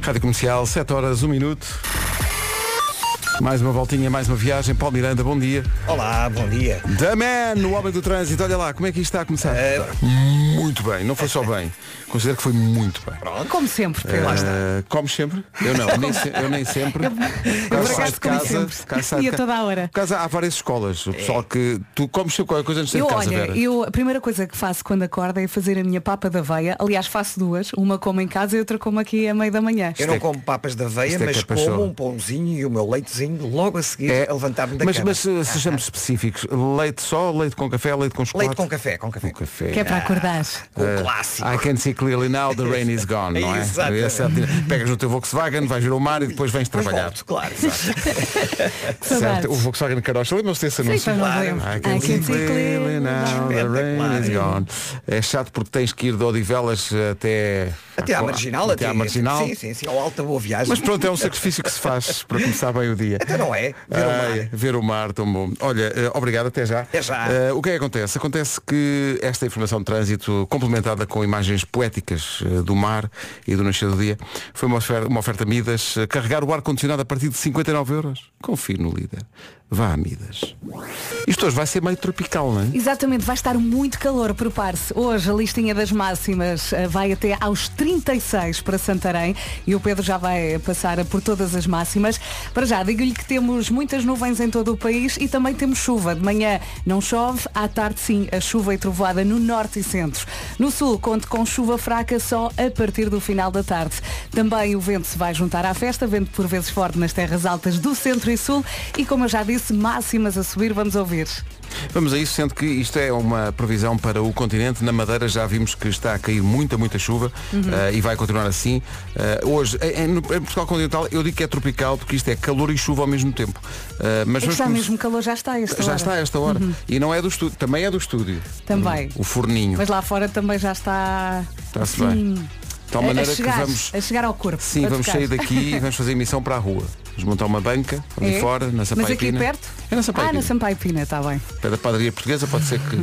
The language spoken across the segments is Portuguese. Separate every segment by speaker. Speaker 1: Rádio Comercial, 7 horas, 1 minuto. Mais uma voltinha, mais uma viagem. Paulo Miranda, bom dia.
Speaker 2: Olá, bom dia.
Speaker 1: The Man, o homem do trânsito. Olha lá, como é que isto está a começar?
Speaker 2: É.
Speaker 1: Muito bem, não foi só bem. Considero que foi muito bem.
Speaker 3: Como sempre, Pedro.
Speaker 1: Eh, comes sempre? Eu não, nem se- eu nem sempre. Eu,
Speaker 3: por acaso como sempre. E a toda a hora.
Speaker 1: Casa, há várias escolas. O pessoal que. Tu comes sempre qualquer coisa antes de sair
Speaker 3: Eu,
Speaker 1: de casa,
Speaker 3: olha,
Speaker 1: Vera.
Speaker 3: eu, a primeira coisa que faço quando acordo é fazer a minha papa da veia. Aliás, faço duas. Uma como em casa e outra como aqui a meio da manhã.
Speaker 2: Eu
Speaker 1: é
Speaker 2: não
Speaker 1: que-
Speaker 2: como papas da veia,
Speaker 1: isto é que
Speaker 2: mas
Speaker 1: é paixão.
Speaker 2: como um pãozinho e o meu leitezinho logo a seguir a levantar-me da
Speaker 1: É, mas,
Speaker 2: cama.
Speaker 1: Mas eh, sejamos específicos. Leite só, leite com café, leite com chocolate.
Speaker 2: Leite com café, com café.
Speaker 1: Com café.
Speaker 3: Que é para acordar.
Speaker 2: Com
Speaker 1: ah,
Speaker 2: clássico.
Speaker 1: É. I can see clearly now the rain is gone, não é?
Speaker 2: Exatamente.
Speaker 1: Esse é o tiro. Pegas no teu Volkswagen, vais ver o mar e depois vens
Speaker 2: Mas
Speaker 1: trabalhar.
Speaker 2: volto, claro. exato.
Speaker 3: Saudades.
Speaker 1: Certo? O Volkswagen Carocha, lembram-se desse
Speaker 3: Sim,
Speaker 1: anúncio?
Speaker 3: pois não
Speaker 2: claro.
Speaker 3: lembro.
Speaker 1: I
Speaker 3: I
Speaker 1: can
Speaker 3: can
Speaker 1: see
Speaker 3: see
Speaker 1: clearly
Speaker 3: clearly
Speaker 1: now the rain is gone. É chato porque tens que ir de Odivelas até...
Speaker 2: Até à marginal,
Speaker 1: até à marginal.
Speaker 2: Sim, sim, sim. Ao alto da boa viagem.
Speaker 1: Mas pronto, é um sacrifício que se faz para começar bem o dia.
Speaker 2: Então não é? Ver o mar.
Speaker 1: Ai, ver o mar tão bom. Olha, eh, obrigado, até já.
Speaker 2: Até já.
Speaker 1: Eh, o que é que acontece? Acontece que esta informação de trânsito, complementada com imagens poéticas eh, do mar e do nascer do dia, foi uma oferta, uma oferta Midas. Eh, carregar o ar-condicionado a partir de 59 euros. Confio no líder. Vá a Midas. Isto hoje vai ser meio tropical, não é?
Speaker 3: Exatamente, vai estar muito calor, prepare-se. Hoje a listinha das máximas eh, vai até aos 36 para Santarém e o Pedro já vai passar por todas as máximas. Para já, digo-lhe que temos muitas nuvens em todo o país e também temos chuva. De manhã não chove, à tarde sim, a chuva e trovoada no norte e centro. No sul, conte com chuva fraca só a partir do final da tarde. Também o vento se vai juntar à festa, vento por vezes forte nas terras altas do centro e sul e, como eu já disse, máximas a subir, vamos ouvir.
Speaker 1: Vamos a isso, sendo que isto é uma previsão para o continente. Na Madeira já vimos que está a cair muita, muita chuva
Speaker 3: Uhum.
Speaker 1: eh, e vai continuar assim. Eh, hoje, em, em- em Portugal Continental, eu digo que é tropical porque isto é calor e chuva ao mesmo tempo. Eh, mas
Speaker 3: É que
Speaker 1: vamos
Speaker 3: está
Speaker 1: come-
Speaker 3: mesmo calor, já está esta
Speaker 1: Já
Speaker 3: hora. Uhum.
Speaker 1: está a esta hora. E não é do estúdio, também é do estúdio.
Speaker 3: Também.
Speaker 1: O forninho.
Speaker 3: Mas lá fora também já está.
Speaker 1: Está-se
Speaker 3: assim,
Speaker 1: bem. De tal maneira
Speaker 3: a, a chegar,
Speaker 1: que vamos.
Speaker 3: a chegar ao corpo.
Speaker 1: Sim,
Speaker 3: a
Speaker 1: vamos
Speaker 3: tocar.
Speaker 1: sair daqui e vamos fazer emissão para a rua. Vamos montar uma banca ali
Speaker 3: É?
Speaker 1: fora, na Sampaio
Speaker 3: Mas aqui
Speaker 1: Pina.
Speaker 3: perto?
Speaker 1: É na Sampaio
Speaker 3: ah, na
Speaker 1: Pina.
Speaker 3: Sampaio Pina, está bem.
Speaker 1: Perto da padaria portuguesa, pode ser que.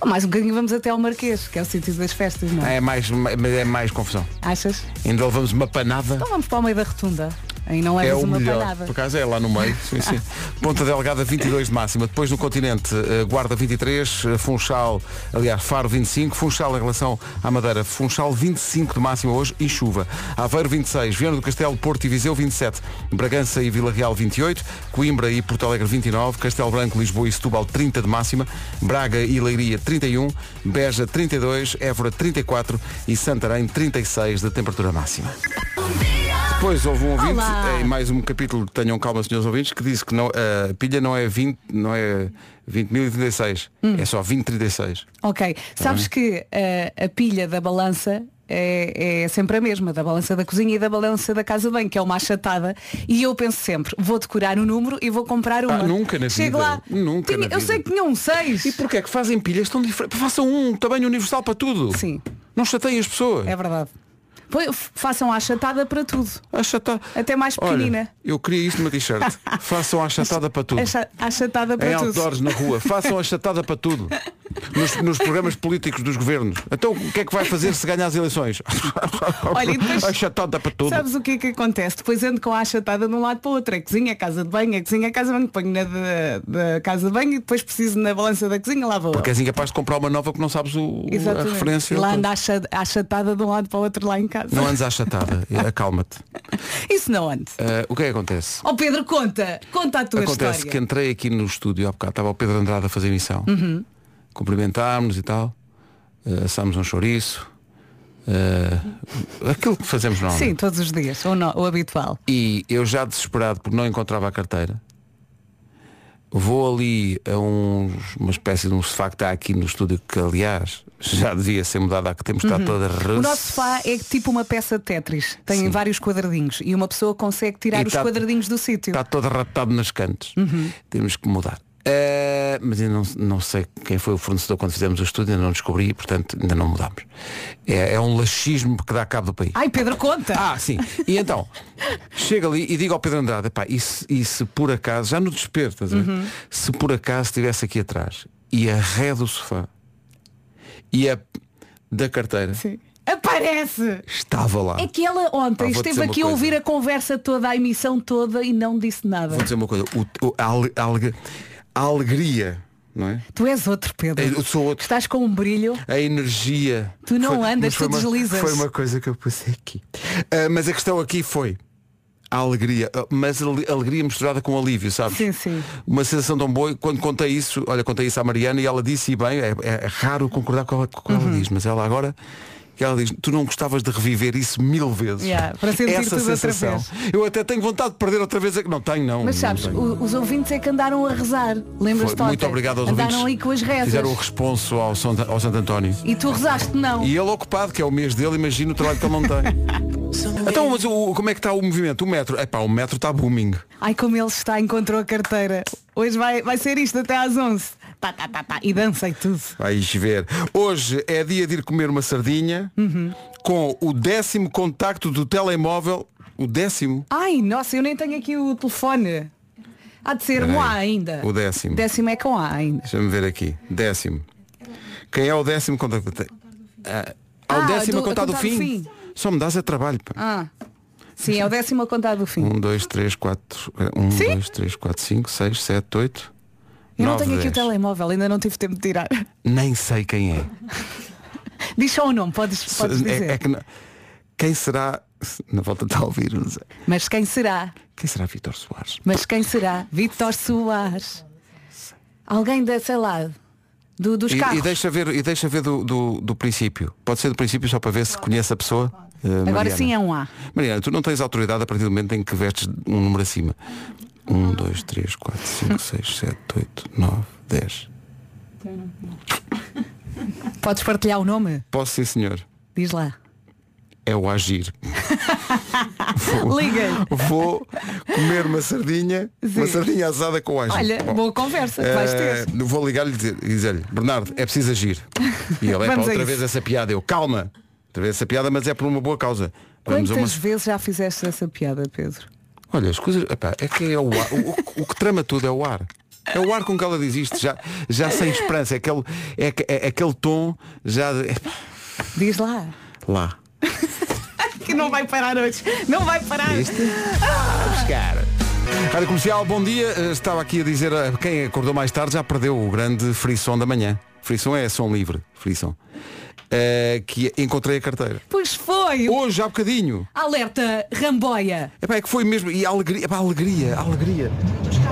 Speaker 3: Ou mais um bocadinho vamos até ao Marquês, que é o sítio das festas, não é?
Speaker 1: é mais, mas é mais confusão.
Speaker 3: Achas?
Speaker 1: Ainda levamos uma panada.
Speaker 3: Então vamos para o meio da rotunda. Aí não
Speaker 1: É
Speaker 3: levas
Speaker 1: o
Speaker 3: uma
Speaker 1: melhor.
Speaker 3: palhada.
Speaker 1: Por acaso é lá no meio. Sim, sim. Ponta Delgada 22 de máxima. Depois no continente, eh, Guarda 23, eh, Funchal, aliás, Faro 25, Funchal em relação à Madeira, Funchal 25 de máxima hoje e chuva. Aveiro 26, Viana do Castelo, Porto e Viseu 27, Bragança e Vila Real 28, Coimbra e Porto Alegre 29, Castelo Branco, Lisboa e Setúbal 30 de máxima, Braga e Leiria 31, Beja 32, Évora 34 e Santarém 36 de temperatura máxima. Pois houve um ouvinte,
Speaker 3: Olá.
Speaker 1: em mais um capítulo, tenham calma, senhores ouvintes, que disse que não, a pilha não é 20, não é 20.036,
Speaker 3: Hum.
Speaker 1: é só 2036.
Speaker 3: Ok.
Speaker 1: Tá
Speaker 3: Sabes que eh, a pilha da balança. É, é sempre a mesma, da balança da cozinha e da balança da casa de banho, que é uma achatada. E eu penso sempre, vou decorar o número e vou comprar uma.
Speaker 1: Ah, nunca na
Speaker 3: Chego
Speaker 1: vida.
Speaker 3: lá,
Speaker 1: Nunca
Speaker 3: tinha-
Speaker 1: na
Speaker 3: eu
Speaker 1: vida.
Speaker 3: sei que tinha um 6.
Speaker 1: E porquê é que fazem pilhas tão diferentes? Façam um tamanho universal para tudo.
Speaker 3: Sim.
Speaker 1: Não chateiem as pessoas.
Speaker 3: É verdade. Põe- f- façam a achatada para tudo.
Speaker 1: A chata-
Speaker 3: Até mais
Speaker 1: Olha,
Speaker 3: pequenina.
Speaker 1: eu queria isto numa t-shirt. Façam a chatada para tudo.
Speaker 3: Acha- A achatada
Speaker 1: Em
Speaker 3: para tudo.
Speaker 1: outdoors, na rua, façam a chatada para tudo. Nos, nos programas políticos dos governos. Então o que é que vai fazer se ganhar as eleições?
Speaker 3: Olha, e depois-
Speaker 1: a chatada para tudo.
Speaker 3: Sabes o que é que acontece? Depois ando com a achatada de um lado para o outro. É cozinha, é casa de banho, é cozinha, é casa de banho. Ponho na da, da casa de banho e depois preciso na balança da cozinha, lá vou. eu.
Speaker 1: Porque és incapaz de comprar uma nova que não sabes o, a
Speaker 3: Exatamente.
Speaker 1: referência.
Speaker 3: E lá anda a acha- a achatada de um lado para o outro lá em casa.
Speaker 1: Não andes à chatada, Eh, acalma-te.
Speaker 3: Isso não ande.
Speaker 1: Eh, o que é que acontece?
Speaker 3: Ó Pedro, conta. Conta a tua
Speaker 1: acontece que
Speaker 3: história.
Speaker 1: entrei aqui no estúdio há bocado, estava o Pedro Andrade a fazer emissão.
Speaker 3: Uhum.
Speaker 1: Cumprimentámos e tal. eh, assámos um chouriço. eh, aquilo que fazemos nós.
Speaker 3: Sim, todos os dias. Ou não, o habitual.
Speaker 1: E eu já desesperado porque não encontrava a carteira. Vou ali a uns- uma espécie de um sofá que está aqui no estúdio que aliás já devia ser mudado há que temos está toda
Speaker 3: Uhum. O nosso sofá é tipo uma peça de Tetris. Tem
Speaker 1: Sim.
Speaker 3: vários quadradinhos e uma pessoa consegue tirar
Speaker 1: E
Speaker 3: os
Speaker 1: tá-
Speaker 3: quadradinhos do sítio. Uhum.
Speaker 1: Está todo ratado nas cantos. Temos que mudar. Eh, mas eu não, não sei quem foi o fornecedor quando fizemos o estúdio, ainda não descobri, portanto ainda não mudámos. É, é um laxismo que dá cabo do país.
Speaker 3: Ai, Pedro, conta!
Speaker 1: Ah, sim. E então, chega ali e digo ao Pedro Andrade, "Epá, e, se, e se por acaso, já no desespero, estás a ver?
Speaker 3: Uhum.
Speaker 1: se por acaso estivesse aqui atrás e a ré do sofá e a da carteira
Speaker 3: Sim. Aparece! parece.
Speaker 1: Estava lá.
Speaker 3: É que ela ontem
Speaker 1: Pá, Ah, vou-te dizer
Speaker 3: esteve
Speaker 1: uma
Speaker 3: aqui a
Speaker 1: coisa.
Speaker 3: ouvir a conversa toda, a emissão toda e não disse nada.
Speaker 1: Vou dizer uma coisa. O- o- a, ale- a ale- a alegria, não é?
Speaker 3: Tu és outro, Pedro.
Speaker 1: Eu sou outro.
Speaker 3: Estás com um brilho.
Speaker 1: A energia.
Speaker 3: Tu não andas,
Speaker 1: mas foi
Speaker 3: tu
Speaker 1: uma-
Speaker 3: deslizas.
Speaker 1: Foi uma coisa que eu passei aqui. Ah, mas a questão aqui foi a alegria, ah, mas a ale- alegria misturada com alívio, sabes?
Speaker 3: Sim, sim.
Speaker 1: Uma sensação tão boa. E Quando contei isso, olha, contei isso à Mariana e ela disse, e bem, é, é raro concordar com ela, com o
Speaker 3: Uhum.
Speaker 1: que ela diz, mas ela agora. que Ela diz, tu não gostavas de reviver isso mil vezes.
Speaker 3: Yeah, para sentir
Speaker 1: Essa
Speaker 3: tudo outra
Speaker 1: sensação.
Speaker 3: vez.
Speaker 1: Eu até tenho vontade de perder outra vez. a- Não tenho, não.
Speaker 3: Mas
Speaker 1: não
Speaker 3: sabes,
Speaker 1: tenho.
Speaker 3: o- os ouvintes é que andaram a rezar.
Speaker 1: Hum, Foi-
Speaker 3: Lembras-te ontem?
Speaker 1: Muito obrigado aos
Speaker 3: Andaram
Speaker 1: ouvintes.
Speaker 3: aí com as rezas.
Speaker 1: Fizeram o responso ao, São- ao Santo António.
Speaker 3: E tu rezaste, não.
Speaker 1: E ele ocupado, que é o mês dele, imagina o trabalho que ele não tem. então, mas o, como é que está o movimento? O metro? Epá, o metro está booming.
Speaker 3: Ai, como ele está, encontrou a carteira. Hoje vai, vai ser isto até às 11. Tá, tá, tá, tá. E dança e tudo.
Speaker 1: Vais ver. Hoje é dia de ir comer uma sardinha
Speaker 3: Uhum.
Speaker 1: com o décimo contacto do telemóvel. O décimo?
Speaker 3: Ai, nossa, eu nem tenho aqui o telefone. Há de ser
Speaker 1: Espera
Speaker 3: um A
Speaker 1: aí.
Speaker 3: ainda.
Speaker 1: O décimo.
Speaker 3: Décimo é com A ainda.
Speaker 1: Deixa-me ver aqui. Décimo. Quem é o décimo contacto? Ah, ao
Speaker 3: Ah,
Speaker 1: décimo a
Speaker 3: do- a
Speaker 1: contar do,
Speaker 3: contar do
Speaker 1: fim.
Speaker 3: fim.
Speaker 1: Só me dás a trabalho. Pá.
Speaker 3: Ah. Sim, é o décimo a contar do fim.
Speaker 1: 1, 2, 3, 4, 1,
Speaker 3: Sim?
Speaker 1: 2, 3, 4, 5, 6, 7, 8.
Speaker 3: Eu não tenho aqui o telemóvel, ainda não tive tempo de tirar.
Speaker 1: Nem sei quem é.
Speaker 3: Diz só o nome, podes, podes
Speaker 1: Se- é-
Speaker 3: dizer.
Speaker 1: é que não- Quem será. se- Na volta está a ouvir, não sei.
Speaker 3: Mas quem será?
Speaker 1: Quem será Vítor Soares?
Speaker 3: Mas quem será? Vitor Soares. Alguém da, sei lá, do, dos
Speaker 1: E,
Speaker 3: carros.
Speaker 1: e deixa ver, e deixa ver do, do, do princípio. Pode ser do princípio só para ver se conhece a pessoa. eh,
Speaker 3: Agora
Speaker 1: Mariana.
Speaker 3: sim é um A.
Speaker 1: Mariana, tu não tens autoridade a partir do momento em que vestes um número acima. 1, 2, 3, 4, 5, 6, 7, 8, 9, 10.
Speaker 3: Podes partilhar o nome?
Speaker 1: Posso sim, senhor.
Speaker 3: Diz lá.
Speaker 1: É o agir.
Speaker 3: Liga.
Speaker 1: Vou comer uma sardinha, uma sardinha assada com agir.
Speaker 3: Olha,
Speaker 1: Bom,
Speaker 3: boa conversa que vais ter.
Speaker 1: eh, vou ligar-lhe e dizer- e dizer-lhe, Bernardo, é preciso agir. E ele é para
Speaker 3: Vamos a
Speaker 1: outra
Speaker 3: isso.
Speaker 1: vez essa piada. Eu, calma, outra vez essa piada, mas é por uma boa causa. Vamos a uma.
Speaker 3: Quantas vezes já fizeste essa piada, Pedro?
Speaker 1: Olha, as coisas. epá, é que é o ar. O, o- o que trama tudo é o ar. É o ar com que ela diz isto, já, já sem esperança. É aquele, é, que- é aquele tom já. de- epá,
Speaker 3: Diz lá.
Speaker 1: lá.
Speaker 3: Que não vai parar hoje. Não vai parar.
Speaker 1: Este? Rádio Comercial, bom dia. Eh, Estava aqui a dizer a quem acordou mais tarde já perdeu o grande frisson da manhã. Frisson é som livre, frisson. Eh, que encontrei a carteira.
Speaker 3: Pois foi.
Speaker 1: Hoje, há bocadinho.
Speaker 3: Alerta Ramboia.
Speaker 1: Epá, é que foi mesmo. E a alegria, epá, a alegria, a alegria.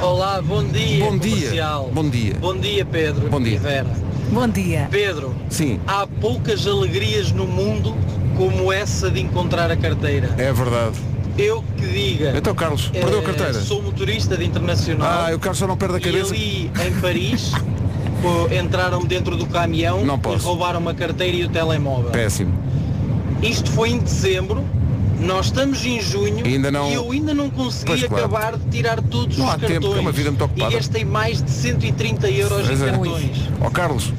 Speaker 4: Olá, bom dia.
Speaker 1: Bom dia.
Speaker 4: comercial.
Speaker 1: Bom dia.
Speaker 4: Bom dia, Pedro.
Speaker 1: Bom dia.
Speaker 4: E Vera.
Speaker 3: Bom dia.
Speaker 4: Pedro,
Speaker 1: Sim.
Speaker 4: há poucas alegrias no mundo como essa de encontrar a carteira.
Speaker 1: É verdade.
Speaker 4: Eu que diga.
Speaker 1: Então, Carlos,
Speaker 4: eh,
Speaker 1: perdeu a carteira.
Speaker 4: Sou motorista de internacional.
Speaker 1: Ah, o Carlos só não perde a
Speaker 4: e
Speaker 1: cabeça.
Speaker 4: ali em Paris pô, entraram dentro do caminhão
Speaker 1: Não
Speaker 4: e
Speaker 1: posso.
Speaker 4: roubaram a carteira e o telemóvel.
Speaker 1: Péssimo.
Speaker 4: Isto foi em dezembro. Nós estamos em junho
Speaker 1: Ainda não-
Speaker 4: e eu ainda não consegui
Speaker 1: Pois, claro.
Speaker 4: acabar de tirar todos
Speaker 1: Não
Speaker 4: os
Speaker 1: há tempo,
Speaker 4: cartões.
Speaker 1: é uma vida muito ocupada.
Speaker 4: E gastei mais de 130 euros
Speaker 1: Mas
Speaker 4: em
Speaker 1: é.
Speaker 4: cartões.
Speaker 1: Ó Carlos,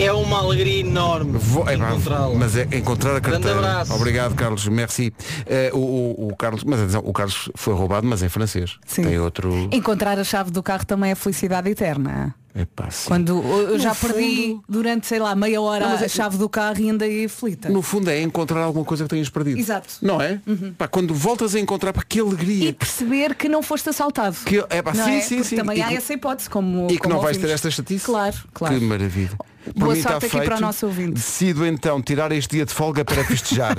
Speaker 4: É uma alegria enorme
Speaker 1: vou, é, pá,
Speaker 4: encontrá-lo.
Speaker 1: mas é encontrar a carteira.
Speaker 4: abraço.
Speaker 1: Obrigado, Carlos. Merci. Eh, o, o- o Carlos, mas atenção, o Carlos foi roubado, mas em francês.
Speaker 3: Sim.
Speaker 1: Tem outro.
Speaker 3: Encontrar a chave do carro também é felicidade eterna.
Speaker 1: Epá, sim.
Speaker 3: Quando eu eu já
Speaker 1: fundo- é-
Speaker 3: perdi durante, sei lá, meia hora a chave do carro e andei aflita.
Speaker 1: No fundo é encontrar alguma coisa que tenhas perdido.
Speaker 3: Exato.
Speaker 1: Não é? Pá, quando voltas a encontrar, pá, que alegria.
Speaker 3: E perceber que não foste assaltado.
Speaker 1: Que- é pá,
Speaker 3: Não
Speaker 1: sim,
Speaker 3: é?
Speaker 1: sim,
Speaker 3: Porque
Speaker 1: sim.
Speaker 3: Também
Speaker 1: E
Speaker 3: há
Speaker 1: que-
Speaker 3: essa hipótese, como.
Speaker 1: E que
Speaker 3: como
Speaker 1: não vais ter
Speaker 3: ouvimos.
Speaker 1: esta chatice?
Speaker 3: Claro, claro. É
Speaker 1: Que maravilha. Por
Speaker 3: Boa
Speaker 1: mim está
Speaker 3: sorte aqui
Speaker 1: feito.
Speaker 3: para o nosso ouvinte.
Speaker 1: Decido então tirar este dia de folga para festejar.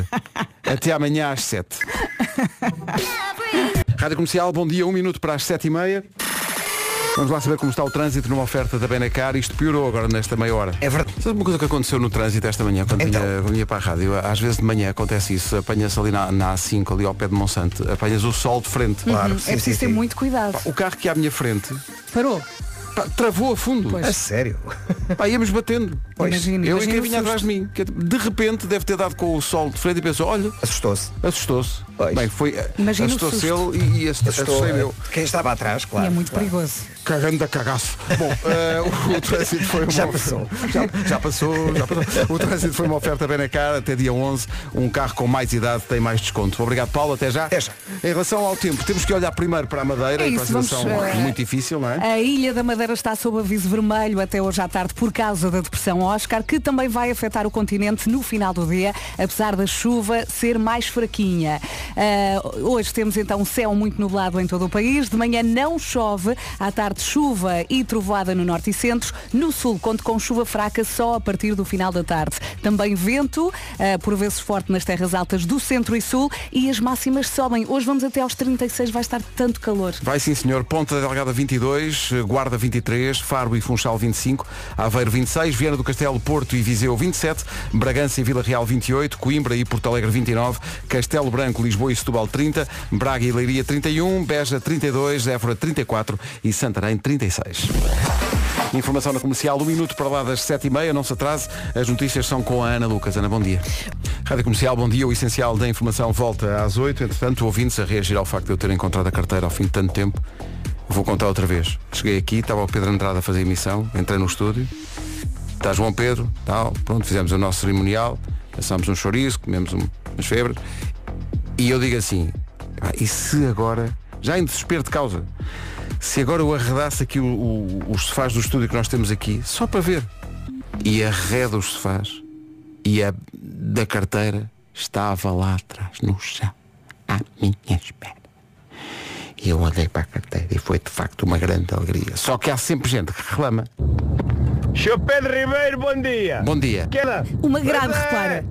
Speaker 1: Até amanhã às 7. Rádio Comercial, bom dia, um minuto para as 7 e meia. Vamos lá saber como está o trânsito numa oferta da Benacar. Isto piorou agora nesta meia hora.
Speaker 2: É verdade.
Speaker 1: Sabe uma coisa que aconteceu no trânsito esta manhã, quando
Speaker 2: Então.
Speaker 1: vinha, vinha para a rádio? Às vezes de manhã acontece isso. Apanhas ali na, na A5, ali ao pé de Monsanto. Apanhas o sol de frente.
Speaker 2: Claro,
Speaker 3: Hum,
Speaker 2: sim,
Speaker 3: é preciso
Speaker 2: sim,
Speaker 3: ter
Speaker 2: sim.
Speaker 3: muito cuidado.
Speaker 1: O carro que há à minha frente
Speaker 3: Parou. é
Speaker 1: pá, travou a fundo.
Speaker 3: Pois.
Speaker 2: A sério?
Speaker 1: Pá, íamos batendo.
Speaker 2: Pois.
Speaker 3: Imagino,
Speaker 1: Eu e
Speaker 3: imagino
Speaker 1: quem
Speaker 3: o
Speaker 1: vinha
Speaker 3: susto.
Speaker 1: atrás de mim, que de repente deve ter dado com o sol de frente e pensou, olha,
Speaker 2: Assustou-se.
Speaker 1: assustou-se.
Speaker 2: Pois. é.
Speaker 1: Bem, foi. eh,
Speaker 3: Imagina o
Speaker 1: Assustou-se
Speaker 3: susto.
Speaker 1: ele e, e assustou-
Speaker 2: Estou,
Speaker 1: assustei-me eu.
Speaker 2: quem estava atrás,
Speaker 3: E
Speaker 2: claro.
Speaker 3: é muito
Speaker 2: claro.
Speaker 3: perigoso.
Speaker 1: Cagando a cagaço. Bom, eh, o, o trânsito foi uma...
Speaker 2: Já passou.
Speaker 1: Já, já passou, já passou. O trânsito foi uma oferta bem na cara. Até dia 11, um carro com mais idade tem mais desconto. Obrigado, Paulo. Até já.
Speaker 2: Até já.
Speaker 1: Em relação ao tempo, temos que olhar primeiro para a Madeira
Speaker 3: É
Speaker 1: e para
Speaker 3: isso,
Speaker 1: a
Speaker 3: vamos,
Speaker 1: situação
Speaker 3: eh,
Speaker 1: muito difícil, não é?
Speaker 3: A Ilha da Madeira está sob aviso vermelho até hoje à tarde por causa da depressão Oscar, que também vai afetar o continente no final do dia, apesar da chuva ser mais fraquinha. Ah, hoje temos então um céu muito nublado em todo o país. De manhã não chove, à tarde chuva e trovoada no norte e centro. No sul, conto com chuva fraca só a partir do final da tarde. Também vento, ah, por vezes forte nas terras altas do centro e sul, e as máximas sobem. Hoje vamos até aos 36, vai estar tanto calor.
Speaker 1: Vai sim, senhor. Ponta Delgada 22, eh, Guarda 23, Faro e Funchal 25, Aveiro 26, Viana do Castelo, Porto e Viseu 27, Bragança e Vila Real 28, Coimbra e Porto Alegre 29, Castelo Branco, Lisboa e Setúbal 30, Braga e Leiria 31, Beja 32, Évora 34 e Santarém 36. Informação na comercial, um minuto para lá das 7h30, não se atrase. As notícias são com a Ana Lucas. Ana, bom dia. Rádio Comercial, bom dia. O essencial da informação volta às 8 Entretanto, ouvintes a reagir ao facto de eu ter encontrado a carteira ao fim de tanto tempo. Vou contar outra vez. Cheguei aqui, estava o Pedro Andrade a fazer emissão, entrei no estúdio, está João Pedro, tal, pronto, fizemos o nosso cerimonial, passámos um chouriço, comemos um- umas febres, e eu digo assim, "Pá, e se agora, já em desespero de causa, se agora eu arredasse aqui o- o- os sofás do estúdio que nós temos aqui, só para ver, e arreda os sofás, e a da carteira estava lá atrás, no chão, à minha espera. E eu olhei para a carteira e foi de facto uma grande alegria. Só que há sempre gente que reclama.
Speaker 5: Seu Pedro Ribeiro, bom dia.
Speaker 1: Bom dia.
Speaker 5: Pequena.
Speaker 3: Uma grade,
Speaker 5: Pois é,
Speaker 3: repara.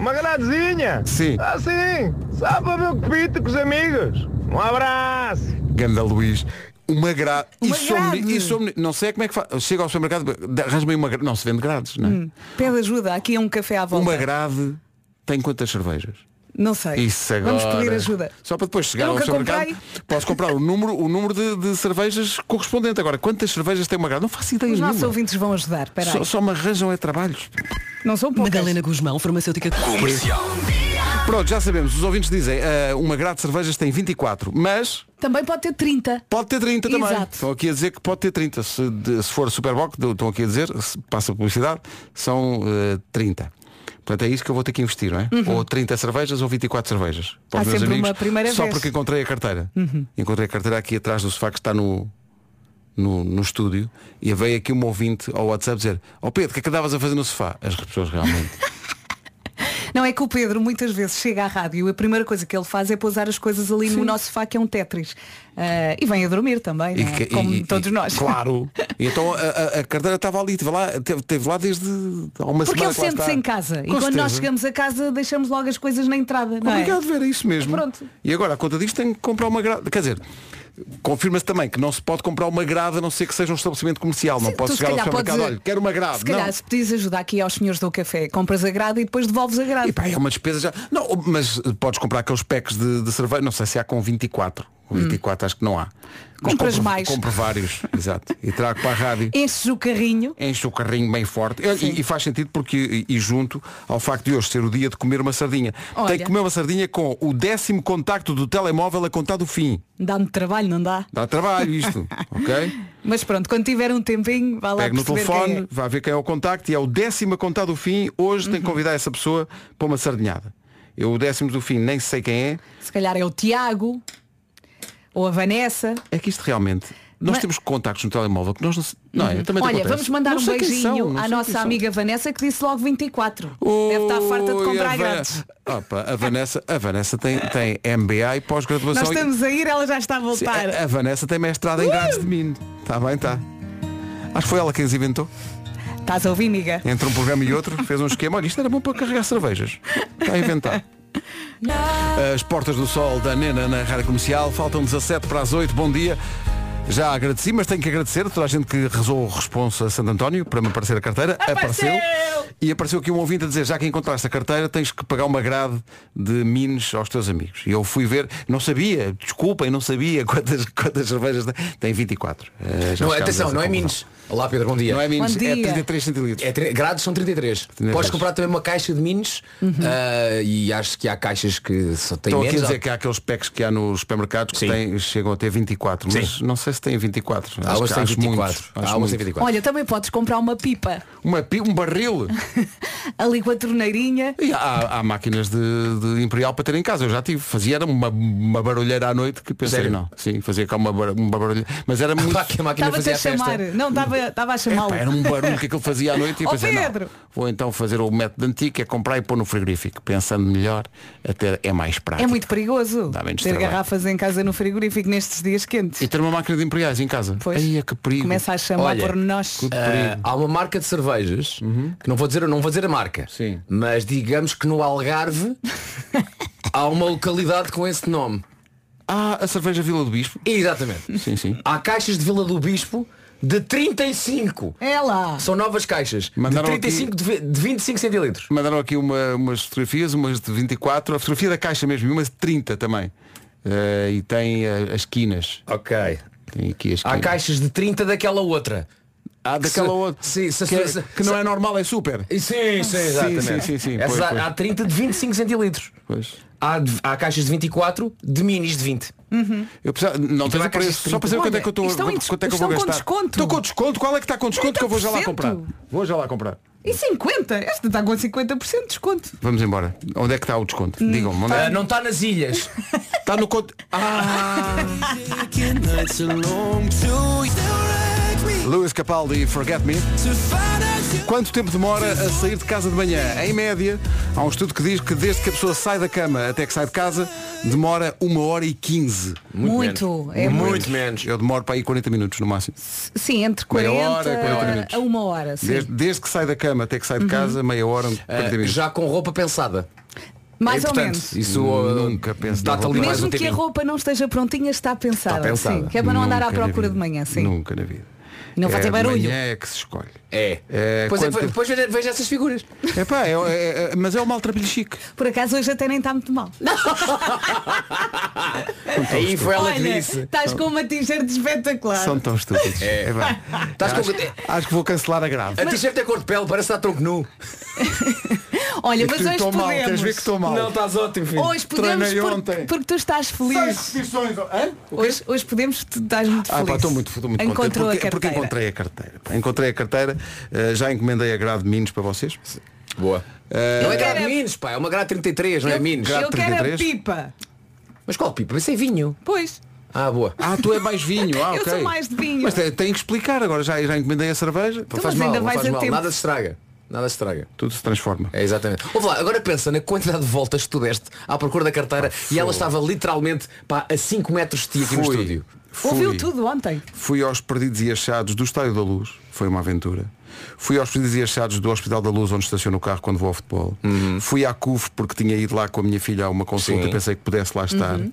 Speaker 5: Uma gradezinha.
Speaker 1: Sim.
Speaker 5: Ah, sim. Só para ver o que pita com os amigos. Um abraço.
Speaker 1: Ganda Luís. Uma grade.
Speaker 3: Uma
Speaker 1: Isso,
Speaker 3: grade.
Speaker 1: não sei como é que faz. Chega ao supermercado, arranja-me uma grade. Não se vende grades, não é?
Speaker 3: Hum. Pede ajuda, aqui é um café à volta.
Speaker 1: Uma grade tem quantas cervejas?
Speaker 3: Não sei.
Speaker 1: Isso agora.
Speaker 3: Vamos pedir ajuda.
Speaker 1: Só para depois chegar
Speaker 3: Eu
Speaker 1: ao
Speaker 3: nunca
Speaker 1: supermercado. Posso comprar o número, o número de, de cervejas correspondente. Agora, quantas cervejas tem uma grade? Não faço ideia
Speaker 3: Os nossos
Speaker 1: nenhuma.
Speaker 3: ouvintes vão ajudar. Espera aí.
Speaker 1: Só, só me arranjam é trabalhos.
Speaker 3: Não são poucas.
Speaker 6: Madalena Guzmão, farmacêutica.
Speaker 1: Pronto, já sabemos. Os ouvintes dizem ah, uma grade de cervejas tem 24, mas
Speaker 3: Também pode ter 30.
Speaker 1: pode ter 30 também.
Speaker 3: Exato.
Speaker 1: Estão aqui a dizer que pode ter 30. Se, de- se for Superboc, do- estão aqui a dizer, se passa a publicidade, são ah, 30. Portanto, é isso que eu vou ter que investir, não é? Ou 30 cervejas ou 24 cervejas. Para os
Speaker 3: Uhum. Há
Speaker 1: meus
Speaker 3: sempre
Speaker 1: amigos,
Speaker 3: uma primeira
Speaker 1: só
Speaker 3: vez. Uhum.
Speaker 1: porque encontrei a carteira. Encontrei a carteira aqui atrás do sofá que está no, no, no estúdio e veio aqui um ouvinte ao WhatsApp dizer Ó Pedro, o que é que andavas a fazer no sofá? As pessoas realmente.
Speaker 3: Não é que o Pedro muitas vezes chega à rádio e a primeira coisa que ele faz é pousar as coisas ali no nosso sofá que é um Tetris. Ah, e vem a dormir também, não é?
Speaker 1: que-
Speaker 3: como
Speaker 1: e-
Speaker 3: todos
Speaker 1: e-
Speaker 3: nós.
Speaker 1: Claro. E então a, a- a carteira estava ali, esteve lá, teve, teve lá desde há uma semana.
Speaker 3: Porque ele
Speaker 1: que lá
Speaker 3: sente-se
Speaker 1: está.
Speaker 3: em casa. e
Speaker 1: Com
Speaker 3: quando nós
Speaker 1: certeza.
Speaker 3: chegamos a casa deixamos logo as coisas na entrada. Não é?
Speaker 1: Obrigado, Vera, é isso mesmo.
Speaker 3: Pronto.
Speaker 1: E agora, a conta disto, tem que comprar uma grada. Quer dizer, confirma-se também que não se pode comprar uma grada a não ser que seja um estabelecimento comercial. Não
Speaker 3: Se-
Speaker 1: posso
Speaker 3: tu se
Speaker 1: chegar ao
Speaker 3: calhar
Speaker 1: supermercado,
Speaker 3: podes-
Speaker 1: olha, quero uma grada.
Speaker 3: Se calhar,
Speaker 1: Não.
Speaker 3: se pedires ajuda aqui aos senhores do café, compras a grade e depois devolves a grade.
Speaker 1: E pá, é uma despesa já. Não, mas eh, podes comprar aqueles packs de, de cerveja, não sei se há com 24. Com 24 acho que não há. Mas
Speaker 3: Hum. Compras
Speaker 1: compro-
Speaker 3: mais.
Speaker 1: Compro vários, exato. E trago para a rádio.
Speaker 3: Enches o carrinho.
Speaker 1: Enche o carrinho bem forte. E- E, faz sentido porque, e, e junto ao facto de hoje ser o dia de comer uma sardinha.
Speaker 3: Olha.
Speaker 1: Tem que comer uma sardinha com o décimo contacto do telemóvel a contar do fim.
Speaker 3: Dá-me trabalho, não dá?
Speaker 1: Dá trabalho isto, ok?
Speaker 3: Mas pronto, quando tiver um tempinho, vá lá
Speaker 1: Pega no
Speaker 3: perceber
Speaker 1: telefone,
Speaker 3: quem é.
Speaker 1: vai ver quem é o contacto e é o décimo a contar do fim. Hoje
Speaker 3: Uhum.
Speaker 1: tem que convidar essa pessoa para uma sardinhada. Eu o décimo do fim nem sei quem é.
Speaker 3: Se calhar é o Tiago ou a Vanessa.
Speaker 1: É que isto realmente. Nós
Speaker 3: Mas- Uhum.
Speaker 1: temos contactos no telemóvel que nós não se... Não é? Também te
Speaker 3: Olha,
Speaker 1: acontece.
Speaker 3: vamos mandar
Speaker 1: Não
Speaker 3: um
Speaker 1: sei quem são,
Speaker 3: beijinho
Speaker 1: não
Speaker 3: à
Speaker 1: sei quem
Speaker 3: nossa
Speaker 1: são.
Speaker 3: amiga Vanessa que disse logo 24. Deve estar farta de
Speaker 1: Ui,
Speaker 3: comprar
Speaker 1: a
Speaker 3: grátis.
Speaker 1: Va- Opa, a Vanessa, a Vanessa tem, tem MBA e pós-graduação.
Speaker 3: Nós Uh!
Speaker 1: em-
Speaker 3: estamos a ir, ela já está a
Speaker 1: Sim, é,
Speaker 3: voltar.
Speaker 1: a, a Vanessa tem mestrado em grades de mim. Está bem, está. Acho que foi ela quem os inventou.
Speaker 3: Estás a ouvir, amiga?
Speaker 1: Entre um programa e outro, fez um esquema. Olha, isto era bom para carregar cervejas. Está a inventar. As portas do sol da Nena na rádio comercial. Faltam 17 para as 8. Bom dia. Já agradeci, mas tenho que agradecer a toda a gente que rezou o responso a Santo António para me aparecer a carteira. Apareceu! E apareceu aqui um ouvinte a dizer, já que encontraste a carteira, tens que pagar uma grade de mines aos teus amigos. E eu fui ver, não sabia, desculpem, não sabia quantas, quantas cervejas tem. Tem 24. Eh, já
Speaker 6: Não,
Speaker 1: chegámos a
Speaker 6: atenção,
Speaker 1: essa
Speaker 6: não é
Speaker 1: conclusão.
Speaker 6: Minos. Olá Pedro, bom dia.
Speaker 1: Não é mines,
Speaker 3: Bom
Speaker 1: é
Speaker 3: dia.
Speaker 1: 33 centilitros.
Speaker 6: É tri- grados são 33. Podes comprar também uma caixa de minis
Speaker 3: Uhum.
Speaker 6: ah, e acho que há caixas que só têm
Speaker 1: Estão aqui a
Speaker 6: menos.
Speaker 1: dizer que há aqueles packs que há nos supermercados que
Speaker 6: Sim.
Speaker 1: têm- chegam a ter 24, mas não sei se têm 24.
Speaker 6: Há
Speaker 1: acho
Speaker 6: umas
Speaker 1: que
Speaker 6: que têm
Speaker 1: acho
Speaker 6: 24.
Speaker 1: muitos, acho
Speaker 6: Há umas que têm
Speaker 1: muitos.
Speaker 6: 24.
Speaker 3: Olha, também podes comprar uma pipa
Speaker 1: Uma pi- um barril.
Speaker 3: ali com a torneirinha.
Speaker 1: E há, há máquinas de, de Imperial para ter em casa. Eu já tive. Fazia era uma, uma barulheira à noite que pensei,
Speaker 6: Sério?
Speaker 1: não. Sim, fazia cá uma, bar- uma barulheira. Mas era muito.
Speaker 6: Pá, que a máquina
Speaker 3: Estava-te
Speaker 6: fazia
Speaker 3: a
Speaker 6: a
Speaker 3: chamar.
Speaker 6: festa.
Speaker 3: Não, estava estava a chamá-lo.
Speaker 1: Pá,
Speaker 3: É
Speaker 1: era um barulho que aquilo fazia à noite e
Speaker 3: Ó,
Speaker 1: pensei, não,
Speaker 3: Pedro!
Speaker 1: vou então fazer o método antigo, que é comprar e pôr no frigorífico. Pensando melhor, até é mais prático.
Speaker 3: É muito perigoso
Speaker 1: Dá menos
Speaker 3: ter
Speaker 1: trabalho.
Speaker 3: garrafas em casa no frigorífico nestes dias quentes.
Speaker 1: E ter uma máquina de Imperiais em casa.
Speaker 3: Pois.
Speaker 1: Aí é que perigo.
Speaker 3: Começa a chamar
Speaker 6: Olha,
Speaker 3: por nós.
Speaker 1: que
Speaker 6: Ah,
Speaker 1: perigo.
Speaker 6: há uma marca de cervejas que não vou dizer não vou dizer a marca
Speaker 1: Uhum. Sim.
Speaker 6: mas digamos que no Algarve há uma localidade com esse nome
Speaker 1: Ah, a cerveja Vila do Bispo.
Speaker 6: exatamente
Speaker 1: Sim, sim.
Speaker 6: há caixas de Vila do Bispo de 35
Speaker 3: É lá.
Speaker 6: são novas caixas
Speaker 1: Mandaram
Speaker 6: de 35 de vi- de 25 centilitros
Speaker 1: Mandaram aqui uma- umas fotografias, umas de 24, a fotografia da caixa mesmo, e umas de 30 também. Eh, e tem eh, as quinas.
Speaker 6: ok
Speaker 1: Tem aqui as
Speaker 6: há
Speaker 1: quinas.
Speaker 6: caixas de 30 daquela outra
Speaker 1: Há daquela
Speaker 6: Se-
Speaker 1: outra.
Speaker 6: sim, se-
Speaker 1: que, é-
Speaker 6: se-
Speaker 1: que não
Speaker 6: se-
Speaker 1: é normal, é super.
Speaker 6: E Sim, sim, exatamente.
Speaker 1: sim, sim, sim,
Speaker 6: Essas
Speaker 1: pois,
Speaker 6: há,
Speaker 1: pois.
Speaker 6: há 30 de 25 centilitros.
Speaker 1: Pois.
Speaker 6: Há, de- há caixas de 24, de minis de 20.
Speaker 1: Eu precisava- não tens
Speaker 6: há
Speaker 1: o preço,
Speaker 6: caixas de
Speaker 1: só para saber
Speaker 3: Olha,
Speaker 1: quanto é que eu estou
Speaker 6: um
Speaker 3: estão em
Speaker 1: quanto, quanto é que eu
Speaker 3: estão
Speaker 1: vou
Speaker 3: com
Speaker 1: gastar.
Speaker 3: desconto.
Speaker 1: Estou com desconto. Qual é que está com desconto que eu vou já lá
Speaker 3: 30%?
Speaker 1: comprar? Vou já lá comprar.
Speaker 3: E 50? Esta está tá com 50% de desconto.
Speaker 1: Vamos embora. Onde é que está o desconto? Digam-me. Onde
Speaker 6: Ah,
Speaker 1: é?
Speaker 6: não está nas ilhas.
Speaker 1: Está no conto. Ah! Lewis Capaldi, Forget Me. Quanto tempo demora a sair de casa de manhã? Em média, há um estudo que diz que desde que a pessoa sai da cama até que sai de casa, demora uma hora e 15.
Speaker 3: Muito. É muito.
Speaker 6: menos.
Speaker 1: Eu demoro para aí 40 minutos no máximo.
Speaker 3: Sim, entre
Speaker 1: Meia
Speaker 3: 40
Speaker 1: hora, 40 minutos.
Speaker 3: a uma hora. Sim.
Speaker 1: Desde, desde que sai da cama até que
Speaker 3: Uhum.
Speaker 1: sai de casa, meia hora, 40 minutos.
Speaker 6: Eh, já com roupa pensada.
Speaker 3: Mais
Speaker 6: é
Speaker 3: ou
Speaker 6: importante.
Speaker 3: menos.
Speaker 6: Isso
Speaker 1: Nunca penso na
Speaker 6: dá-te
Speaker 1: roupa.
Speaker 6: ali mais
Speaker 3: Mesmo
Speaker 6: um
Speaker 3: que a
Speaker 6: tempinho.
Speaker 3: roupa não esteja prontinha, está pensada.
Speaker 6: Está pensada.
Speaker 3: Sim, que é para não andar à
Speaker 1: Nunca na
Speaker 3: procura
Speaker 1: vida.
Speaker 3: de manhã. Sim.
Speaker 1: Nunca na vida.
Speaker 3: Não fazer
Speaker 1: é,
Speaker 3: barulho.
Speaker 1: De manhã é que se escolhe.
Speaker 6: É.
Speaker 1: É,
Speaker 6: Pois é,
Speaker 1: quanto-
Speaker 6: depois vejo, vejo essas figuras.
Speaker 1: Epá, é, é- é- mas é o mal trabalho chique.
Speaker 3: Por acaso hoje até nem está muito mal.
Speaker 6: Aí foi ela que
Speaker 3: Olha,
Speaker 6: disse.
Speaker 3: estás com uma t-shirt espetacular.
Speaker 1: São tão estúpidos. É. pá.
Speaker 6: Estás com-
Speaker 1: acho, acho que vou cancelar a grave.
Speaker 6: A t-shirt é cor de pele, parece estar tronco nu.
Speaker 3: Olha, mas
Speaker 1: Estou é
Speaker 3: hoje
Speaker 1: mal, queres ver que
Speaker 3: podemos.
Speaker 1: estou Tá mal.
Speaker 6: estás ótimo, filho.
Speaker 3: Hoje podemos
Speaker 1: Treinei
Speaker 3: porque,
Speaker 1: ontem.
Speaker 3: porque tu estás
Speaker 1: Seis
Speaker 3: feliz.
Speaker 1: repetições, hã?
Speaker 3: Hoje, hoje podemos, tu estás muito
Speaker 1: Ah,
Speaker 3: feliz.
Speaker 1: pá, estou muito, estou muito contente.
Speaker 3: Encontrou
Speaker 1: Porque,
Speaker 3: a
Speaker 1: porque
Speaker 3: carteira.
Speaker 1: encontrei a carteira. pá. Encontrei a carteira, eh, já encomendei a grade de Minos para vocês. Eh,
Speaker 6: Boa. Não é
Speaker 3: Eu
Speaker 6: grade
Speaker 3: quero-
Speaker 6: Minos, pá, é uma grade 33, não é
Speaker 3: Eu,
Speaker 6: Minos.
Speaker 3: eu quero a
Speaker 1: 33.
Speaker 3: pipa.
Speaker 6: Mas qual pipa? Isso é vinho.
Speaker 3: Pois.
Speaker 6: Ah, boa.
Speaker 1: Ah, tu é mais vinho, ah,
Speaker 3: Eu
Speaker 1: ok.
Speaker 3: sou mais de vinho.
Speaker 1: Mas tem, tem que explicar agora, já, já encomendei a cerveja. Então
Speaker 3: Mas
Speaker 1: faz mal.
Speaker 3: ainda
Speaker 6: Não
Speaker 3: vais
Speaker 6: faz
Speaker 3: a
Speaker 6: mal,
Speaker 3: tempo.
Speaker 6: nada se estraga. Nada se estraga.
Speaker 1: Tudo se transforma.
Speaker 6: É exatamente. Ouve lá, agora pensa na quantidade de voltas que tu deste à procura da carteira e ela estava literalmente pá, a 5 metros de ti aqui no
Speaker 1: Fui.
Speaker 6: estúdio.
Speaker 1: Fui.
Speaker 3: Ouviu tudo ontem.
Speaker 1: Fui aos perdidos e achados do Estádio da Luz, foi uma aventura. Fui aos perdidos e achados do Hospital da Luz, onde estaciono o carro quando vou ao futebol. Fui à CUF, porque tinha ido lá com a minha filha a uma consulta,
Speaker 6: Uhum. Sim.
Speaker 1: pensei que pudesse lá estar.
Speaker 6: Uhum.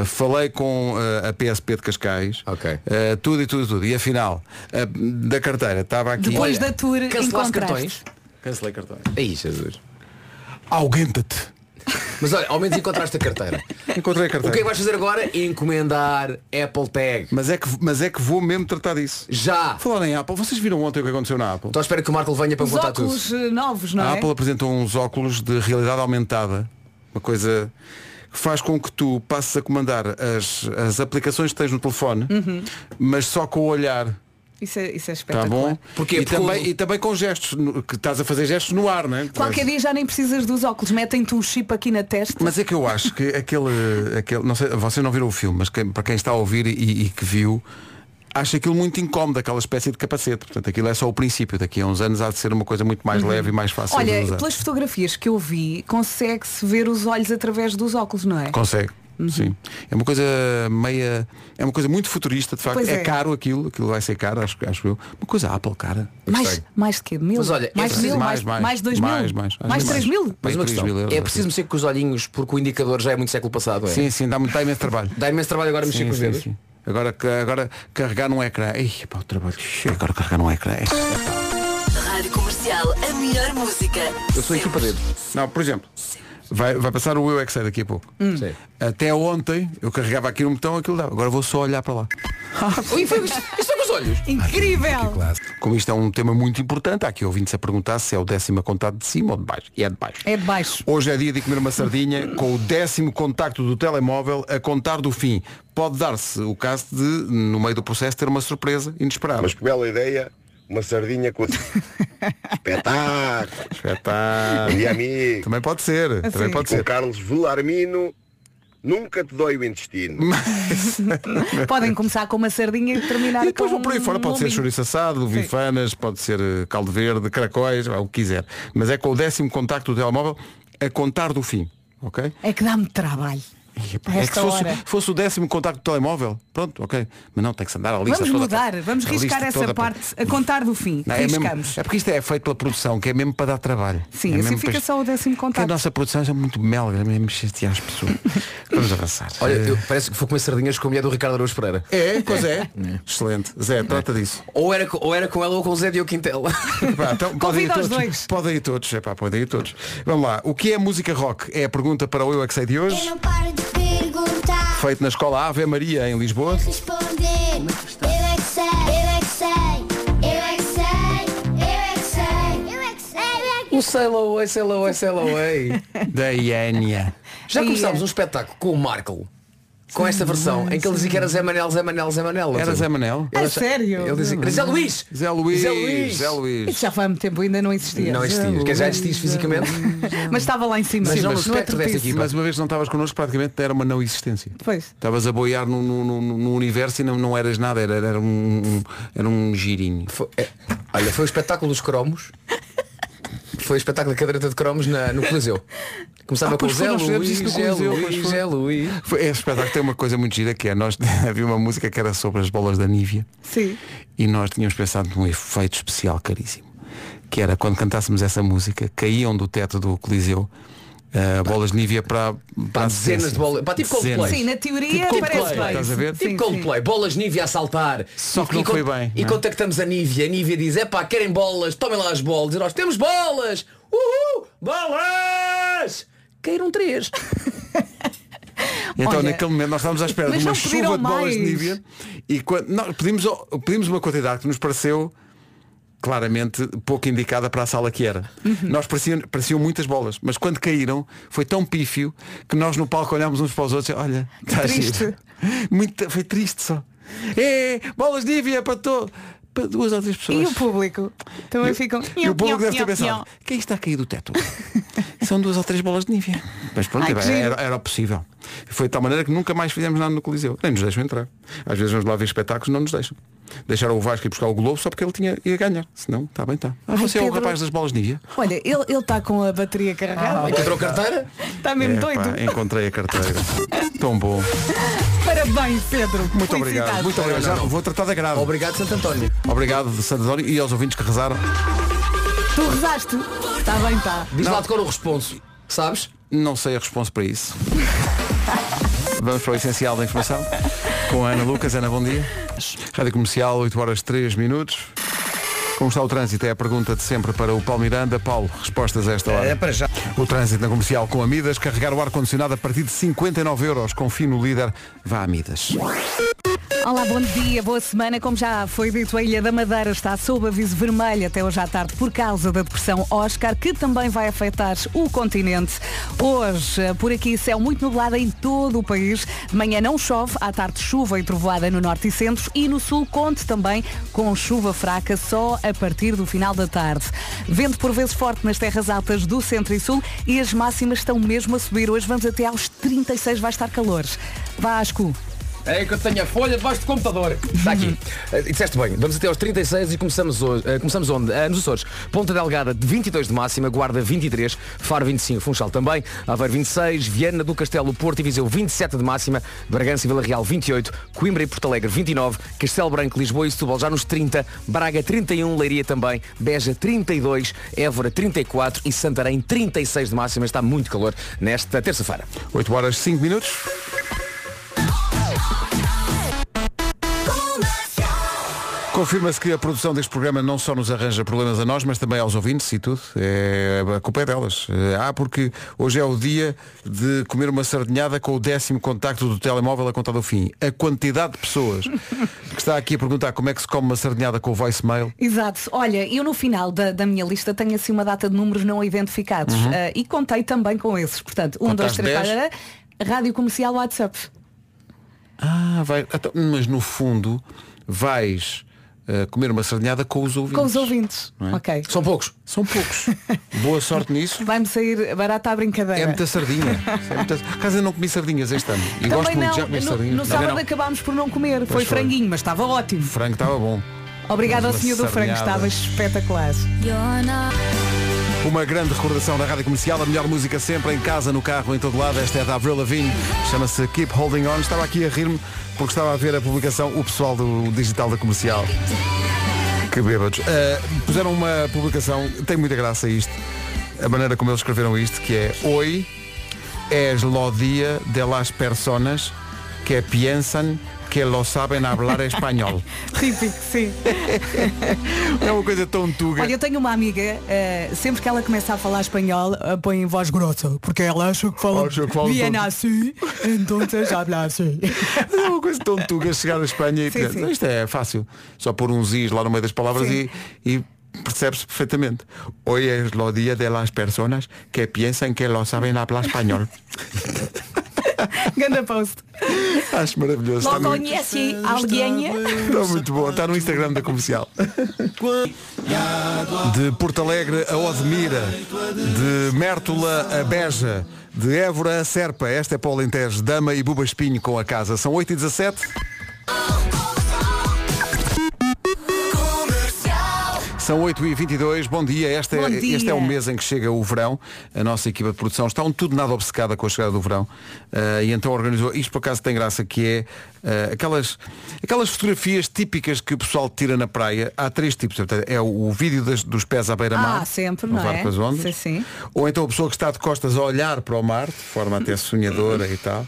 Speaker 1: Uh, falei com uh, a PSP de Cascais.
Speaker 6: Ok.
Speaker 1: Uh, tudo e tudo, e tudo. E afinal, uh, da carteira, estava aqui.
Speaker 3: Depois
Speaker 6: Olha,
Speaker 3: da tour
Speaker 6: Cancelaste
Speaker 3: encontraste.
Speaker 6: cartões?
Speaker 1: Cancelei cartões.
Speaker 6: Aí, Jesus.
Speaker 1: Augenta-te.
Speaker 6: Mas olha, ao menos encontraste a carteira.
Speaker 1: Encontrei a
Speaker 6: O
Speaker 1: carteira.
Speaker 6: que é que vais fazer agora? Encomendar Apple Tag.
Speaker 1: mas, é que, mas é que vou mesmo tratar disso.
Speaker 6: Já!
Speaker 1: Falar em Apple, vocês viram ontem o que aconteceu na Apple?
Speaker 6: Estou à espera que o Marco venha para me
Speaker 3: Os
Speaker 6: contar tudo.
Speaker 3: óculos eh, novos, não
Speaker 1: A
Speaker 3: é?
Speaker 1: Apple apresentou uns óculos de realidade aumentada, uma coisa que faz com que tu passes a comandar as, as aplicações que tens no telefone, mas só com o olhar,
Speaker 3: Isso é, isso
Speaker 1: tá
Speaker 3: é Uhum. espetacular.
Speaker 1: bom?
Speaker 6: Porquê?
Speaker 1: E,
Speaker 6: Porque
Speaker 1: também,
Speaker 6: o-
Speaker 1: e também com gestos, no- que estás a fazer gestos no ar, não é?
Speaker 3: Qualquer dia já nem precisas dos óculos. Metem-te um chip aqui na testa.
Speaker 1: Mas é que eu acho que aquele, aquele não sei, você não viram o filme, mas quem- para quem está a ouvir e, e que viu, acha aquilo muito incómodo, aquela espécie de capacete. Portanto, aquilo é só o princípio. Daqui a uns anos há de ser uma coisa muito mais leve e mais fácil de
Speaker 3: Uhum. Olha,
Speaker 1: usar.
Speaker 3: pelas fotografias que eu vi, consegue-se ver os olhos através dos óculos, não é?
Speaker 1: Consegue. Sim. É uma coisa meia. É uma coisa muito futurista, de facto.
Speaker 3: Pois
Speaker 1: É.
Speaker 3: é.
Speaker 1: caro aquilo, aquilo vai ser caro, acho, acho eu. Uma coisa Apple, cara.
Speaker 3: Mais, mais de quê? Mil?
Speaker 6: Mas olha,
Speaker 3: mais
Speaker 6: é
Speaker 3: mil?
Speaker 6: preciso-
Speaker 3: Mais, mais, dois
Speaker 1: mais,
Speaker 3: mil?
Speaker 1: mais, acho que
Speaker 3: três mil?
Speaker 6: Mas uma
Speaker 1: Mais
Speaker 6: questão,
Speaker 1: 3 mil euros.
Speaker 6: é preciso mexer com os olhinhos porque o indicador já é muito século passado, é?
Speaker 1: Sim, sim, dá muito dá imenso trabalho.
Speaker 6: Dá imenso trabalho agora mexer
Speaker 1: Sim,
Speaker 6: com os
Speaker 1: sim,
Speaker 6: dedos.
Speaker 1: sim. Agora, ca- agora carregar num ecrã. Ei, pá, o trabalho. Agora carregar num ecrã. É.
Speaker 7: Rádio Comercial, a melhor música.
Speaker 6: Eu sou aqui para dentro.
Speaker 1: Não, por exemplo, vai, vai passar o Eu é que sei daqui a pouco.
Speaker 6: Sim.
Speaker 1: Até ontem eu carregava aqui um botão, aquilo dava. Agora vou só olhar para lá.
Speaker 6: Ui, foi, isto isto é com os olhos.
Speaker 3: Incrível!
Speaker 1: Como isto é um tema muito importante, há aqui ouvintes a perguntar se é o décimo a contar de cima ou de baixo. E é de baixo.
Speaker 3: É de baixo.
Speaker 1: Hoje é dia de comer uma sardinha com o décimo contacto do telemóvel a contar do fim. Pode dar-se o caso de, no meio do processo, ter uma surpresa inesperada.
Speaker 8: Mas que bela ideia, uma sardinha com... Espetáculo!
Speaker 1: Espetáculo.
Speaker 8: Bom dia, amigo.
Speaker 1: Também pode ser. Também
Speaker 3: sim.
Speaker 1: pode
Speaker 8: Com
Speaker 1: ser.
Speaker 8: Carlos Velarmino, nunca te dói o intestino.
Speaker 3: Podem começar com uma sardinha e terminar
Speaker 1: E depois
Speaker 3: com
Speaker 1: vão por aí fora,
Speaker 3: um
Speaker 1: pode ser
Speaker 3: lombinho.
Speaker 1: chouriço assado, bifanas, pode ser eh, caldo verde, caracóis, vá, o que quiser. Mas é com o décimo contacto do telemóvel a contar do fim. Ok?
Speaker 3: É que dá-me trabalho.
Speaker 1: É que se
Speaker 3: Esta
Speaker 1: fosse,
Speaker 3: hora.
Speaker 1: fosse o décimo contacto do telemóvel, pronto, ok. Mas não, tem que se andar a lista
Speaker 3: Vamos
Speaker 1: toda-
Speaker 3: mudar, vamos
Speaker 1: a lista
Speaker 3: riscar essa
Speaker 1: toda-
Speaker 3: parte a contar do fim.
Speaker 1: Não, é, mesmo-
Speaker 3: Riscamos.
Speaker 1: é porque isto é feito pela produção, que é mesmo para dar trabalho.
Speaker 3: Sim,
Speaker 1: é
Speaker 3: assim
Speaker 1: mesmo
Speaker 3: fica
Speaker 1: para-
Speaker 3: só o décimo
Speaker 1: Porque
Speaker 3: contacto.
Speaker 1: A nossa produção é muito melga, é mesmo chatear as pessoas. Vamos avançar.
Speaker 6: Olha, eu- parece que vou comer sardinhas com a mulher do Ricardo Araújo Pereira.
Speaker 1: É, pois é. Excelente. Zé, trata disso.
Speaker 6: Ou era, co- ou era com ela ou com o Zé Diogo Quintela.
Speaker 1: Pá, então, podem ir
Speaker 3: Convida
Speaker 1: todos.
Speaker 3: os dois.
Speaker 1: Podem ir todos. Epá, podem ir todos. Vamos lá. O que é música rock? É a pergunta para o Eu é que sei de hoje.
Speaker 9: não paro de perguntar,
Speaker 1: Feito na escola Ave Maria, em Lisboa.
Speaker 9: responder. Eu é que sei, eu é que sei, eu é que sei, eu é que sei, eu é que sei.
Speaker 6: O Sail Away, Sail Away, Sail Away.
Speaker 1: Da Iénia.
Speaker 6: Já
Speaker 3: Ia.
Speaker 6: começámos um espetáculo com o Marco. Com esta versão, em que ele dizia que era Zé Manel, Zé Manel, Zé Manel.
Speaker 1: Era Zé Manel?
Speaker 6: Ele
Speaker 3: A
Speaker 6: acha-
Speaker 3: sério?
Speaker 6: Ele dizia, era Zé Luís!
Speaker 1: Zé Luís.
Speaker 6: Zé Luís.
Speaker 1: Zé Luís.
Speaker 3: Isso já foi há muito tempo, ainda não existia.
Speaker 6: Não existias, quer dizer, já existias fisicamente.
Speaker 3: Mas estava lá em cima.
Speaker 6: Mas não é
Speaker 3: no
Speaker 6: no espectro
Speaker 3: outro
Speaker 6: desta
Speaker 3: piso.
Speaker 1: E mais uma vez não estavas connosco, praticamente era uma não existência.
Speaker 3: Pois.
Speaker 1: Estavas a boiar num, num- num- num universo e não, não eras nada, era, era, um, um- era um girinho.
Speaker 6: Foi- é, olha, foi o espetáculo dos cromos. Foi o espetáculo da cadeireta de cromos na- no Coliseu. Começava
Speaker 1: Ah,
Speaker 6: com o
Speaker 1: pois foi,
Speaker 6: Zé
Speaker 1: nós fizemos
Speaker 6: Luís,
Speaker 1: isso no
Speaker 6: Zé
Speaker 1: Coliseu, pois
Speaker 6: Luís,
Speaker 1: foi.
Speaker 6: Zé Luís.
Speaker 1: Foi, é, esse espetáculo tem uma coisa muito gira que é, nós havia uma música que era sobre as bolas da Nívia
Speaker 3: Sim.
Speaker 1: e nós tínhamos pensado num efeito especial caríssimo, que era quando cantássemos essa música, caíam do teto do Coliseu ah, bolas de Nívia para, para a
Speaker 6: dezenas
Speaker 1: decência.
Speaker 6: de bolas. Pá, tipo Coldplay.
Speaker 1: Dezenas.
Speaker 3: Sim, na teoria
Speaker 1: Tipo
Speaker 3: parece
Speaker 1: Coldplay,
Speaker 3: bem.
Speaker 1: estás a ver?
Speaker 3: Sim,
Speaker 6: Tipo Coldplay, bolas Nívia a saltar.
Speaker 1: Só que não
Speaker 6: con-
Speaker 1: foi bem,
Speaker 6: E
Speaker 1: não é?
Speaker 6: contactamos a Nívia. A Nívia diz, é pá, querem bolas, tomem lá as bolas. E nós temos bolas! Uhul! Bolas! Caíram três.
Speaker 1: Então
Speaker 3: Olha,
Speaker 1: naquele momento nós estávamos à espera
Speaker 3: mas
Speaker 1: de uma
Speaker 3: não
Speaker 1: chuva
Speaker 3: pediram
Speaker 1: de bolas de
Speaker 3: mais.
Speaker 1: Nívia e quando, nós pedimos, pedimos uma quantidade que nos pareceu claramente pouco indicada para a sala que era.
Speaker 3: Uhum.
Speaker 1: Nós pareciam, pareciam muitas bolas, mas quando caíram foi tão pífio que nós no palco olhámos uns para os outros e olha, está
Speaker 3: triste.
Speaker 1: giro." Muito, foi triste só. É, bolas de Nívia para, to, para duas ou três pessoas.
Speaker 3: E o público? Também ficam.
Speaker 1: E o público deve ter pensado, quem está a cair do teto? São duas ou três bolas de nívea. Mas pronto,
Speaker 3: Ai, que
Speaker 1: era,
Speaker 3: giro.
Speaker 1: era- era possível. Foi de tal maneira que nunca mais fizemos nada no Coliseu. Nem nos deixam entrar. Às vezes vamos lá ver espetáculos, não nos deixam. Deixaram o Vasco ir buscar o Globo só porque ele tinha, ia ganhar. Se não, está bem, está. Ah,
Speaker 3: Ai,
Speaker 1: você é o
Speaker 3: Pedro.
Speaker 1: rapaz das bolas de nívea?
Speaker 3: Olha, ele ele está com a bateria
Speaker 1: Ah.
Speaker 3: carregada.
Speaker 6: Encontrou carteira?
Speaker 3: Está mesmo
Speaker 1: É,
Speaker 3: doido.
Speaker 1: pá, encontrei a carteira. Tão bom.
Speaker 3: Parabéns, Pedro.
Speaker 1: Muito obrigado. Muito obrigado. Já vou tratar da grave.
Speaker 6: Obrigado, Santo António.
Speaker 1: Obrigado de Santo António e aos ouvintes que rezaram.
Speaker 3: Tu rezaste? Está bem, tá. está.
Speaker 6: Diz lá de cor o responso. Sabes?
Speaker 1: Não sei a resposta para isso. Vamos para o essencial da informação com a Ana Lucas. Ana, bom dia. Rádio Comercial, 8 horas 3 minutos. Como está o trânsito? É a pergunta de sempre para o Paulo Miranda. Paulo, respostas a esta hora.
Speaker 2: É para já.
Speaker 1: O trânsito na comercial com Amidas. Carregar o ar-condicionado a partir de 59 euros. Confie no líder. Vá Amidas.
Speaker 3: Olá, bom dia, boa semana. Como já foi dito, a Ilha da Madeira está sob aviso vermelho até hoje à tarde por causa da depressão Oscar, que também vai afetar o continente. Hoje, eh, por aqui, céu muito nublado em todo o país. De manhã não chove, à tarde chuva e trovoada no norte e centro e no sul conte também com chuva fraca só a partir do final da tarde. Vento por vezes forte nas terras altas do centro e sul e as máximas estão mesmo a subir. Hoje vamos até aos 36, vai estar calor. Vasco,
Speaker 6: É que eu tenho a folha debaixo do computador. Está aqui. Eh, disseste bem, vamos até aos 36 e começamos hoje. eh, começamos onde? Eh, nos Açores. Ponta Delgada, de 22 de máxima, Guarda 23, Faro 25, Funchal também, Aveiro 26, Viana do Castelo, Porto e Viseu 27 de máxima, Bragança e Vila Real 28, Coimbra e Porto Alegre 29, Castelo Branco, Lisboa e Setúbal já nos 30, Braga 31, Leiria também, Beja 32, Évora 34 e Santarém 36 de máxima. Está muito calor nesta terça-feira.
Speaker 1: 8 horas 5 minutos. Confirma-se que a produção deste programa não só nos arranja problemas a nós, mas também aos ouvintes e tudo. É, a culpa é delas. É, Ah, porque hoje é o dia de comer uma sardinhada com o décimo contacto do telemóvel a contar do fim. A quantidade de pessoas que está aqui a perguntar como é que se come uma sardinhada com o voicemail.
Speaker 3: Exato. Olha, eu no final da, da minha lista tenho assim uma data de números não identificados. Ah, e contei também com esses. Portanto, um, dois,
Speaker 1: Uhum. Contaste
Speaker 3: três,
Speaker 1: dez?
Speaker 3: quatro, rádio comercial WhatsApp.
Speaker 1: Ah, vai. então, Mas no fundo vais eh, comer uma sardinhada com os ouvintes.
Speaker 3: Com os ouvintes.
Speaker 1: Não é?
Speaker 3: Ok.
Speaker 6: São poucos.
Speaker 1: São poucos. Boa sorte nisso.
Speaker 3: Vai-me sair barata a brincadeira.
Speaker 1: É muita sardinha. É muita... Por acaso eu não comi sardinhas este ano. E gosto
Speaker 3: Também
Speaker 1: muito
Speaker 3: não,
Speaker 1: de já comer
Speaker 3: no,
Speaker 1: sardinhas.
Speaker 3: no
Speaker 1: Não,
Speaker 3: sábado é
Speaker 1: não.
Speaker 3: acabámos por não comer, foi
Speaker 1: foi.
Speaker 3: franguinho, mas estava ótimo.
Speaker 1: Frango estava bom.
Speaker 3: Obrigada ao
Speaker 1: Uma
Speaker 3: senhor do frango,
Speaker 1: sardinhada.
Speaker 3: estava espetacular.
Speaker 1: Uma grande recordação da Rádio Comercial, a melhor música sempre, em casa, no carro, em todo lado. Esta é da Avril Lavigne, chama-se Keep Holding On. Estava aqui a rir-me porque estava a ver a publicação, o pessoal do digital da Comercial. Que bêbados. Ah, puseram uma publicação, tem muita graça isto, a maneira como eles escreveram isto, que é Oi, es lo dia de las personas que piensan que lo saben hablar español.
Speaker 3: Típico, sim.
Speaker 1: é uma coisa tão tuga.
Speaker 3: Olha, eu tenho uma amiga, eh, sempre que ela começa a falar espanhol, eh, põe em voz grossa, porque ela acha que fala
Speaker 1: Acha que fala
Speaker 3: bien
Speaker 1: todo.
Speaker 3: assim, então habla assim.
Speaker 1: Mas é uma coisa tão tuga chegar à Espanha e
Speaker 3: Sim,
Speaker 1: dizer,
Speaker 3: sim.
Speaker 1: "Não, isto é fácil. Só pôr uns is lá no meio das palavras e, e percebe-se perfeitamente. Hoy es lo dia de las personas que piensan que lo saben hablar español.
Speaker 3: Ganda post.
Speaker 1: Acho maravilhoso.
Speaker 3: Não
Speaker 1: Está muito,
Speaker 3: conhece é assim, alguém?
Speaker 1: está muito bom. Está no Instagram da comercial. De Porto Alegre a Odmira, de Mértola a Beja, de Évora a Serpa. Esta é para o Alentejo, Dama e Buba Espinho com a casa. São 8h17. São 8h22, bom dia. Esta é-
Speaker 3: Bom dia.
Speaker 1: Este é o mês em que chega o verão. A nossa equipa de produção está um tudo nada obcecada com a chegada do verão. Ah, e então organizou, isto por acaso tem graça, que é ah, aquelas, aquelas fotografias típicas que o pessoal tira na praia. Há três tipos. Portanto, É o, o vídeo das- dos pés à beira-mar.
Speaker 3: Ah, sempre,
Speaker 1: no
Speaker 3: não
Speaker 1: Varco
Speaker 3: é?
Speaker 1: das Ondas.
Speaker 3: Sim, sim.
Speaker 1: Ou então a pessoa que está de costas a olhar para o mar, de forma até sonhadora e tal.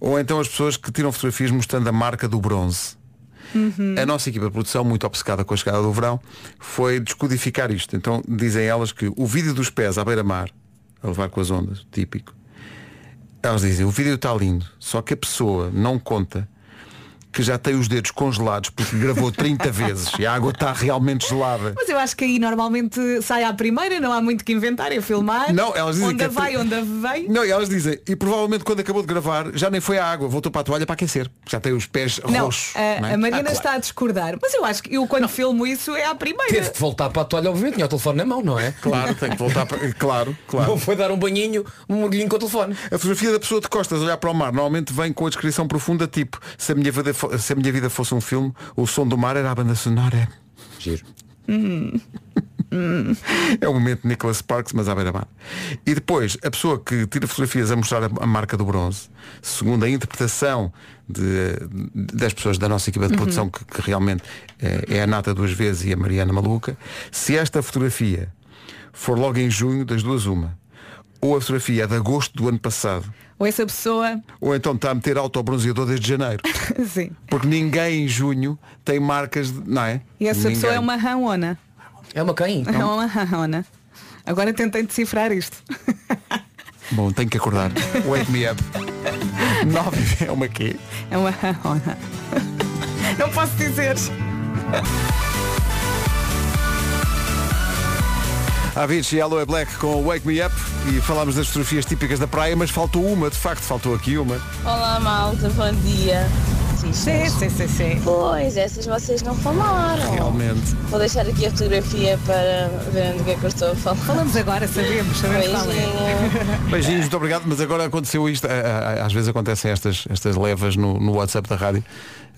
Speaker 1: Ou então as pessoas que tiram fotografias mostrando a marca do bronze.
Speaker 3: Uhum.
Speaker 1: A nossa equipa de produção, muito obcecada com a chegada do verão, foi descodificar isto. Então dizem elas que o vídeo dos pés à beira-mar, a levar com as ondas, típico, elas dizem, o vídeo está lindo, só que a pessoa não conta que já tem os dedos congelados porque gravou 30 vezes e a água está realmente gelada.
Speaker 3: Mas eu acho que aí normalmente sai à primeira, não há muito que inventar, é filmar.
Speaker 1: Não, elas dizem
Speaker 3: Onda
Speaker 1: que é
Speaker 3: vai,
Speaker 1: tri-
Speaker 3: onda vem.
Speaker 1: Não, e elas dizem, e provavelmente quando acabou de gravar, já nem foi à água, voltou para a toalha para aquecer. Já tem os pés
Speaker 3: Não,
Speaker 1: roxos.
Speaker 3: a,
Speaker 1: não é?
Speaker 3: a Mariana está a discordar, mas eu acho que eu quando filmo isso é à
Speaker 6: Teve
Speaker 3: primeira.
Speaker 6: de voltar para a toalha, obviamente, tinha o telefone na mão, não é?
Speaker 1: Claro, tem que voltar para. Claro,
Speaker 6: Não
Speaker 1: claro.
Speaker 6: foi dar um banhinho, um mergulhinho com o telefone.
Speaker 1: A fotografia da pessoa de costas a olhar para o mar normalmente vem com a descrição profunda tipo se a minha vida, fo- se a minha vida fosse um filme, o som do mar era a banda sonora.
Speaker 6: Giro.
Speaker 1: É o momento de Nicholas Sparks, mas à beira-mar. E depois, a pessoa que tira fotografias a mostrar a, a marca do bronze, segundo a interpretação de- das pessoas da nossa
Speaker 3: Uhum.
Speaker 1: equipa de produção, que, que realmente eh, é, a Nata duas vezes e a Mariana Maluca, se esta fotografia for logo em junho, das duas uma, ou a fotografia é de agosto do ano passado,
Speaker 3: Ou essa pessoa,
Speaker 1: ou então está a meter autobronzeador desde janeiro.
Speaker 3: sim.
Speaker 1: Porque ninguém em junho tem marcas, de, não é?
Speaker 3: E essa pessoa
Speaker 1: Ninguém.
Speaker 3: é uma raona.
Speaker 6: É uma quem?
Speaker 3: É uma raona. Agora tentem decifrar isto.
Speaker 1: Bom, tenho que acordar. Wake me up. 9 é uma quê?
Speaker 3: É uma raona. Não posso dizer.
Speaker 1: Avicii e Aloe Black com Wake Me Up e falámos das fotografias típicas da praia, mas faltou uma, de facto, faltou aqui uma.
Speaker 10: Olá malta, bom dia.
Speaker 3: Sim, sim, sim, sim.
Speaker 10: Pois, essas vocês não falaram.
Speaker 1: Realmente.
Speaker 10: Vou deixar aqui a fotografia para verem do que é que eu estou a falar.
Speaker 3: Falamos agora, sabemos, sabemos qual é.
Speaker 10: Beijinho.
Speaker 1: Beijinhos, muito obrigado, mas agora aconteceu isto. a- a- Às vezes acontecem estas, estas levas no, no WhatsApp da rádio.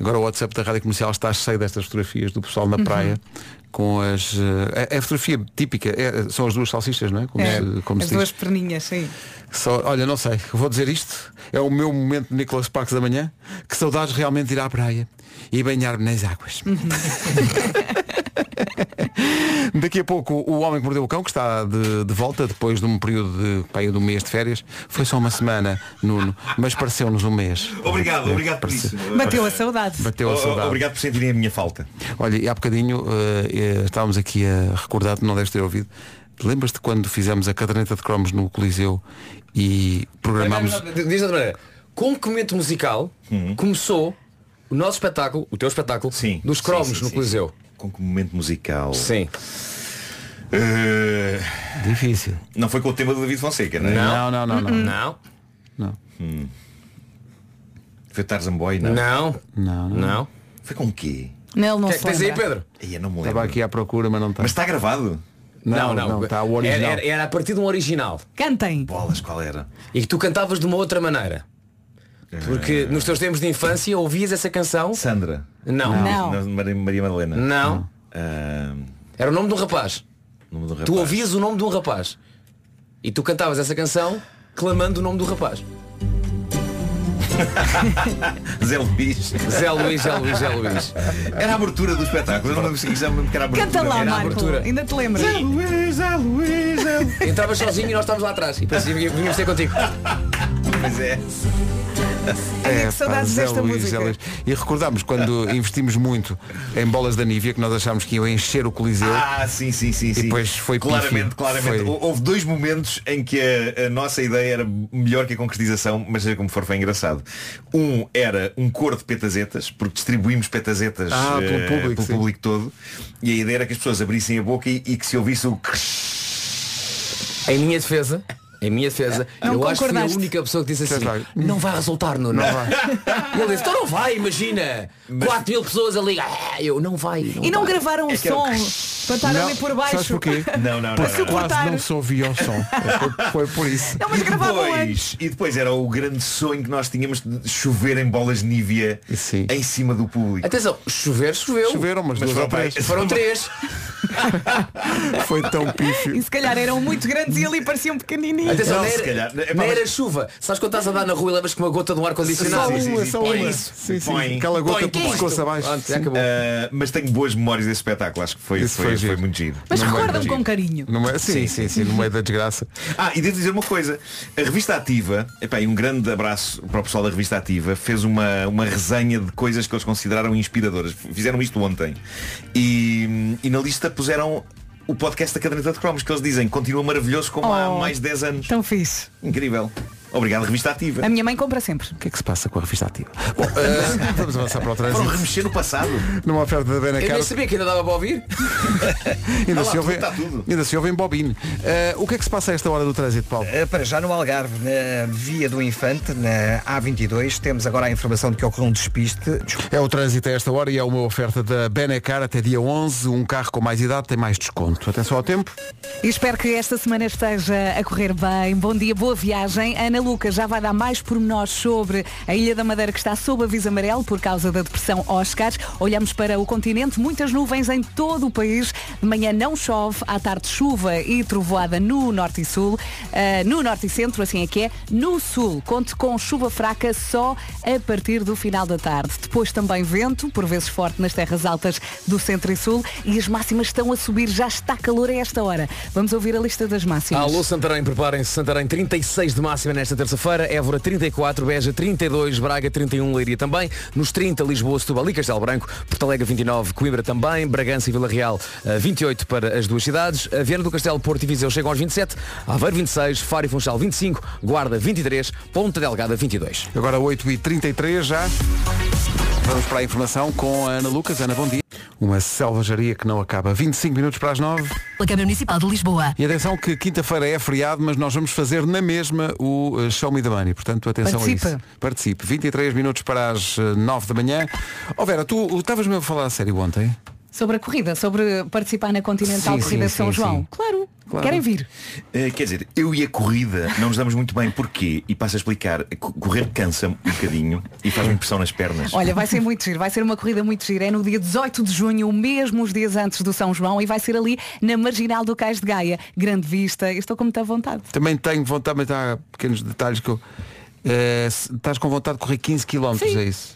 Speaker 1: Agora o WhatsApp da rádio comercial está cheio destas fotografias do pessoal na
Speaker 3: Uhum.
Speaker 1: praia. Com as. eh, A, a fotografia típica é- são as duas salsichas, não é? Como
Speaker 3: É,
Speaker 1: se, como
Speaker 3: as
Speaker 1: se diz.
Speaker 3: duas perninhas, sim.
Speaker 1: Só- olha, não sei, vou dizer isto. É o meu momento de Nicolas Parks da manhã. Que saudades realmente de ir à praia e banhar-me nas águas. Daqui a pouco o Homem que Mordeu o Cão, que está de, de volta depois de um período de, pá, aí de um mês de férias. Foi só uma semana, Nuno, mas pareceu-nos um mês.
Speaker 11: Obrigado,
Speaker 1: É,
Speaker 11: Ah, obrigado por isso.
Speaker 3: Bateu a saudade.
Speaker 1: Bateu a
Speaker 11: Oh, oh,
Speaker 1: saudade.
Speaker 11: Obrigado por sentirem a minha falta.
Speaker 1: Olha, e há bocadinho eh, eh, estávamos aqui a recordar, tu não deves ter ouvido, lembras-te quando fizemos a caderneta de cromos no Coliseu e programámos.
Speaker 6: Diz de outra maneira. Com o comento musical começou o nosso espetáculo, o teu espetáculo, dos cromos
Speaker 11: Uhum. Sim, sim,
Speaker 6: no
Speaker 11: sim.
Speaker 6: Coliseu.
Speaker 11: Com que momento musical?
Speaker 6: Sim.
Speaker 1: Eh, Difícil.
Speaker 11: Não foi com o tema do David Fonseca, não é?
Speaker 1: Não, não, não, não.
Speaker 3: hum.
Speaker 6: Não.
Speaker 11: Hum. Foi Tarzan Boy, não?
Speaker 6: Não. é?
Speaker 1: Não,
Speaker 6: não.
Speaker 11: Foi com o quê?
Speaker 3: Nele não
Speaker 11: O que é que
Speaker 3: se
Speaker 11: tens aí,
Speaker 3: lembra.
Speaker 11: Pedro? Aí, eu não me lembro.
Speaker 1: Estava aqui à procura, mas não está.
Speaker 11: Mas está gravado?
Speaker 1: Não, não,
Speaker 6: tá,
Speaker 1: está o original.
Speaker 6: Era, era- era a partir de um original.
Speaker 3: Cantem.
Speaker 11: Bolas, qual era?
Speaker 6: E que tu cantavas de uma outra maneira. Porque nos teus tempos de infância ouvias essa canção.
Speaker 11: Sandra.
Speaker 6: Não. Não.
Speaker 11: Maria, Maria Madalena.
Speaker 6: Não.
Speaker 11: Ah,
Speaker 6: Era o nome de um rapaz.
Speaker 11: nome do rapaz.
Speaker 6: Tu ouvias o nome de um rapaz. E tu cantavas essa canção clamando o nome do rapaz.
Speaker 11: Zé Luís.
Speaker 6: Zé Luís, Zé Luís, Zé Luís.
Speaker 11: Era a abertura do espetáculo. Eu não lembro se já me lembro que era a abertura.
Speaker 3: Canta lá,
Speaker 11: Era a
Speaker 3: Marco.
Speaker 11: abertura.
Speaker 3: Ainda te lembras?
Speaker 6: Entravas sozinho e nós estávamos lá atrás. E parecia que vinhamos ter contigo.
Speaker 11: Pois é.
Speaker 3: Ai,
Speaker 1: É, pá,
Speaker 3: que saudades
Speaker 1: Zé
Speaker 3: desta
Speaker 1: Luís,
Speaker 3: música.
Speaker 1: Zé Luís. E recordámos quando investimos muito em bolas da Nívia, que nós achámos que iam encher o Coliseu.
Speaker 11: Ah, sim, sim, sim, sim.
Speaker 1: depois foi
Speaker 11: claramente,
Speaker 1: pífio.
Speaker 11: claramente.
Speaker 1: Foi-
Speaker 11: Hou- Houve dois momentos em que a, a nossa ideia era melhor que a concretização, mas seja como for foi engraçado. Um era um cor de petazetas, porque distribuímos petazetas
Speaker 1: Ah, pelo
Speaker 11: eh,
Speaker 1: público,
Speaker 11: pelo
Speaker 1: sim.
Speaker 11: público todo, e a ideia era que as pessoas abrissem a boca e, e que se ouvisse o crsh.
Speaker 6: Em minha defesa, em minha defesa,
Speaker 3: Não
Speaker 6: eu acho que fui a
Speaker 3: concordaste.
Speaker 6: única pessoa que disse assim,
Speaker 1: Sei lá.
Speaker 6: não vai resultar, Nuno. Não vai. E ele disse, então não vai, imagina. 4 mil pessoas ali. "Ah, eu não vai.
Speaker 3: E não
Speaker 6: vai."
Speaker 3: gravaram o
Speaker 11: que era o
Speaker 3: som para estar ali por baixo.
Speaker 1: Sabes porquê?
Speaker 11: Não, não, não.
Speaker 1: Porque
Speaker 11: não, não.
Speaker 1: quase
Speaker 3: cortar.
Speaker 1: não se ouvia o som. Foi, foi por isso.
Speaker 3: Não, mas
Speaker 11: E
Speaker 3: gravavam antes.
Speaker 11: depois, e depois era o grande sonho que nós tínhamos de chover em bolas Nívia
Speaker 1: Sim.
Speaker 11: em cima do público.
Speaker 6: Atenção, chover, choveu.
Speaker 1: Choveram umas
Speaker 11: Mas
Speaker 1: duas
Speaker 11: foi
Speaker 1: ou três.
Speaker 11: bem.
Speaker 6: Foram três.
Speaker 1: Foi tão pífio.
Speaker 3: E se calhar eram muito grandes e ali pareciam pequenininhos.
Speaker 6: Atenção,
Speaker 11: Não,
Speaker 6: não,
Speaker 11: se calhar.
Speaker 6: era,
Speaker 11: Epá,
Speaker 6: nem
Speaker 11: mas-
Speaker 6: era chuva. Sabes quando estás a dar na rua e levas com uma gota de um
Speaker 3: é
Speaker 6: ar-condicionado?
Speaker 11: Sim, sim,
Speaker 1: Uma,
Speaker 11: sim,
Speaker 1: só
Speaker 11: põe
Speaker 1: uma.
Speaker 11: isso.
Speaker 1: Sim, sim.
Speaker 11: Põe.
Speaker 1: Aquela gota
Speaker 6: Põe,
Speaker 1: que
Speaker 6: põe.
Speaker 1: pescoço abaixo.
Speaker 6: Pronto, já
Speaker 1: Sim.
Speaker 6: acabou.
Speaker 11: Ah, mas tenho boas memórias desse espetáculo, acho que foi,
Speaker 1: Isso
Speaker 11: foi,
Speaker 1: foi
Speaker 11: foi,
Speaker 1: giro.
Speaker 11: muito giro.
Speaker 3: Mas
Speaker 1: No meio
Speaker 3: recordam
Speaker 1: da-
Speaker 3: com carinho.
Speaker 1: No meio- Sim, sim, sim, no meio da desgraça.
Speaker 11: Ah, e devo dizer uma coisa, a revista Ativa, epá, e um grande abraço para o pessoal da revista Ativa, fez uma, uma resenha de coisas que eles consideraram inspiradoras. Fizeram isto ontem. E, e na lista puseram o podcast da Caderneta de Cromos, que eles dizem continua maravilhoso como há
Speaker 3: Oh.
Speaker 11: mais de 10 anos.
Speaker 3: Tão fixe.
Speaker 11: Incrível. Obrigado, revista Ativa.
Speaker 3: A minha mãe compra sempre.
Speaker 1: O que é que se passa com a revista ativa? Bom, eh, vamos avançar para o
Speaker 11: Foram
Speaker 1: trânsito.
Speaker 11: remexer no passado.
Speaker 1: Numa oferta da
Speaker 6: Eu
Speaker 1: Benacar,
Speaker 6: nem sabia que ainda dava para ouvir.
Speaker 1: ainda,
Speaker 11: Ah lá,
Speaker 1: se
Speaker 11: tudo
Speaker 1: ouve,
Speaker 11: está tudo.
Speaker 1: ainda se ouve em bobine. Eh, o que é que se passa a esta hora do trânsito, Paulo?
Speaker 2: Uh, Para já no Algarve, na Via do Infante, na A22, temos agora a informação de que ocorreu um despiste.
Speaker 1: É o trânsito a esta hora e é uma oferta da Benacar até dia 11. Um carro com mais idade tem mais desconto. Atenção ao tempo.
Speaker 3: E espero que esta semana esteja a correr bem. Bom dia, boa viagem. Ana Lucas já vai dar mais pormenores sobre a Ilha da Madeira que está sob aviso amarelo por causa da depressão Oscars. Olhamos para o continente, muitas nuvens em todo o país. De manhã não chove, à tarde chuva e trovoada no norte e sul. Ah, no norte e centro, assim é que é. No sul, conte com chuva fraca só a partir do final da tarde. Depois também vento, por vezes forte nas terras altas do centro e sul. E as máximas estão a subir, já está calor a esta hora. Vamos ouvir a lista das máximas.
Speaker 6: Alô Santarém, preparem-se. Santarém 36 de máxima nesta terça-feira, Évora 34, Beja 32, Braga 31, Leiria também, nos 30 Lisboa, Setúbal e Castelo Branco, Porto Alegre 29, Coimbra também, Bragança e Vila Real eh, 28 para as duas cidades, a Viana do Castelo, Porto e Viseu chegam aos 27, Aveiro 26, Faro e Funchal 25, Guarda 23, Ponta Delgada 22.
Speaker 1: Agora 8h33 já. Vamos para a informação com a Ana Lucas. Ana, bom dia. Uma selvageria que não acaba. 25 minutos para as 9.
Speaker 7: Pela Câmara Municipal de Lisboa.
Speaker 1: E atenção que quinta-feira é feriado, mas nós vamos fazer na mesma o eh, Show Me the Money. Portanto, atenção
Speaker 3: Participa.
Speaker 1: a isso. Participe. 23 minutos para as eh, 9 da manhã. Ó Vera, tu eh, estavas mesmo a falar a sério ontem?
Speaker 3: Sobre a corrida, sobre participar na Continental
Speaker 1: Sim,
Speaker 3: Corrida
Speaker 1: sim,
Speaker 3: São
Speaker 1: sim,
Speaker 3: João.
Speaker 1: sim.
Speaker 3: Claro, querem vir.
Speaker 11: Eh, quer dizer, eu e a corrida não nos damos muito bem. Porquê? E passo a explicar. Co- Correr cansa-me um bocadinho e faz-me pressão nas pernas.
Speaker 3: Olha, vai ser muito giro, vai ser uma corrida muito gira. É no dia 18 de junho, mesmo os dias antes do São João, e vai ser ali na Marginal do Cais de Gaia. Grande vista, eu estou com muita vontade.
Speaker 1: Também tenho vontade, mas há pequenos detalhes que eu. eh, se- estás com vontade de correr 15 km,
Speaker 3: Sim.
Speaker 1: é isso?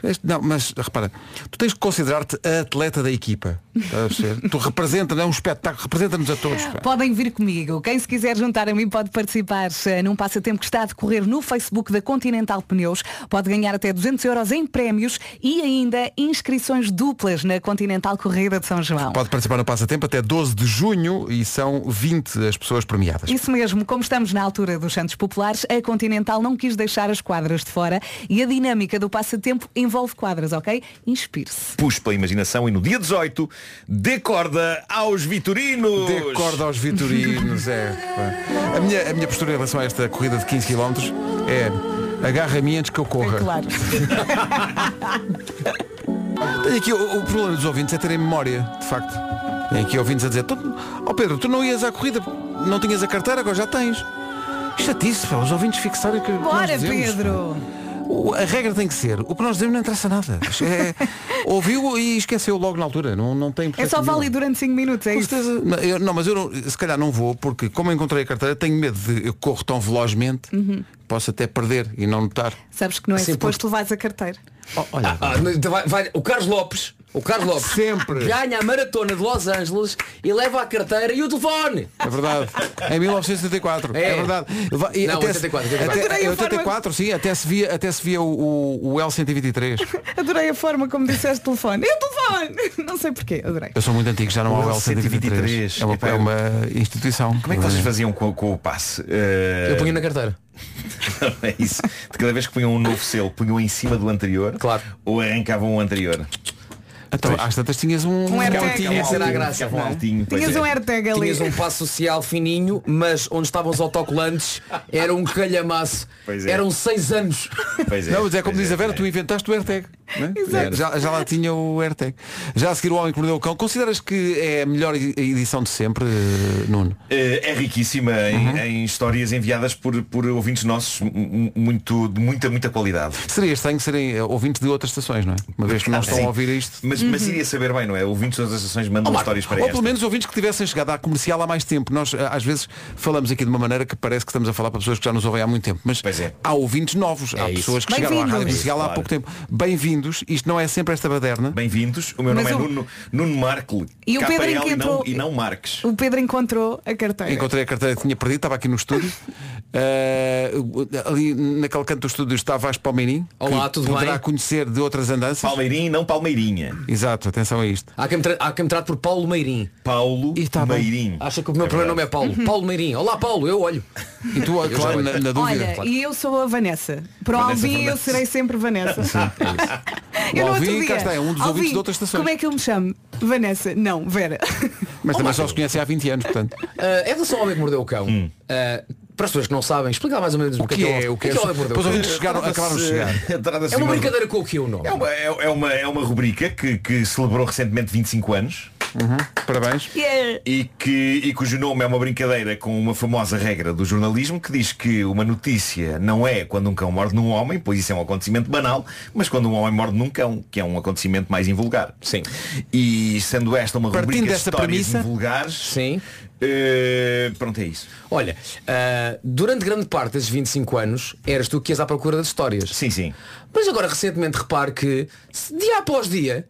Speaker 1: Tu és- Não, mas repara, tu tens que considerar-te a atleta da equipa. Estás a perceber? tu representas, é um espetáculo, representa-nos a todos. pá.
Speaker 3: Podem vir comigo. Quem se quiser juntar a mim pode participar eh, num passatempo que está a decorrer no Facebook da Continental Pneus. Pode ganhar até 200 euros em prémios e ainda inscrições duplas na Continental Corrida de São João.
Speaker 1: Pode participar no passatempo até 12 de junho e são 20 as pessoas premiadas.
Speaker 3: Isso mesmo, como estamos na altura dos Santos Populares, a Continental não quis deixar as quadras de fora e a dinâmica do passatempo envolve quadras, ok? Inspire-se.
Speaker 11: Puxe pela imaginação e no dia 18 dê corda aos Vitorinos.
Speaker 1: Dê corda aos Vitorinos, é. pá. A minha, a minha postura em relação a esta corrida de 15 km é agarra-me antes que eu corra.
Speaker 3: Claro.
Speaker 1: Tenho aqui o, o problema dos ouvintes é terem memória, de facto. Tem aqui ouvintes a dizer, "Tu- ó Pedro, tu não ias à corrida, não tinhas a carteira, agora já tens. Chatice, pá, os ouvintes fixarem o que nós
Speaker 3: Bora,
Speaker 1: dizemos.
Speaker 3: Pedro!
Speaker 1: O- a regra tem que ser, o que nós dizemos não interessa nada. É- ouviu e esqueceu logo na altura. Não, não tem
Speaker 3: É
Speaker 1: importância
Speaker 3: só
Speaker 1: nenhuma.
Speaker 3: válido durante 5 minutos, é
Speaker 1: Com
Speaker 3: isso?
Speaker 1: certeza. Não, eu- não, mas eu não- se calhar não vou, porque como encontrei a carteira, tenho medo de eu corro tão velozmente,
Speaker 3: Uhum.
Speaker 1: posso até perder e não notar.
Speaker 3: Sabes que não é
Speaker 1: Sim,
Speaker 3: suposto levares a carteira.
Speaker 1: Olha,
Speaker 6: Ah, não, então vai- vai- o Carlos Lopes, o Carlos Lopes
Speaker 1: Sempre.
Speaker 6: ganha a maratona de Los Angeles e leva a carteira e o telefone.
Speaker 1: É verdade. Em 1974. É,
Speaker 6: É.
Speaker 1: verdade. Va- e
Speaker 6: Não,
Speaker 1: até
Speaker 6: 84,
Speaker 1: se,
Speaker 6: 84.
Speaker 1: até-
Speaker 3: Adorei a
Speaker 1: 84, sim, até se via, até se via o, o, o L123.
Speaker 3: Adorei a forma como disseste telefone. Eu telefone! Não sei porquê, adorei.
Speaker 1: Eu sou muito antigo, já não há o
Speaker 11: O
Speaker 1: L123.
Speaker 11: L123.
Speaker 1: É uma,
Speaker 11: Epá,
Speaker 1: é uma instituição.
Speaker 11: Como é que vocês faziam com, com o passe? Eh,
Speaker 6: Eu punha na carteira.
Speaker 11: Não é isso. De cada vez que punham um novo selo, punham em cima do anterior. Claro. Ou arrancavam o anterior.
Speaker 1: Então, às tantas tinhas um,
Speaker 3: Um
Speaker 1: um
Speaker 3: AirTag.
Speaker 1: altinho.
Speaker 6: Essa era a
Speaker 11: altinho,
Speaker 6: graça.
Speaker 11: ficava um
Speaker 6: não é?
Speaker 11: altinho, pois
Speaker 3: Tinhas
Speaker 11: é.
Speaker 3: um AirTag ali.
Speaker 6: Tinhas um passo social fininho, mas onde estavam os autocolantes era um calhamaço.
Speaker 11: Pois é.
Speaker 6: Eram seis anos.
Speaker 11: Pois é,
Speaker 1: Não, mas é como
Speaker 11: pois
Speaker 1: diz a Vera, tu inventaste o AirTag. não é?
Speaker 3: Exato.
Speaker 1: Já, já lá tinha o AirTag. Já a seguir o Homem que Mordeu o Cão. Consideras que é a melhor e- edição de sempre, eh, Nuno?
Speaker 11: Eh, É riquíssima em,
Speaker 6: Uhum.
Speaker 11: em histórias enviadas por, por ouvintes nossos mu- mu- muito, de muita, muita qualidade.
Speaker 1: Seria estranho serem eh, ouvintes de outras estações, não é? Uma vez que não estão
Speaker 11: Sim.
Speaker 1: a ouvir isto.
Speaker 11: Mas, mas iria saber bem, não é? Ouvintes das estações mandam histórias para
Speaker 1: Ou
Speaker 11: esta.
Speaker 1: pelo menos ouvintes que tivessem chegado à comercial há mais tempo. Nós eh, às vezes falamos aqui de uma maneira que parece que estamos a falar para pessoas que já nos ouvem há muito tempo. Mas
Speaker 11: Pois é.
Speaker 1: há ouvintes novos, há
Speaker 6: isso.
Speaker 1: pessoas que chegaram à rádio
Speaker 3: Bem-vindos.
Speaker 1: comercial há
Speaker 11: Claro.
Speaker 1: pouco tempo. Bem-vindos, isto não é sempre esta baderna.
Speaker 11: Bem-vindos. O meu
Speaker 3: Mas
Speaker 11: nome
Speaker 3: o-
Speaker 11: é Nuno, Nuno Markle.
Speaker 3: E o Pedro em
Speaker 11: KL
Speaker 3: que
Speaker 11: e não-
Speaker 3: entrou-
Speaker 11: e não Marques.
Speaker 3: O Pedro encontrou a carteira.
Speaker 1: É. Encontrei a carteira que tinha perdido, estava aqui no estúdio. Eh, ali naquele canto do estúdio está Vasco Palmeirim.
Speaker 6: Olá,
Speaker 1: que
Speaker 6: tudo
Speaker 1: poderá
Speaker 6: bem?
Speaker 1: conhecer de outras andanças.
Speaker 11: Palmeirinho e não Palmeirinha.
Speaker 1: Exato, atenção a isto.
Speaker 6: Há quem, me tra- há quem me trate por Paulo Meirim.
Speaker 11: Paulo
Speaker 1: E tá bom.
Speaker 11: Meirim. Uhum.
Speaker 6: Acha que o meu primeiro nome é Paulo. Paulo Meirim. Olá Paulo, eu olho.
Speaker 1: E tu,
Speaker 6: já
Speaker 1: claro,
Speaker 6: olho.
Speaker 1: na, na dúvida.
Speaker 3: Olha, e eu sou a Vanessa. Para o
Speaker 11: Vanessa
Speaker 3: Alvin eu
Speaker 11: Fernandes.
Speaker 3: serei sempre Vanessa. eu
Speaker 1: O
Speaker 3: no outro
Speaker 1: Alvin, cá
Speaker 3: dia,
Speaker 1: está, é um dos
Speaker 3: Alvin,
Speaker 1: ouvintes de outras estações.
Speaker 3: Como é que eu me chamo? Vanessa. Não, Vera.
Speaker 1: Mas também
Speaker 6: Marco.
Speaker 1: só se conhece há 20 anos, portanto.
Speaker 6: Ah, em relação ao homem que mordeu o cão,
Speaker 11: Hum.
Speaker 6: ah, para as pessoas que não sabem, explicar mais ou menos o,
Speaker 1: O que é? O que é?
Speaker 6: o homem que mordeu
Speaker 1: Pois
Speaker 6: o cão.
Speaker 1: ouvintes chegaram, acabaram de chegar.
Speaker 11: Trata-se
Speaker 6: É uma
Speaker 11: de
Speaker 6: brincadeira com o que é o nome.
Speaker 11: É uma, é, é uma, é uma rubrica que, que celebrou recentemente 25 anos
Speaker 1: Parabéns.
Speaker 3: Yeah.
Speaker 11: e, que, e cujo nome é uma brincadeira com uma famosa regra do jornalismo que diz que uma notícia não é quando um cão morde num homem, pois isso é um acontecimento banal, mas quando um homem morde num cão, que é um acontecimento mais invulgar. Sim. E sendo esta uma
Speaker 1: Partindo
Speaker 11: rubrica de
Speaker 1: desta
Speaker 11: histórias
Speaker 1: premissa-
Speaker 11: invulgares,
Speaker 6: Sim.
Speaker 11: eh, pronto, é isso.
Speaker 6: Olha, ah, durante grande parte desses 25 anos eras tu que ias à procura das histórias.
Speaker 11: Sim, sim.
Speaker 6: Mas agora recentemente repare que se dia após dia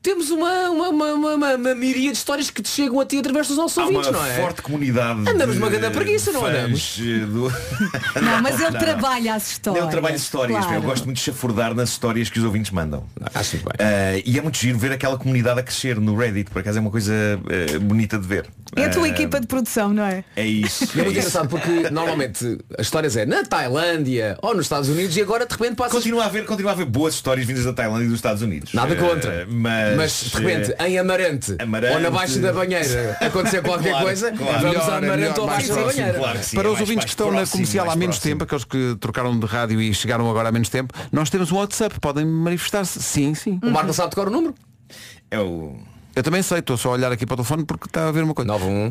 Speaker 6: temos uma, uma, uma, uma, uma- uma miríade de histórias que te chegam a ti através dos nossos
Speaker 11: Há
Speaker 6: ouvintes,
Speaker 11: uma
Speaker 6: não é?
Speaker 11: forte comunidade.
Speaker 6: Andamos
Speaker 11: de
Speaker 6: numa grande preguiça, não
Speaker 11: fãs,
Speaker 6: andamos?
Speaker 11: eh, do-
Speaker 3: Não, mas ele
Speaker 11: Não, não.
Speaker 3: trabalha as histórias.
Speaker 11: Eu trabalho de histórias,
Speaker 3: Claro.
Speaker 11: eu gosto muito de chafurdar nas histórias que os ouvintes mandam.
Speaker 6: Acho Ah, bem.
Speaker 11: Eh, e é muito giro ver aquela comunidade a crescer no Reddit, por acaso é uma coisa eh, bonita de ver.
Speaker 3: É a tua
Speaker 11: Eh,
Speaker 3: equipa de produção, não é?
Speaker 11: É isso.
Speaker 6: E é
Speaker 11: É
Speaker 6: muito
Speaker 11: isso.
Speaker 6: engraçado porque normalmente as histórias é na Tailândia ou nos Estados Unidos e agora de repente passas
Speaker 11: Continua a haver, continua a haver boas histórias vindas da Tailândia e dos Estados Unidos.
Speaker 6: Nada
Speaker 11: Eh,
Speaker 6: contra.
Speaker 11: mas, eh,
Speaker 6: de repente, em Amarante,
Speaker 11: Amarante.
Speaker 6: ou na Baixa da Banheira, acontecer qualquer
Speaker 11: Claro,
Speaker 6: coisa,
Speaker 11: claro.
Speaker 6: vamos
Speaker 1: Melhor,
Speaker 6: a
Speaker 1: é
Speaker 6: Amarante
Speaker 1: melhor,
Speaker 6: ou
Speaker 1: mais
Speaker 6: Baixa da
Speaker 1: próximo,
Speaker 6: Banheira.
Speaker 11: claro que sim,
Speaker 1: Para
Speaker 11: é
Speaker 1: os
Speaker 11: mais-
Speaker 1: ouvintes
Speaker 11: mais
Speaker 1: que estão na
Speaker 11: próximo,
Speaker 1: comercial há
Speaker 11: mais
Speaker 1: menos
Speaker 11: próximo.
Speaker 1: tempo, aqueles que trocaram de rádio e chegaram agora há menos tempo, nós temos um WhatsApp, podem manifestar-se. Sim, sim.
Speaker 6: O Marco sabe decorar o número?
Speaker 11: É o.
Speaker 1: Eu também sei, estou só a olhar aqui para o telefone porque está a ver uma coisa.
Speaker 6: 91.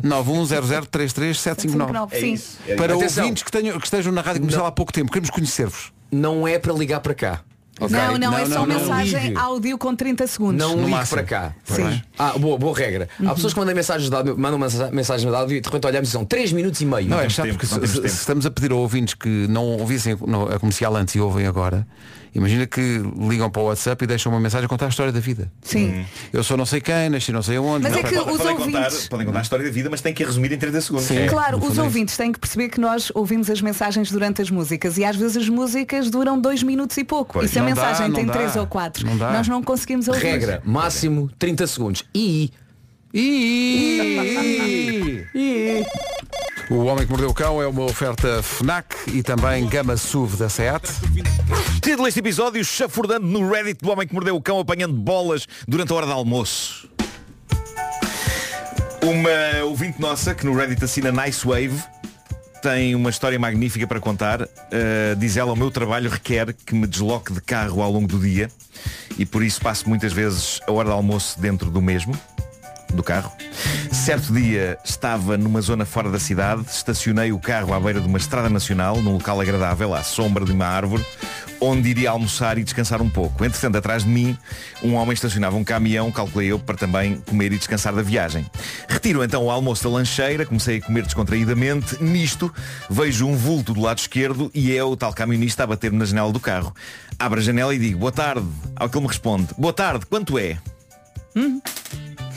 Speaker 1: 910033759.
Speaker 11: É
Speaker 3: Sim.
Speaker 11: isso. É
Speaker 1: Para
Speaker 6: Atenção.
Speaker 1: ouvintes que, tenham, que estejam na rádio comercial há pouco tempo, queremos conhecer-vos.
Speaker 6: Não é para ligar para cá. ok?
Speaker 3: Não, não, é
Speaker 1: Não,
Speaker 3: só
Speaker 1: não, não
Speaker 3: mensagem
Speaker 6: ligue.
Speaker 3: áudio com 30 segundos.
Speaker 6: Não ligue
Speaker 1: máximo.
Speaker 6: para cá.
Speaker 1: Sim.
Speaker 6: Está bem? Ah, boa, boa regra.
Speaker 11: Uhum.
Speaker 6: Há pessoas que mandam mensagens de áudio, mandam mensa- mensagens de áudio e de repente olhamos e são 3 minutos e meio.
Speaker 1: Não é
Speaker 11: temos
Speaker 1: chato
Speaker 11: tempo,
Speaker 1: porque se,
Speaker 11: não temos
Speaker 1: se-
Speaker 11: tempo.
Speaker 1: se estamos a pedir a ouvintes que não ouvissem no- a comercial antes e ouvem agora, Imagina que ligam para o WhatsApp e deixam uma mensagem a contar a história da vida.
Speaker 3: Sim.
Speaker 1: Eu sou não sei quem, nasci não sei onde.
Speaker 3: Mas é que
Speaker 2: podem,
Speaker 3: os
Speaker 2: podem
Speaker 3: ouvintes-
Speaker 2: contar, podem contar a história da vida, mas têm que a resumir em 30 segundos.
Speaker 1: Sim. É,
Speaker 3: claro,
Speaker 1: no
Speaker 3: os
Speaker 1: fundo é
Speaker 3: ouvintes têm que perceber que nós ouvimos as mensagens durante as músicas e às vezes as músicas duram dois minutos e pouco.
Speaker 6: Pois,
Speaker 3: e se a
Speaker 6: não dá,
Speaker 3: mensagem
Speaker 6: não
Speaker 3: tem
Speaker 6: dá.
Speaker 3: três ou quatro,
Speaker 6: Não dá.
Speaker 3: nós não conseguimos ouvir.
Speaker 6: Regra,
Speaker 11: é.
Speaker 6: máximo 30 segundos. E.
Speaker 1: E. O Homem que Mordeu o Cão é uma oferta FNAC e também Gama SUV da SEAT.
Speaker 2: Título deste episódio, chafurdando no Reddit do homem que mordeu o cão apanhando bolas durante a hora de almoço. Uma ouvinte nossa, que no Reddit assina Nice Wave, tem uma história magnífica para contar. Uh, diz ela, o meu trabalho requer que me desloque de carro ao longo do dia e por isso passo muitas vezes a hora de almoço dentro do mesmo, do carro. Certo dia estava numa zona fora da cidade, estacionei o carro à beira de uma estrada nacional, num local agradável, à sombra de uma árvore, onde iria almoçar e descansar um pouco. Entretanto, atrás de mim, um homem estacionava um caminhão, calculei eu, para também comer e descansar da viagem. Retiro então o almoço da lancheira, comecei a comer descontraídamente. Nisto, vejo um vulto do lado esquerdo e é o tal camionista a bater-me na janela do carro. Abro a janela e digo, boa tarde. Ao que ele me responde, boa tarde, quanto é?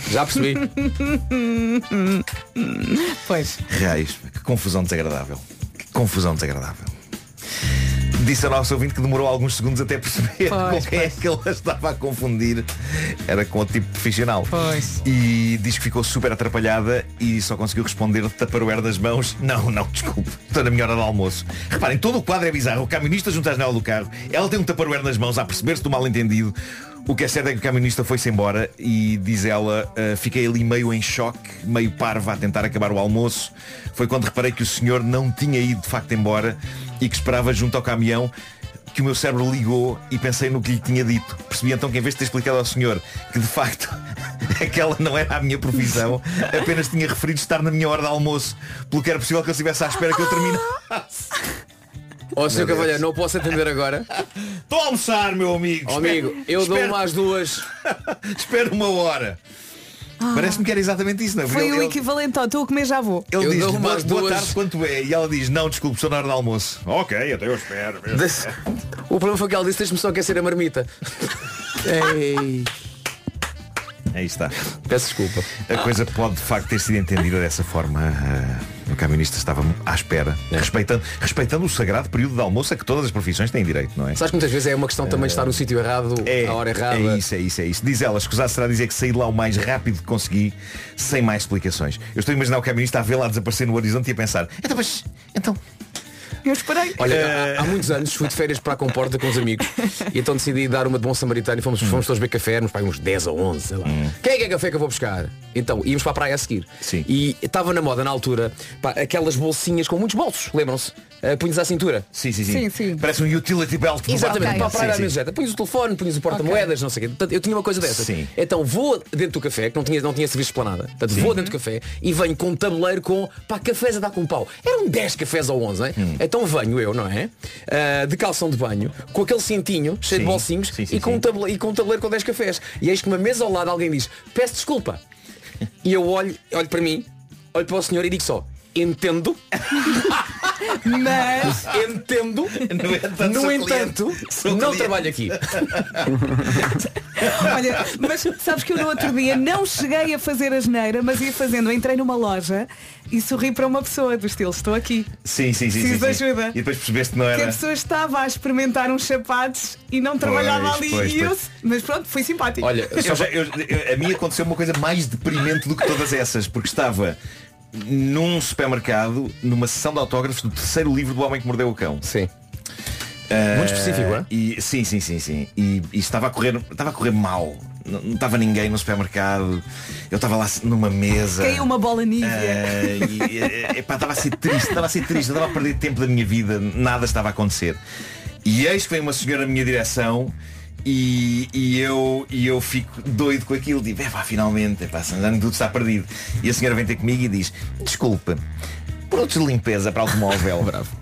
Speaker 2: Já percebi.
Speaker 3: pois.
Speaker 2: Reais, que confusão desagradável. Que confusão desagradável. Disse ao nosso ouvinte que demorou alguns segundos até perceber com quem é que ele estava a confundir. Era com o tipo profissional. E diz que ficou super atrapalhada e só conseguiu responder de taparoeira das mãos. Não, não, desculpe. Estou na minha hora de almoço. Reparem, todo o quadro é bizarro. O caminista junto à janela do carro. Ela tem um taparoeira nas mãos a perceber-se do mal entendido. O que é certo é que o caminista foi-se embora e diz ela, "Ah, fiquei ali meio em choque, meio parva a tentar acabar o almoço. Foi quando reparei que o senhor não tinha ido de facto embora e que esperava junto ao caminhão que o meu cérebro ligou e pensei no que lhe tinha dito. Percebi então que em vez de ter explicado ao senhor que de facto aquela não era a minha profissão, apenas tinha referido estar na minha hora de almoço, pelo que era possível que ele estivesse à espera que eu terminasse.
Speaker 6: Ó senhor Cavalheiro, não posso atender agora.
Speaker 2: Estou a almoçar, meu amigo.
Speaker 6: Ó, amigo, eu dou
Speaker 2: Espero-
Speaker 6: uma às duas.
Speaker 2: Espero uma hora. Parece-me que era exatamente isso, não é? Porque
Speaker 3: Foi um
Speaker 2: ele-
Speaker 3: o
Speaker 2: ele-
Speaker 3: equivalente ao tu a comer já vou.
Speaker 2: Ele diz boa, boa tarde quanto é E ela diz, não, desculpe, sou na hora do almoço Ok, até eu espero eu
Speaker 6: Desse-
Speaker 2: espero.
Speaker 6: O problema foi que ela disse, deixa-me só aquecer a marmita. Ei.
Speaker 2: Aí está Peço desculpa A coisa pode de facto ter sido entendida dessa forma Ah, O caminhonista estava à espera
Speaker 6: É.
Speaker 2: respeitando, respeitando o sagrado período de almoço A que todas as profissões têm direito, não é?
Speaker 6: Sabes que muitas vezes é uma questão também de estar no sítio errado, à hora errada.
Speaker 2: É isso, é isso, é isso. Diz ela, escusar será dizer que saí de lá o mais rápido que consegui, sem mais explicações. Eu estou a imaginar o caminhonista a vê-la desaparecer no horizonte e a pensar, então, mas, então,
Speaker 3: Eu esperei.
Speaker 6: Olha,
Speaker 2: É.
Speaker 6: há, há muitos anos fui de férias para a Comporta com os amigos e então decidi dar uma de bom samaritano e fomos,
Speaker 2: Hum.
Speaker 6: fomos todos beber café, éramos para aí uns 10 ou 11, sei lá. Quem é que é café que eu vou buscar? Então, íamos para a praia a seguir. Sim. E estava na moda na altura, pá, aquelas bolsinhas com muitos bolsos, lembram-se? Uh, punhos à cintura.
Speaker 2: Sim,
Speaker 3: sim. Sim, sim.
Speaker 2: Parece um utility belt do lado.
Speaker 6: Exatamente, para a praia
Speaker 2: Sim,
Speaker 6: era a
Speaker 2: sim.
Speaker 6: mesma jeta. Punhas o telefone, punhas o porta-moedas, não sei o quê. Portanto, eu tinha uma coisa dessa.
Speaker 2: Sim.
Speaker 6: Então vou dentro do café, que não tinha, não tinha serviço para nada. Portanto,
Speaker 2: Sim.
Speaker 6: vou dentro do café e venho com um tabuleiro com, pá, cafés a dar com pau. Eram 10 cafés ou 11, hein?
Speaker 2: Hum.
Speaker 6: Então venho eu, não é? Ah, de calção de banho, com aquele cintinho, cheio de
Speaker 2: Sim.
Speaker 6: bolsinhos,
Speaker 2: Sim, sim,
Speaker 6: e, com
Speaker 2: sim.
Speaker 6: Um tabuleiro, e com um tabuleiro com 10 cafés. E eis que uma mesa ao lado alguém diz, peço desculpa. E eu olho, olho para mim, olho para o senhor e digo só, entendo.
Speaker 3: Mas
Speaker 6: entendo.
Speaker 2: No entanto,
Speaker 6: No
Speaker 2: sou
Speaker 6: entanto,
Speaker 2: cliente. Sou
Speaker 6: não
Speaker 2: é cliente.
Speaker 6: trabalho aqui.
Speaker 3: Olha, mas sabes que eu no outro dia não cheguei a fazer a geneira, mas ia fazendo. Entrei numa loja e sorri para uma pessoa do estilo, estou aqui.
Speaker 2: Sim, sim, sim.
Speaker 3: Preciso
Speaker 2: sim,
Speaker 3: de
Speaker 2: sim.
Speaker 3: ajuda.
Speaker 2: E depois percebeste que não
Speaker 3: Que a
Speaker 2: era.
Speaker 3: pessoa estava a experimentar uns sapatos e não trabalhava
Speaker 2: Pois,
Speaker 3: ali.
Speaker 2: pois,
Speaker 3: e eu-
Speaker 2: pois.
Speaker 3: Mas pronto, foi simpático.
Speaker 2: Olha, eu já- eu- eu- a mim aconteceu uma coisa mais deprimente do que todas essas, porque estava num supermercado, numa sessão de autógrafos do terceiro livro do Homem que Mordeu o Cão.
Speaker 6: Sim.
Speaker 2: Muito
Speaker 6: específico, é?
Speaker 2: E, sim, sim, sim, sim. E, e estava a correr, estava a correr mal. Não, não estava ninguém no supermercado. Eu estava lá numa mesa.
Speaker 3: Caiu uma bola
Speaker 6: é.
Speaker 3: nívea.
Speaker 2: Ah, e, eh, epá, estava a ser triste, estava a ser triste, estava a perder tempo da minha vida, nada estava a acontecer. E eis que vem uma senhora na minha direção e, e eu, e eu fico doido com aquilo, digo, epá, finalmente, epá, Sanjano, tudo está perdido. E a senhora vem ter comigo e diz, desculpe, produtos de limpeza para automóvel. Bravo.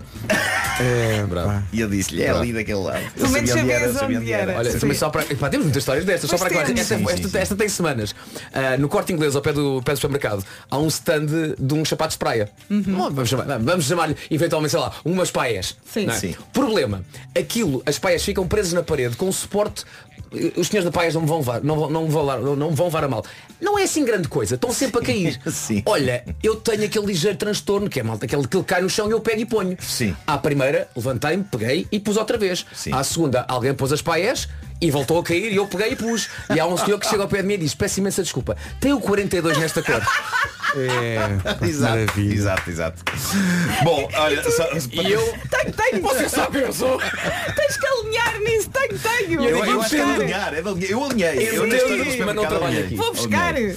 Speaker 4: É, e eu disse-lhe, é ali daquele lado. Eu
Speaker 6: Pelo
Speaker 4: sabia
Speaker 6: menos
Speaker 4: onde era,
Speaker 6: sabias
Speaker 4: eu sabia
Speaker 6: onde
Speaker 4: onde
Speaker 6: era.
Speaker 4: era.
Speaker 6: Olha, também só para. Epá, temos muitas histórias destas,
Speaker 4: Pois
Speaker 6: só para a
Speaker 4: temos.
Speaker 6: esta,
Speaker 4: Sim,
Speaker 6: esta,
Speaker 4: sim, sim.
Speaker 6: esta tem semanas. Ah, no corte inglês, ao pé do, pé do supermercado, há um stand de uns sapatos de praia. Não, Vamos chamar- vamos chamar-lhe, eventualmente, sei lá, umas paias.
Speaker 2: Sim.
Speaker 6: Não é?
Speaker 2: Sim.
Speaker 6: Problema, aquilo, as paias ficam presas na parede com um suporte. eh, Os senhores da paias não vão levar, não vão, não vão, levar, não- não vão levar a mal. Não é assim grande coisa, estão sempre a cair. Olha, eu tenho aquele ligeiro transtorno, que é malta, aquele que cai no chão e eu pego e ponho. Sim. À primeira, levantei-me, peguei e pus outra vez. À segunda, alguém pôs as paias e voltou a cair e eu peguei e pus. E há um senhor que chega ao pé de mim e diz, peço imensa desculpa, tem o 42 nesta cor.
Speaker 1: É,
Speaker 4: exato, exato, exato. Bom, olha, só,
Speaker 6: E eu
Speaker 3: Tenho, tenho.
Speaker 4: Você sabe quem eu sou.
Speaker 3: Tens que alinhar nisso. Tenho, tenho.
Speaker 4: Eu, eu, eu acho que é de alinhar, é de alinhar. Eu alinhei. Eu
Speaker 6: Eu
Speaker 4: na
Speaker 6: alinhei,
Speaker 4: história do
Speaker 6: mas
Speaker 4: supermercado
Speaker 6: não trabalho
Speaker 4: alinhei.
Speaker 6: aqui.
Speaker 11: Oh,
Speaker 3: Vou buscar.
Speaker 4: Alinhei.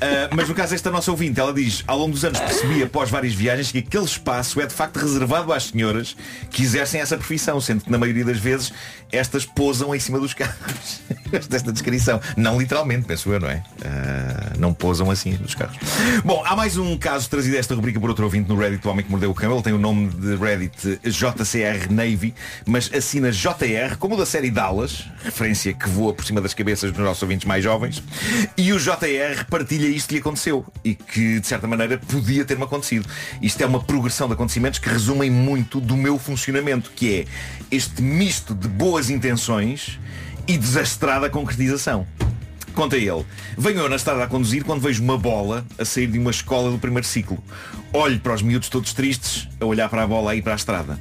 Speaker 4: Ah, mas no caso esta nossa ouvinte, ela diz, ao longo dos anos percebi após várias viagens que aquele espaço é de facto reservado às senhoras que exercem essa profissão, sendo que na maioria das vezes estas posam em cima dos carros. Gosto Desta descrição. Não literalmente, penso eu, não é? Ah, não posam assim nos carros. Bom, há mais um caso trazido a esta rubrica por outro ouvinte no Reddit, o homem que mordeu o cão. Ele tem o nome de Reddit JCR Navy, mas assina JR, como o da série Dallas, referência que voa por cima das cabeças dos nossos ouvintes mais jovens. E o JR partilha isto que lhe aconteceu e que, de certa maneira, podia ter-me acontecido. Isto é uma progressão de acontecimentos que resumem muito do meu funcionamento, que é este misto de boas intenções e desastrada concretização. Conta ele. Venho eu na estrada a conduzir quando vejo uma bola a sair de uma escola do primeiro ciclo. Olho para os miúdos todos tristes, a olhar para a bola e para a estrada.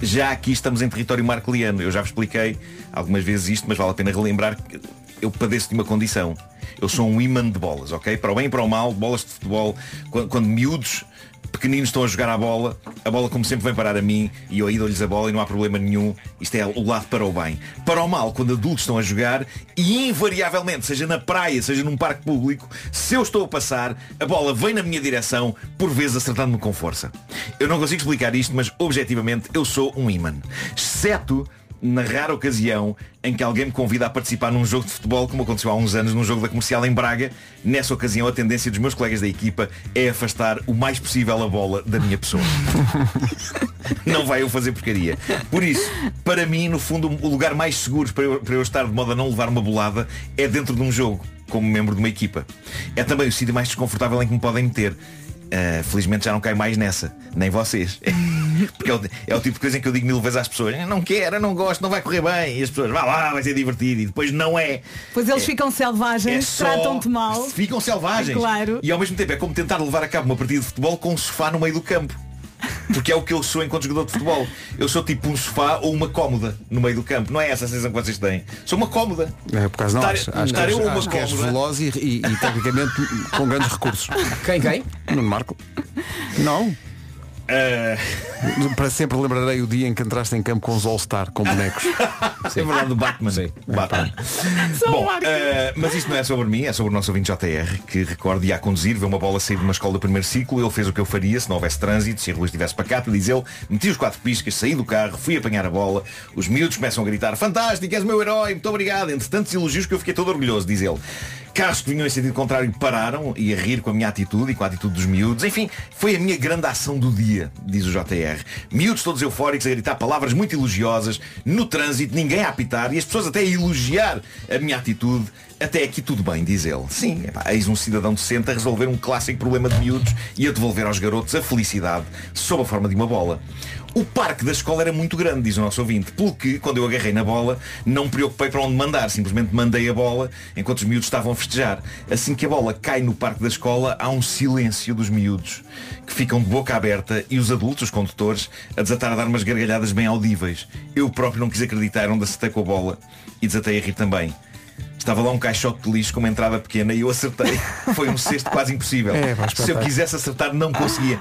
Speaker 4: Já aqui estamos em território marcliano. Eu já vos expliquei algumas vezes isto, mas vale a pena relembrar que eu padeço de uma condição. Eu sou um imã de bolas, ok? Para o bem e para o mal, bolas de futebol. Quando, quando miúdos pequeninos estão a jogar a bola, a bola como sempre vem parar a mim e eu aí dou-lhes a bola e não há problema nenhum. Isto é o lado para o bem. Para o mal, quando adultos estão a jogar e invariavelmente, seja na praia, seja num parque público, se eu estou a passar, a bola vem na minha direção, por vezes acertando-me com força. Eu não consigo explicar isto, mas objetivamente eu sou um imã. Exceto na rara ocasião em que alguém me convida a participar num jogo de futebol, como aconteceu há uns anos num jogo da comercial em Braga, nessa ocasião a tendência dos meus colegas da equipa é afastar o mais possível a bola da minha pessoa. Não vai eu fazer porcaria. Por isso, para mim, no fundo, o lugar mais seguro para eu, para eu estar de modo a não levar uma bolada é dentro de um jogo, como membro de uma equipa. É também o sítio mais desconfortável em que me podem meter. Ah, felizmente já não cai mais nessa, nem vocês. Porque é o, é o tipo de coisa em que eu digo mil vezes às pessoas, "Eu não quero, eu não gosto, não vai correr bem. E as pessoas, vá lá, vai ser divertido. E depois não é.
Speaker 3: Pois eles
Speaker 4: É-
Speaker 3: ficam
Speaker 4: é
Speaker 3: selvagens,
Speaker 4: só-
Speaker 3: tratam-te mal.
Speaker 4: Ficam selvagens.
Speaker 3: Claro.
Speaker 4: E ao mesmo tempo é como tentar levar a cabo uma partida de futebol com um sofá no meio do campo. Porque é o que eu sou enquanto jogador de futebol. Eu sou tipo um sofá ou uma cómoda no meio do campo. Não é essa a sensação que vocês têm. Sou uma cómoda.
Speaker 1: É, por causa não,
Speaker 4: Estar-
Speaker 1: acho, acho, que,
Speaker 4: estar
Speaker 1: és-
Speaker 4: eu uma
Speaker 1: acho que és
Speaker 4: cobra.
Speaker 1: veloz e, e, e tecnicamente com grandes recursos.
Speaker 6: Quem, quem?
Speaker 1: Nuno Marco. Não.
Speaker 4: Eh.
Speaker 1: Para sempre lembrarei o dia em que entraste em campo com os All-Star, com bonecos.
Speaker 4: É verdade, do Batman. Batman. Bom, eh, mas isto não é sobre mim, é sobre o nosso ouvinte JR, que recorda ia a conduzir, vê uma bola sair de uma escola do primeiro ciclo, ele fez o que eu faria se não houvesse trânsito, se a rua estivesse pacata, diz ele, meti os quatro piscas, saí do carro, fui apanhar a bola, os miúdos começam a gritar, fantástico, és o meu herói, muito obrigado, entre tantos elogios que eu fiquei todo orgulhoso, diz ele. Carros que vinham em sentido contrário pararam e a rir com a minha atitude e com a atitude dos miúdos. Enfim, foi a minha grande ação do dia, diz o JR. Miúdos todos eufóricos a gritar palavras muito elogiosas, no trânsito, ninguém a apitar e as pessoas até a elogiar a minha atitude. Até aqui tudo bem, diz ele. Sim, epá, eis um cidadão decente a resolver um clássico problema de miúdos e a devolver aos garotos a felicidade sob a forma de uma bola. O parque da escola era muito grande, diz o nosso ouvinte, pelo que, quando eu agarrei na bola, não me preocupei para onde mandar, simplesmente mandei a bola enquanto os miúdos estavam a festejar. Assim que a bola cai no parque da escola, há um silêncio dos miúdos, que ficam de boca aberta e os adultos, os condutores, a desatar a dar umas gargalhadas bem audíveis. Eu próprio não quis acreditar onde acertei com a bola e desatei a rir também. Estava lá um caixote de lixo com uma entrada pequena e eu acertei. Foi um cesto quase impossível.
Speaker 1: É, pá,
Speaker 4: Se eu
Speaker 1: espetáculo.
Speaker 4: quisesse acertar, não conseguia.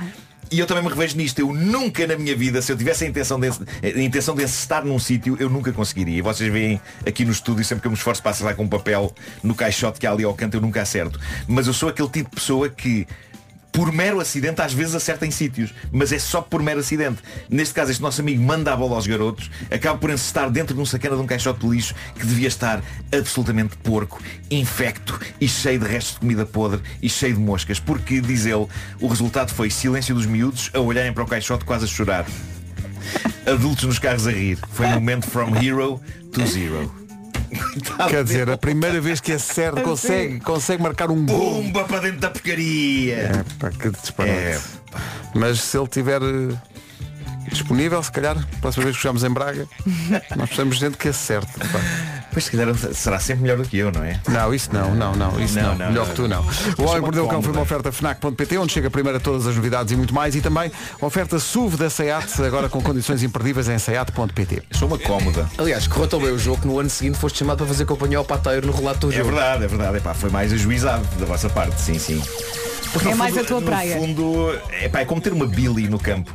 Speaker 4: E eu também me revejo nisto. Eu nunca na minha vida, se eu tivesse a intenção de, a intenção de estar num sítio, eu nunca conseguiria. E vocês veem aqui no estúdio, sempre que eu me esforço para acertar com um papel no caixote que há ali ao canto, eu nunca acerto. Mas eu sou aquele tipo de pessoa que por mero acidente às vezes acerta em sítios, mas é só por mero acidente. Neste caso, este nosso amigo manda a bola aos garotos, acaba por encestar dentro de um sacana de um caixote de lixo que devia estar absolutamente porco, infecto e cheio de restos de comida podre e cheio de moscas, porque, diz ele, o resultado foi silêncio dos miúdos a olharem para o caixote quase a chorar.
Speaker 11: Adultos nos carros a rir. Foi um momento from hero to zero.
Speaker 1: Quer dizer, a primeira vez que a CERD consegue, consegue marcar um gol.
Speaker 11: Pumba para dentro da porcaria! É,
Speaker 1: É, pá, que disparate. Mas se ele tiver eh, disponível, se calhar, próxima vez que fechamos em Braga, nós precisamos de gente que acerte. pá.
Speaker 11: Pois se calhar será sempre melhor do que eu, não é?
Speaker 1: Não, isso não, não, não, isso não.
Speaker 11: Não, não,
Speaker 1: Melhor
Speaker 11: não.
Speaker 1: que tu não. O
Speaker 11: Sou
Speaker 1: Homem que
Speaker 11: uma
Speaker 1: Mordeu o Cão foi
Speaker 11: cómoda.
Speaker 1: uma oferta FNAC.pt, onde chega primeiro a todas as novidades e muito mais, e também a oferta SUV da SEAT, agora com condições imperdíveis em SEAT.pt.
Speaker 11: Sou uma cómoda.
Speaker 6: Aliás, correu tão bem o jogo que no ano seguinte foste chamado para fazer companhia ao pateiro no relato do
Speaker 11: É
Speaker 6: jogo.
Speaker 11: verdade, é verdade. Epá, foi mais ajuizado da vossa parte, sim, sim. Porque
Speaker 3: É
Speaker 11: no
Speaker 3: mais
Speaker 11: fundo-
Speaker 3: a tua
Speaker 11: no
Speaker 3: praia.
Speaker 11: fundo, epá, é como ter uma Billy no campo.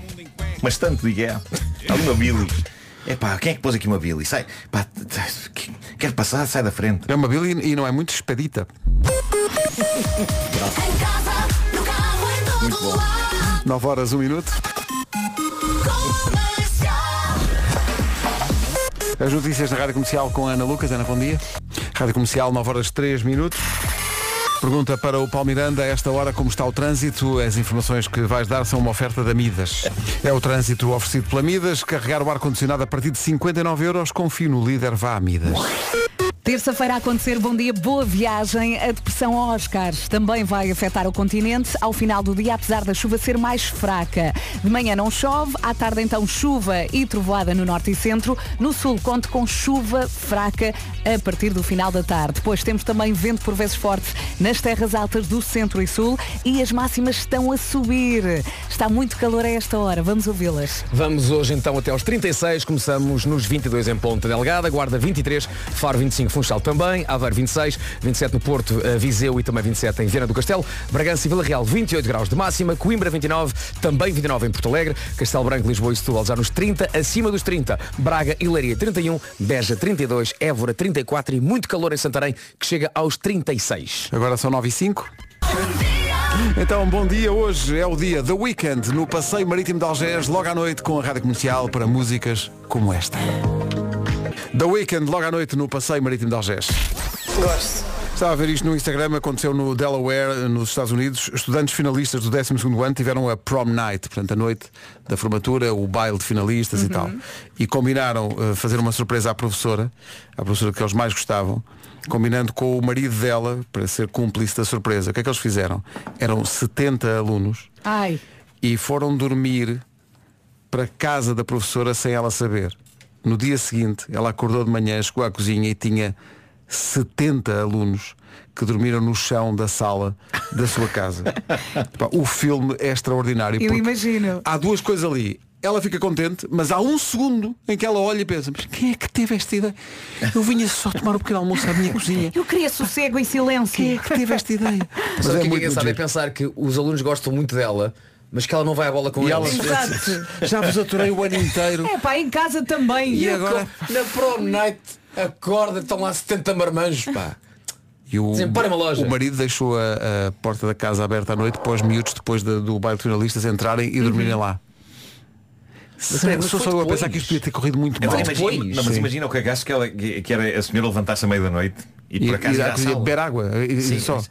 Speaker 11: Mas tanto é, de guerra. Alguma Billy. Epá, quem é que pôs aqui uma Billy? Sai. Pá, t- t- que- quer passar, sai da frente.
Speaker 1: É uma Billy e não é muito espadita.
Speaker 9: Em casa, no carro, em todo
Speaker 11: Muito bom.
Speaker 9: lado.
Speaker 1: 9 horas, 1 minuto.
Speaker 9: Comercial.
Speaker 1: As notícias da Rádio Comercial com a Ana Lucas. Ana, bom dia. Rádio Comercial, 9 horas 3 minutos. Pergunta para o Paulo Miranda, a esta hora, como está o trânsito? As informações que vais dar são uma oferta da Midas. É o trânsito oferecido pela Midas. Carregar o ar-condicionado a partir de 59 euros. Confio no líder, vá a Midas.
Speaker 3: Terça-feira a acontecer, bom dia, boa viagem. A depressão Oscar também vai afetar o continente ao final do dia, apesar da chuva ser mais fraca. De manhã não chove, à tarde então chuva e trovoada no norte e centro. No sul, conte com chuva fraca a partir do final da tarde. Depois temos também vento por vezes forte nas terras altas do centro e sul e as máximas estão a subir. Está muito calor a esta hora, vamos ouvi-las.
Speaker 6: Vamos hoje então até aos 36, começamos nos 22 em Ponta Delgada, Guarda 23, Faro 25, Funchal também, Aveiro 26, 27 no Porto, eh, Viseu e também 27 em Viana do Castelo, Bragança e Vila Real 28 graus de máxima, Coimbra 29, também 29 em Porto Alegre, Castelo Branco, Lisboa e Setúbal já nos 30, acima dos 30, Braga e Leiria 31, Beja 32, Évora 34 e muito calor em Santarém, que chega aos 36.
Speaker 1: Agora são 9 e 5. Então, bom dia. Hoje é o dia The Weekend no Passeio Marítimo de Algés, logo à noite, com a Rádio Comercial para músicas como esta. The Weekend, logo à noite, no Passeio Marítimo de Algés.
Speaker 12: Gosto.
Speaker 1: Estava a ver isto no Instagram, aconteceu no Delaware, nos Estados Unidos. Estudantes finalistas do 12º ano tiveram a prom night, portanto a noite da formatura, o baile de finalistas e tal. E combinaram eh, fazer uma surpresa à professora, à professora que eles mais gostavam, combinando com o marido dela para ser cúmplice da surpresa. O que é que eles fizeram? Eram 70 alunos
Speaker 3: Ai,
Speaker 1: e foram dormir para a casa da professora sem ela saber. No dia seguinte, ela acordou de manhã, chegou à cozinha e tinha 70 alunos que dormiram no chão da sala da sua casa. Pá, o filme é extraordinário.
Speaker 3: eu
Speaker 1: porque
Speaker 3: imagino.
Speaker 1: Há duas coisas ali. Ela fica contente, mas há um segundo em que ela olha e pensa, mas quem é que teve esta ideia? Eu vinha só tomar um pequeno almoço à minha cozinha.
Speaker 3: Eu queria sossego em silêncio.
Speaker 1: Quem é que teve esta ideia? Mas
Speaker 6: Sabe o
Speaker 1: é
Speaker 6: que
Speaker 1: muito,
Speaker 6: é
Speaker 1: muito
Speaker 6: engraçado é
Speaker 1: giro.
Speaker 6: pensar que os alunos gostam muito dela, mas que ela não vai à bola com
Speaker 1: E ela
Speaker 6: eles.
Speaker 1: já vos aturei o ano inteiro.
Speaker 3: É pá, em casa também.
Speaker 1: E
Speaker 6: E
Speaker 1: agora-
Speaker 6: agora, na Pro Night, acorda, estão lá 70 marmanjos, pá.
Speaker 1: E o,
Speaker 6: Sim, para uma loja.
Speaker 1: o marido deixou a, a porta da casa aberta à noite para os miúdos depois da- do baile de finalistas entrarem e dormirem lá.
Speaker 6: peraí,
Speaker 1: Se,
Speaker 6: Uhum. mas
Speaker 1: sou
Speaker 6: foi
Speaker 1: só eu a
Speaker 6: depois.
Speaker 1: pensar que isto podia ter corrido muito
Speaker 11: Então,
Speaker 1: mal.
Speaker 11: imagina, não, mas
Speaker 1: Sim.
Speaker 11: imagina o cagaço que, ela, que, que era a senhora levantasse à meia da noite e
Speaker 1: E,
Speaker 11: por
Speaker 1: e
Speaker 11: acaso ir
Speaker 1: a
Speaker 11: à
Speaker 1: cozinha
Speaker 11: sala.
Speaker 1: beber água. E, e
Speaker 11: Sim,
Speaker 1: só.
Speaker 11: sim.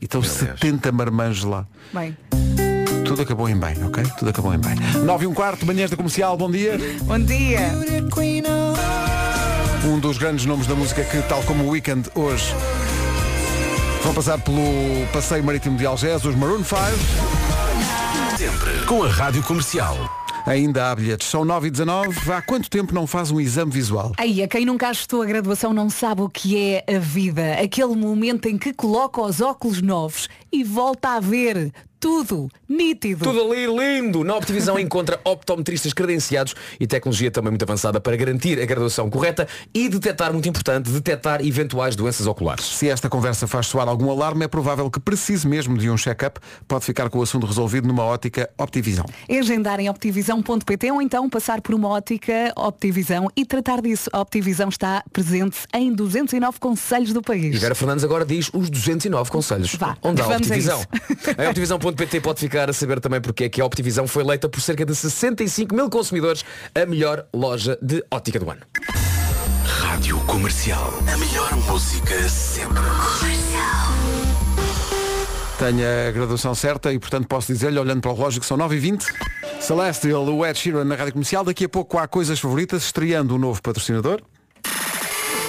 Speaker 1: Então
Speaker 11: Meu Deus.
Speaker 1: 70 marmanjos lá.
Speaker 3: Bem,
Speaker 1: Tudo acabou em bem, ok? Tudo acabou em bem. 9 e um quarto, manhãs da comercial, bom dia.
Speaker 3: bom dia.
Speaker 1: Um dos grandes nomes da música que, tal como o Weekend hoje, vão passar pelo Passeio Marítimo de Algés, os Maroon 5.
Speaker 13: Com a Rádio Comercial.
Speaker 1: Ainda há bilhetes. São 9 e 19 Há quanto tempo não faz um exame visual?
Speaker 3: Aí, a quem nunca ajustou a graduação não sabe o que é a vida. Aquele momento em que coloca os óculos novos e volta a ver tudo nítido.
Speaker 6: Tudo ali lindo! Na Optivisão encontra optometristas credenciados e tecnologia também muito avançada para garantir a graduação correta e detectar, muito importante, detectar eventuais doenças oculares.
Speaker 1: Se esta conversa faz soar algum alarme, é provável que precise mesmo de um check-up. Pode ficar com o assunto resolvido numa ótica Optivisão.
Speaker 3: Agendar em optivisão.pt ou então passar por uma ótica Optivisão e tratar disso. A Optivisão está presente em 209 conselhos do
Speaker 6: E
Speaker 3: país.
Speaker 6: Vera Fernandes agora diz os 209 conselhos.
Speaker 3: Vá,
Speaker 6: Onde há a
Speaker 3: vamos a
Speaker 6: Optivisão?
Speaker 3: isso.
Speaker 6: Em Optivisão.pt pode ficar a saber também porque é que a Optivisão foi eleita por cerca de 65 mil consumidores a melhor loja de ótica do ano.
Speaker 13: Rádio Comercial. A melhor música sempre.
Speaker 1: Tenho a graduação certa e, portanto, posso dizer-lhe, olhando para o relógio, que são 9 e 20 Celestial, o Ed Sheeran na Rádio Comercial. Daqui a pouco há coisas favoritas, estreando um novo patrocinador.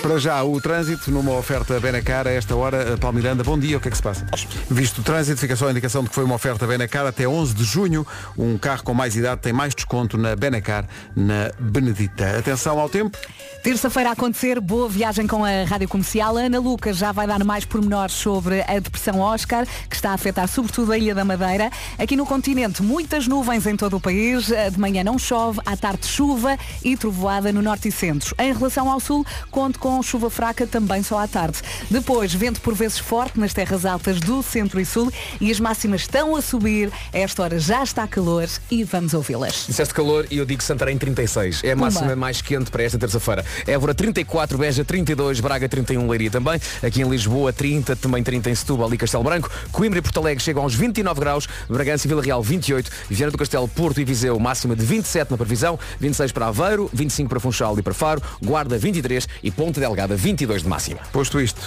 Speaker 1: Para já, o trânsito numa oferta Benacar a esta hora. Eh, Paulo Miranda, bom dia, o que é que se passa? Visto o trânsito, fica só a indicação de que foi uma oferta Benacar até 11 de junho. Um carro com mais idade tem mais desconto na Benacar, na Benedita. Atenção ao tempo.
Speaker 3: Terça-feira a acontecer, boa viagem com a Rádio Comercial. A Ana Lucas já vai dar mais pormenores sobre a depressão Oscar, que está a afetar sobretudo a Ilha da Madeira. Aqui no continente, muitas nuvens em todo o país. De manhã não chove, à tarde chuva e trovoada no norte e centro. Em relação ao sul, conto com chuva fraca também só à tarde. Depois, vento por vezes forte nas terras altas do centro e sul e as máximas estão a subir. A esta hora já está calor e vamos ouvi-las.
Speaker 6: Disseste calor e eu digo Santarém 36. É a
Speaker 3: Pumba.
Speaker 6: máxima mais quente para esta terça-feira. Évora 34, Beja 32, Braga 31, Leiria também. Aqui em Lisboa 30, também 30 em Setúbal e Castelo Branco. Coimbra e Porto Alegre chegam aos 29 graus. Bragança e Vila Real 28. Viana do Castelo, Porto e Viseu máxima de 27 na previsão. 26 para Aveiro, 25 para Funchal e para Faro. Guarda 23 e Ponta Delgada 22 de máxima.
Speaker 1: Posto isto,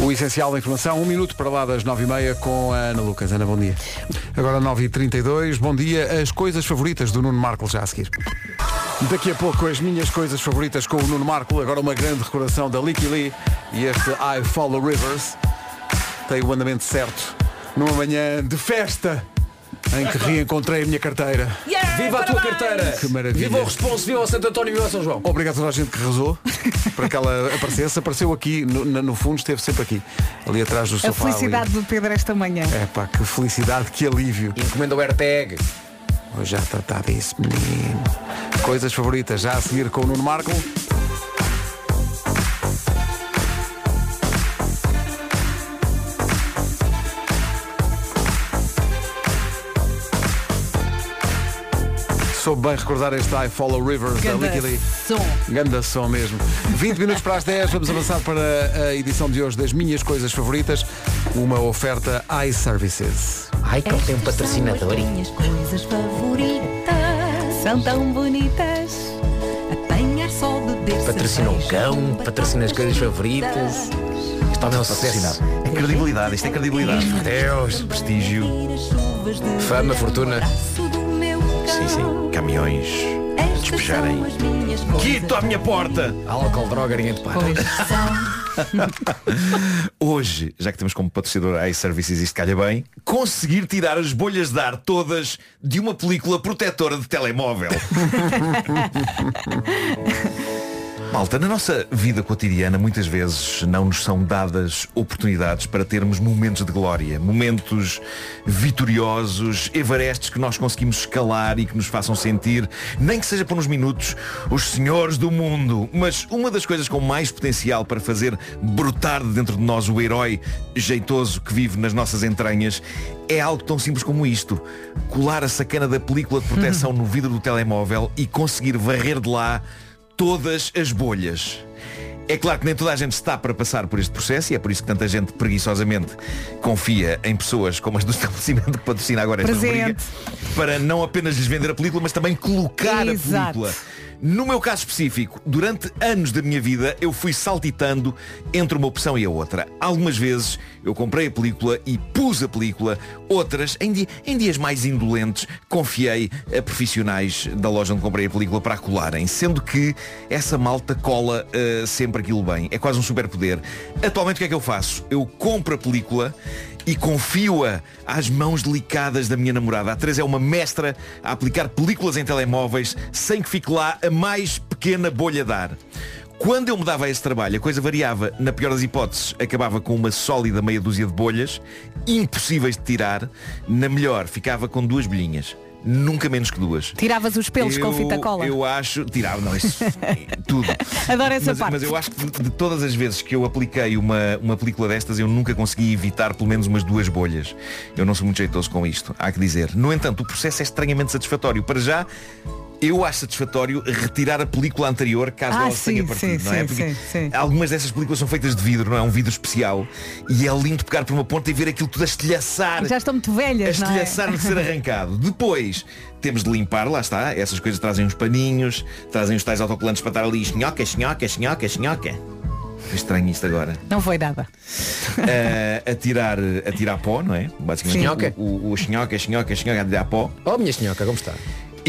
Speaker 1: o essencial da informação, um minuto para lá das 9h30 com a Ana Lucas. Ana, bom dia. Agora 9h32, bom dia. As coisas favoritas do Nuno Marco já a seguir. Daqui a pouco as minhas coisas favoritas com o Nuno Marco, agora uma grande recordação da Licky Lee e este I Follow Rivers tem o andamento certo numa manhã de festa em que reencontrei a minha carteira.
Speaker 6: Viva a tua carteira!
Speaker 1: É Que maravilha.
Speaker 6: Viva o responso, viva o Santo António e viva o São João.
Speaker 1: Obrigado a toda a gente que rezou para que ela aparecesse. Apareceu aqui, no, na- no fundo, esteve sempre aqui, ali atrás do
Speaker 3: A
Speaker 1: sofá. ali.
Speaker 3: felicidade do Pedro esta manhã.
Speaker 1: É pá, que felicidade, que alívio.
Speaker 6: Encomenda o AirTag.
Speaker 1: Vou já tratar disso, menino. Coisas favoritas, já a seguir com o Nuno Marco. Soube bem recordar este I Follow Rivers da
Speaker 3: Ganda
Speaker 1: Licky Lee.
Speaker 3: som.
Speaker 1: Ganda som mesmo. 20 minutos para as 10, vamos avançar para a edição de hoje das minhas coisas favoritas. Uma oferta iServices.
Speaker 6: Ai,
Speaker 3: que ele tem um patrocinador.
Speaker 12: Minhas coisas favoritas são tão bonitas. Apanhar só beber.
Speaker 6: Patrocina um cão, patrocina as coisas favoritas. Está a
Speaker 11: patrocinado. É credibilidade, isto é credibilidade. Deus, prestígio.
Speaker 6: Fama, fortuna.
Speaker 11: Sim, sim. Caminhões a despejarem. Quito à minha porta!
Speaker 6: Álcool, droga, ninguém te para.
Speaker 11: Hoje, já que temos como patrocinador a iServices, isto calha bem, conseguir tirar as bolhas de ar todas de uma película protetora de telemóvel. Malta, na nossa vida cotidiana muitas vezes não nos são dadas oportunidades para termos momentos de glória, momentos vitoriosos, everestes que nós conseguimos escalar e que nos façam sentir, nem que seja por uns minutos, os senhores do mundo. Mas uma das coisas com mais potencial para fazer brotar de dentro de nós o herói jeitoso que vive nas nossas entranhas é algo tão simples como isto. Colar a sacana da película de proteção no vidro do telemóvel e conseguir varrer de lá todas as bolhas. É claro que nem toda a gente está para passar por este processo e é por isso que tanta gente preguiçosamente confia em pessoas como as do estabelecimento que patrocina agora esta
Speaker 3: Presente.
Speaker 11: rubrica para não apenas lhes vender a película, mas também colocar a
Speaker 3: Exato.
Speaker 11: película. No meu caso específico, durante anos da minha vida, eu fui saltitando entre uma opção e a outra. Algumas vezes eu comprei a película e pus a película. Outras, em, di- em dias mais indolentes, confiei a profissionais da loja onde comprei a película para a colarem. Sendo que essa malta cola ah, sempre aquilo bem. É quase um superpoder. Atualmente o que é que eu faço? Eu compro a película e confio-a às mãos delicadas da minha namorada. A Teresa é uma mestra a aplicar películas em telemóveis sem que fique lá a mais pequena bolha de ar. Quando eu me dava a esse trabalho, a coisa variava. Na pior das hipóteses, acabava com uma sólida meia dúzia de bolhas, impossíveis de tirar. Na melhor, ficava com duas bolhinhas. Nunca menos que duas.
Speaker 3: Tiravas os pelos com
Speaker 11: Eu-
Speaker 3: fita cola.
Speaker 11: Eu acho. Tirava, não, isso. tudo.
Speaker 3: Adoro essa
Speaker 11: mas,
Speaker 3: parte.
Speaker 11: mas eu acho que de, de todas as vezes que eu apliquei uma, uma película destas, eu nunca consegui evitar pelo menos umas duas bolhas. Eu não sou muito jeitoso com isto, há que dizer. No entanto, o processo é estranhamente satisfatório. Para já, eu acho satisfatório retirar a película anterior caso
Speaker 3: Ah,
Speaker 11: ela
Speaker 3: sim,
Speaker 11: tenha partido,
Speaker 3: sim,
Speaker 11: não é?
Speaker 3: sim,
Speaker 11: Porque
Speaker 3: sim, sim.
Speaker 11: Algumas dessas películas são feitas de vidro, não é? Um vidro especial. E é lindo pegar por uma ponta e ver aquilo tudo a estilhaçar
Speaker 3: Já estão muito velhas, não é?
Speaker 11: estilhaçar de ser arrancado. Depois temos de limpar, lá está, essas coisas trazem uns paninhos, trazem os tais autocolantes para estar ali, chinhoca, chinhoca, chinhoca, chinhoca. Foi estranho isto agora.
Speaker 3: Não foi nada.
Speaker 11: Eh, a, tirar, a tirar pó, não é? Basicamente.
Speaker 6: Sim. Chinhoca.
Speaker 11: O, o, o chinhoca, chinhoca, chinhoca a tirar pó.
Speaker 6: Oh, minha senhora, como está?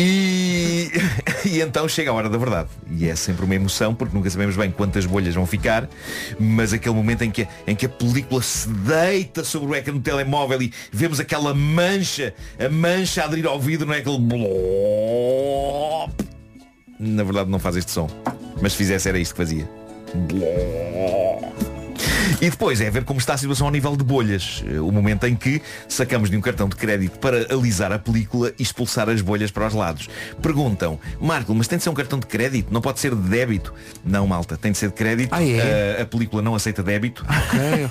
Speaker 11: E, e então chega a hora da verdade. E é sempre uma emoção, porque nunca sabemos bem quantas bolhas vão ficar, mas aquele momento em que, em que a película se deita sobre o ecrã do telemóvel e vemos aquela mancha, a mancha a aderir ao vidro, não é aquele blop. Na verdade não faz este som. Mas se fizesse era isto que fazia. Blop. E depois é ver como está a situação ao nível de bolhas. Eh, O momento em que sacamos de um cartão de crédito para alisar a película e expulsar as bolhas para os lados. Perguntam, Marco, mas tem de ser um cartão de crédito? Não pode ser de débito? Não, malta, tem de ser de crédito.
Speaker 1: Ah, é?
Speaker 11: Eh, a película não aceita débito.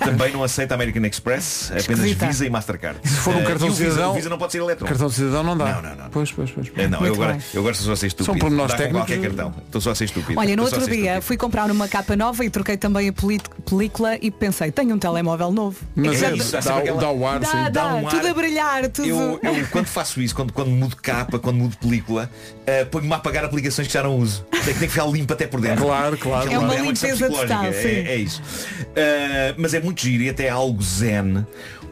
Speaker 11: Também não aceita American Express. Apenas
Speaker 1: Esquisita.
Speaker 11: Visa e Mastercard.
Speaker 1: Se for um
Speaker 11: Eh,
Speaker 1: cartão
Speaker 11: e o
Speaker 1: de
Speaker 11: Visa-
Speaker 1: cidadão.
Speaker 11: O Visa não pode ser eletrónico.
Speaker 1: Cartão de cidadão não dá. Não, não, É não. Pois, pois, pois. pois.
Speaker 11: Eh, não, eu
Speaker 3: Muito
Speaker 11: agora,
Speaker 3: bem.
Speaker 11: eu agora sou só a ser estúpido.
Speaker 1: pormenores
Speaker 11: Dá com
Speaker 1: técnicos.
Speaker 11: Qualquer cartão. Estou só a ser estúpido.
Speaker 3: Olha, no
Speaker 11: Estou só a
Speaker 3: outro
Speaker 11: ser
Speaker 3: dia fui comprar uma capa nova e troquei também a peli- película e pensei, tenho um telemóvel novo.
Speaker 11: Mas
Speaker 1: é,
Speaker 11: é isso, há
Speaker 1: dá,
Speaker 11: sempre aquela-
Speaker 1: dá o ar,
Speaker 11: Ah,
Speaker 3: Dá,
Speaker 1: sim.
Speaker 3: dá, tudo a brilhar, tudo.
Speaker 11: um Eu, eu, quando faço isso, quando, quando mudo capa, quando mudo película, eh, ponho-me a apagar aplicações que já não uso. Tem que, tem que ficar limpo até por dentro.
Speaker 1: Claro, claro,
Speaker 11: Isto
Speaker 1: claro.
Speaker 11: uma
Speaker 1: É uma
Speaker 11: questão
Speaker 1: limpeza total,
Speaker 11: psicológica, é-
Speaker 1: sim.
Speaker 11: É, isso. Eh, mas é muito giro e até é algo zen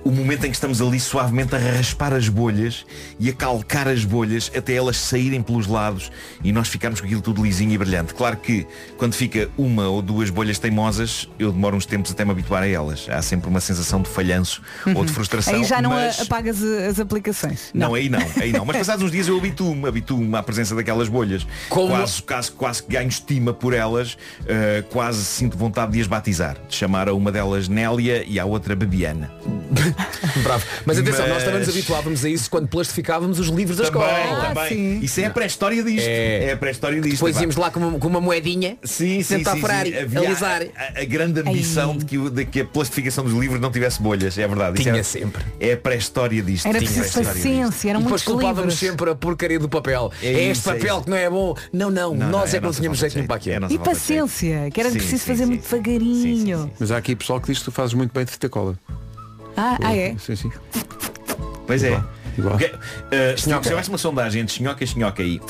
Speaker 11: o momento em que estamos ali suavemente a raspar as bolhas e a calcar as bolhas até elas saírem pelos lados e nós ficarmos com aquilo tudo lisinho e brilhante. Claro que quando fica uma ou duas bolhas teimosas, eu demoro uns tempos até me habituar a elas. Há sempre uma sensação de falhanço ou de frustração.
Speaker 3: Uhum. Aí já não a-
Speaker 11: mas-
Speaker 3: apagas a- as aplicações.
Speaker 11: não, é aí não, aí não. Mas passados uns dias eu habituo-me, habituo-me à presença daquelas bolhas.
Speaker 6: Como-
Speaker 11: Quase, quase, quase que ganho estima por elas, eh, quase sinto vontade de as batizar. De chamar a uma delas Nélia e à outra Bebiana.
Speaker 6: Bravo. Mas atenção, nós também nos
Speaker 11: Mas-
Speaker 6: habituávamos a isso quando plastificávamos os livros da
Speaker 11: Também,
Speaker 6: escola.
Speaker 11: também. Isso é a pré-história disto. É, a pré-história disto.
Speaker 6: Depois
Speaker 11: pá.
Speaker 6: íamos lá com uma, com uma moedinha.
Speaker 11: Sim, sim,
Speaker 6: Tentar
Speaker 11: sim,
Speaker 6: furar,
Speaker 11: sim. Havia
Speaker 6: alisar.
Speaker 11: A, a- a grande ambição de que, o- de que a plastificação dos livros não tivesse bolhas, é verdade. Isso
Speaker 6: Tinha
Speaker 11: é,
Speaker 6: sempre.
Speaker 11: É a pré-história disto.
Speaker 3: Era
Speaker 11: Tinha a
Speaker 3: preciso
Speaker 11: pré-história disto.
Speaker 3: paciência, eram
Speaker 6: e
Speaker 3: muitos
Speaker 6: depois culpávamos
Speaker 3: livros.
Speaker 6: sempre a porcaria do papel.
Speaker 11: É
Speaker 6: É,
Speaker 11: isso,
Speaker 6: este
Speaker 11: é
Speaker 6: papel
Speaker 11: isso.
Speaker 6: que não é bom. Não, não,
Speaker 11: Não,
Speaker 6: nós é
Speaker 11: não, é
Speaker 6: que não
Speaker 11: nossa
Speaker 6: tínhamos
Speaker 11: falta
Speaker 6: jeito
Speaker 11: de
Speaker 6: nenhum
Speaker 11: jeito.
Speaker 6: para aquilo.
Speaker 11: É nossa
Speaker 3: E
Speaker 11: falta de jeito.
Speaker 3: paciência, que era
Speaker 11: Sim,
Speaker 3: preciso
Speaker 11: sim,
Speaker 3: fazer
Speaker 11: sim.
Speaker 3: muito devagarinho.
Speaker 1: Mas há aqui pessoal que diz que tu fazes muito bem de fita cola.
Speaker 3: Ah, ah, é?
Speaker 1: Sim, sim.
Speaker 11: Pois é.
Speaker 1: Igual.
Speaker 11: Okay. Uh, se tivesse uma sondagem entre chinhoca e chinhoca aí,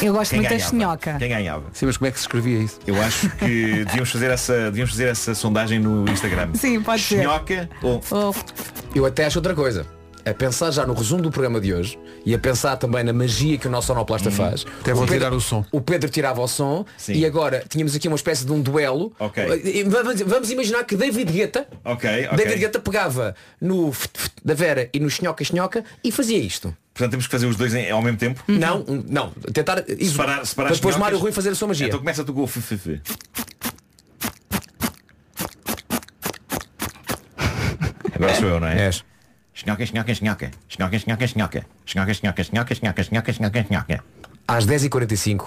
Speaker 3: Eu gosto
Speaker 11: quem
Speaker 3: muito é da
Speaker 11: ganhava?
Speaker 3: senhoca.
Speaker 11: Quem ganhava?
Speaker 1: Sim, mas como é que se escrevia isso?
Speaker 11: Eu acho que devíamos fazer essa, devíamos fazer essa sondagem no Instagram.
Speaker 3: Sim, pode ser.
Speaker 11: Chinhoca ou
Speaker 3: Oh,
Speaker 6: Eu até acho outra coisa. A pensar já no resumo do programa de hoje e a pensar também na magia que o nosso sonoplasta
Speaker 11: Hum.
Speaker 6: faz.
Speaker 1: Até vou
Speaker 6: Pedro-
Speaker 1: tirar o som.
Speaker 6: O Pedro tirava o som
Speaker 11: Sim.
Speaker 6: e agora tínhamos aqui uma espécie de um duelo.
Speaker 11: Ok.
Speaker 6: E Vamos, vamos imaginar que David Guetta,
Speaker 11: Ok, ok.
Speaker 6: David Guetta pegava no f- f- da Vera e no Chinhoca Chinhoca e fazia isto.
Speaker 11: Portanto, temos que fazer os dois em- ao mesmo tempo.
Speaker 6: Não, um, não, tentar isso,
Speaker 11: Separar, separar
Speaker 6: para depois
Speaker 11: chinhocas.
Speaker 6: Mário Rui fazer a sua magia.
Speaker 11: Então começa tu com o FFF. Agora sou eu, não é?
Speaker 6: És.
Speaker 11: Chinhoca, chinhoca, chinhoca. Chinhoca, chinhoca, chinhoca. Chinhoca, chinhoca, chinhoca, chinhoca, chinhoca, chinhoca, chinhoca.
Speaker 6: Às 10h45.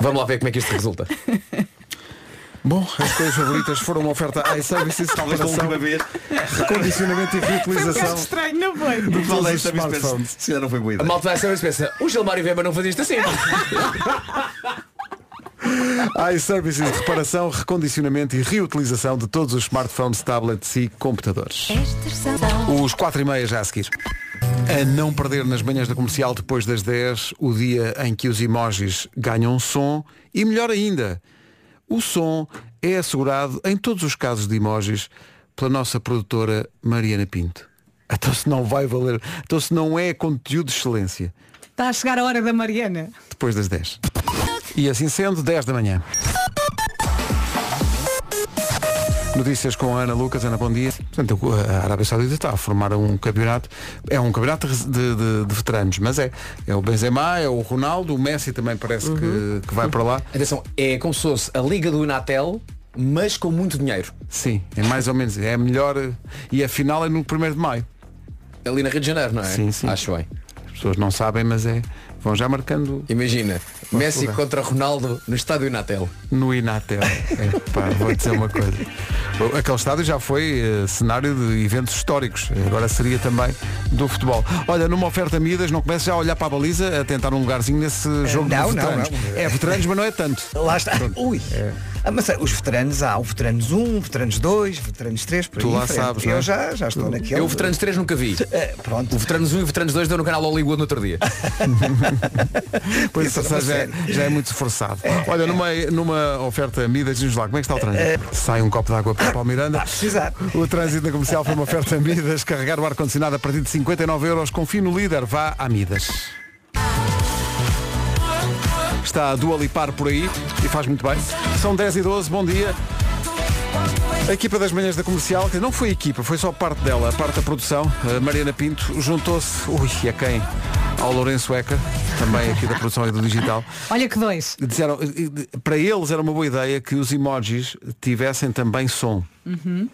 Speaker 6: Vamos lá ver como é que isto resulta.
Speaker 1: Bom, as coisas favoritas foram uma oferta
Speaker 3: Ah,
Speaker 1: iServices,
Speaker 11: Talvez da
Speaker 1: reparação,
Speaker 11: última vez.
Speaker 1: recondicionamento e reutilização.
Speaker 3: estranho, não foi?
Speaker 11: Talvez da última
Speaker 1: smartphones.
Speaker 11: vez. Se ainda não foi boa
Speaker 6: A
Speaker 11: ideia.
Speaker 6: malta vai saber se pensa, o Gilmário Weber não fazia isto assim.
Speaker 1: iServices, reparação, recondicionamento e reutilização de todos os smartphones, tablets e computadores.
Speaker 12: Estas são
Speaker 1: Os 4 e meia já a seguir. A não perder nas manhãs da comercial depois das 10, o dia em que os emojis ganham um som e melhor ainda, o som é assegurado em todos os casos de emojis pela nossa produtora Mariana Pinto. Então se não vai valer, então se não é conteúdo de excelência,
Speaker 3: Está a chegar a hora da Mariana.
Speaker 1: depois das 10. E assim sendo, 10 da manhã. Notícias com a Ana Lucas. Ana, bom dia. Portanto, a Arábia Saudita está a formar um campeonato. É um campeonato de, de- de veteranos, mas é. É o Benzema, é o Ronaldo, o Messi também parece que, que vai para lá.
Speaker 6: Atenção, é como se fosse a Liga do Inatel, mas com muito dinheiro.
Speaker 1: Sim, é mais ou menos. É a melhor. eh, E a final é no 1 de maio.
Speaker 6: Ali na Rio de Janeiro, não é?
Speaker 1: Sim, sim.
Speaker 6: Acho bem.
Speaker 1: As pessoas não sabem, mas é. Vão já marcando
Speaker 6: Imagina, Messi
Speaker 1: lugar.
Speaker 6: contra Ronaldo no estádio Inatel.
Speaker 1: no Inatel. Epá, vou dizer uma coisa. Bom, Aquele estádio já foi eh, cenário de eventos históricos. Agora seria também do futebol. Olha, numa oferta Midas, não começa já a olhar para a baliza, a tentar um lugarzinho nesse jogo de
Speaker 2: Eh, não, não,
Speaker 1: veteranos.
Speaker 2: não.
Speaker 1: É veteranos, mas não é tanto.
Speaker 2: Lá está. Ui. Ah, Mas ah, os veteranos há o veteranos 1, veteranos 2, veteranos 3, por aí
Speaker 6: Tu
Speaker 2: em
Speaker 6: lá
Speaker 2: frente.
Speaker 6: sabes, não
Speaker 2: Eu
Speaker 6: é?
Speaker 2: já, já estou naquele.
Speaker 6: Eu
Speaker 11: um-
Speaker 6: o Veteranos 3 nunca vi.
Speaker 2: pronto.
Speaker 6: O Veteranos 1 e o Veteranos 2 deu no canal Hollywood no outro dia.
Speaker 1: Por isso,
Speaker 6: Isso é uma
Speaker 1: já, é, já é muito esforçado. Olha, numa, numa oferta Midas, diz lá, como é que está o
Speaker 2: Eh,
Speaker 1: trânsito? Sai um copo de água para o
Speaker 2: Ah,
Speaker 1: Miranda. O trânsito na comercial foi uma oferta Midas. Carregar o ar-condicionado a partir de 59 euros. Confie no líder. Vá a Midas. Está a Dua Lipar por aí e faz muito bem. São 10 e 12, bom dia. A equipa das manhãs da comercial, que não foi equipa, foi só parte dela, a parte da produção, a Mariana Pinto, juntou-se, ui, a quem? Ao Lourenço Eca, também aqui da produção e do digital.
Speaker 3: Olha que dois.
Speaker 1: Disseram, para eles era uma boa ideia que os emojis tivessem também som.
Speaker 3: Uhum.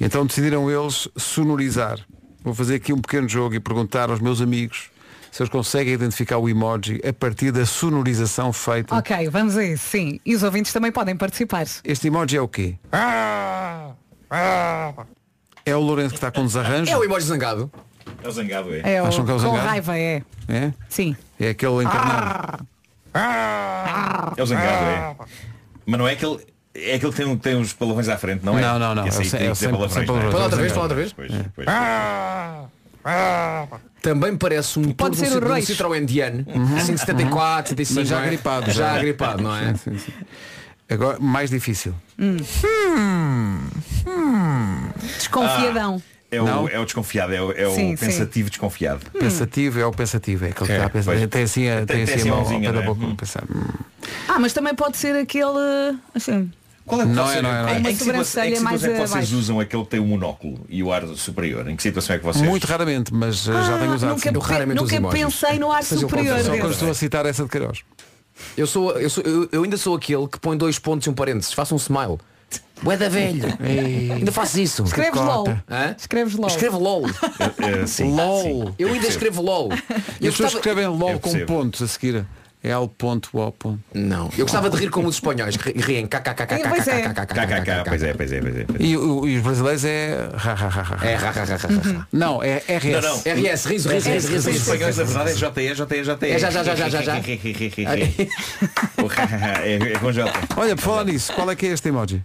Speaker 1: Então decidiram eles sonorizar. Vou fazer aqui um pequeno jogo e perguntar aos meus amigos se eles conseguem identificar o emoji a partir da sonorização feita.
Speaker 3: Ok, vamos a isso, sim. E os ouvintes também podem participar.
Speaker 1: Este emoji é o quê?
Speaker 6: Ah!
Speaker 1: É o Lourenço que está com desarranjo?
Speaker 6: É o emoji zangado.
Speaker 11: É o zangado, é.
Speaker 3: É o,
Speaker 1: Acham que é o
Speaker 3: com
Speaker 1: zangado?
Speaker 3: raiva, é.
Speaker 1: É?
Speaker 3: Sim.
Speaker 1: É aquele
Speaker 6: Ah!
Speaker 1: encarnado.
Speaker 11: É o zangado, é. Mas não é aquele. É aquele que tem, que tem os palavrões à frente, não é?
Speaker 1: Não, não, não. É
Speaker 11: Esse
Speaker 1: o
Speaker 11: aí
Speaker 1: sem-
Speaker 11: tem
Speaker 1: é o
Speaker 11: que ter
Speaker 1: sem- sem
Speaker 11: palavrões. não é?
Speaker 1: palavrões. Fala outra vez,
Speaker 6: fala outra vez. Ah.
Speaker 11: Pois, pois.
Speaker 6: Também parece um
Speaker 11: Pode
Speaker 6: Pode ser
Speaker 11: ser o
Speaker 6: um
Speaker 11: Reis.
Speaker 6: Citroën Diane.
Speaker 1: Uhum.
Speaker 6: Assim de 74, 75.
Speaker 1: Mas já
Speaker 6: não é?
Speaker 1: gripado.
Speaker 6: Já gripado, não é?
Speaker 1: Sim, sim, sim. Agora, mais difícil.
Speaker 3: Desconfiadão.
Speaker 11: É o,
Speaker 1: Não?
Speaker 11: é o desconfiado, é o, é o
Speaker 3: Sim, sim.
Speaker 11: pensativo desconfiado.
Speaker 1: Pensativo é o pensativo, é aquele que
Speaker 11: É,
Speaker 1: está a pensar.
Speaker 11: pois.
Speaker 1: Tem assim a, tem
Speaker 11: Tem- tem
Speaker 1: assim a mão ao
Speaker 11: mãozinha,
Speaker 1: pé da
Speaker 11: não é?
Speaker 1: boca. a pensar. Hum.
Speaker 3: Ah, mas também pode ser aquele. Assim,
Speaker 11: Qual é o que
Speaker 1: Não
Speaker 11: vocês-
Speaker 1: é, não é, não é.
Speaker 3: Uma
Speaker 11: Em que situa- em que
Speaker 3: sobrancelha
Speaker 11: situação
Speaker 3: mais
Speaker 11: é que vocês
Speaker 3: abaixo.
Speaker 11: usam aquele que tem o monóculo e o ar superior? Em que situação é que vocês
Speaker 1: Muito raramente, mas eh, já
Speaker 3: Ah,
Speaker 1: tenho usado.
Speaker 3: nunca
Speaker 1: sim.
Speaker 3: pe- Eu raramente nunca uso emojis. pensei no ar
Speaker 1: Seja o que
Speaker 3: superior
Speaker 1: for, Só
Speaker 3: desse.
Speaker 1: quando estou a citar essa de Queiroz.
Speaker 6: Eu, sou, eu, sou, eu, eu ainda sou aquele que põe dois pontos e um parênteses. Faça um smile. Bué da velha.
Speaker 1: Ei.
Speaker 6: ainda faço isso.
Speaker 3: Escreves LOL.
Speaker 6: Hã?
Speaker 3: Escreves LOL.
Speaker 6: Escrevo LOL.
Speaker 11: Eh, LOL.
Speaker 6: eu ainda escrevo LOL.
Speaker 1: E as pessoas
Speaker 6: gostava-
Speaker 1: escrevem
Speaker 6: Eu
Speaker 1: logo com
Speaker 6: percebo.
Speaker 1: pontos a seguir. L ponto, O ponto.
Speaker 6: Não. Eu gostava de rir como os espanhóis. ri- Riem.
Speaker 1: Pois é.
Speaker 6: KKKKKKKKKKK.
Speaker 11: Pois é, pois é, pois é.
Speaker 1: E, o- e os brasileiros é. ra, ra, ra, ra.
Speaker 6: É ra, ra, ra, ra, ra.
Speaker 1: Uhum. Não, é RS.
Speaker 11: Não, não.
Speaker 6: RS, riso, riso, riso, riso,
Speaker 11: Os
Speaker 6: riso.
Speaker 11: espanhóis, na verdade, é JE, JE, JE.
Speaker 6: É já, já, já, já, já, já.
Speaker 11: O hahaha é é com J.
Speaker 1: Olha, por falar nisso, qual é que é este emoji?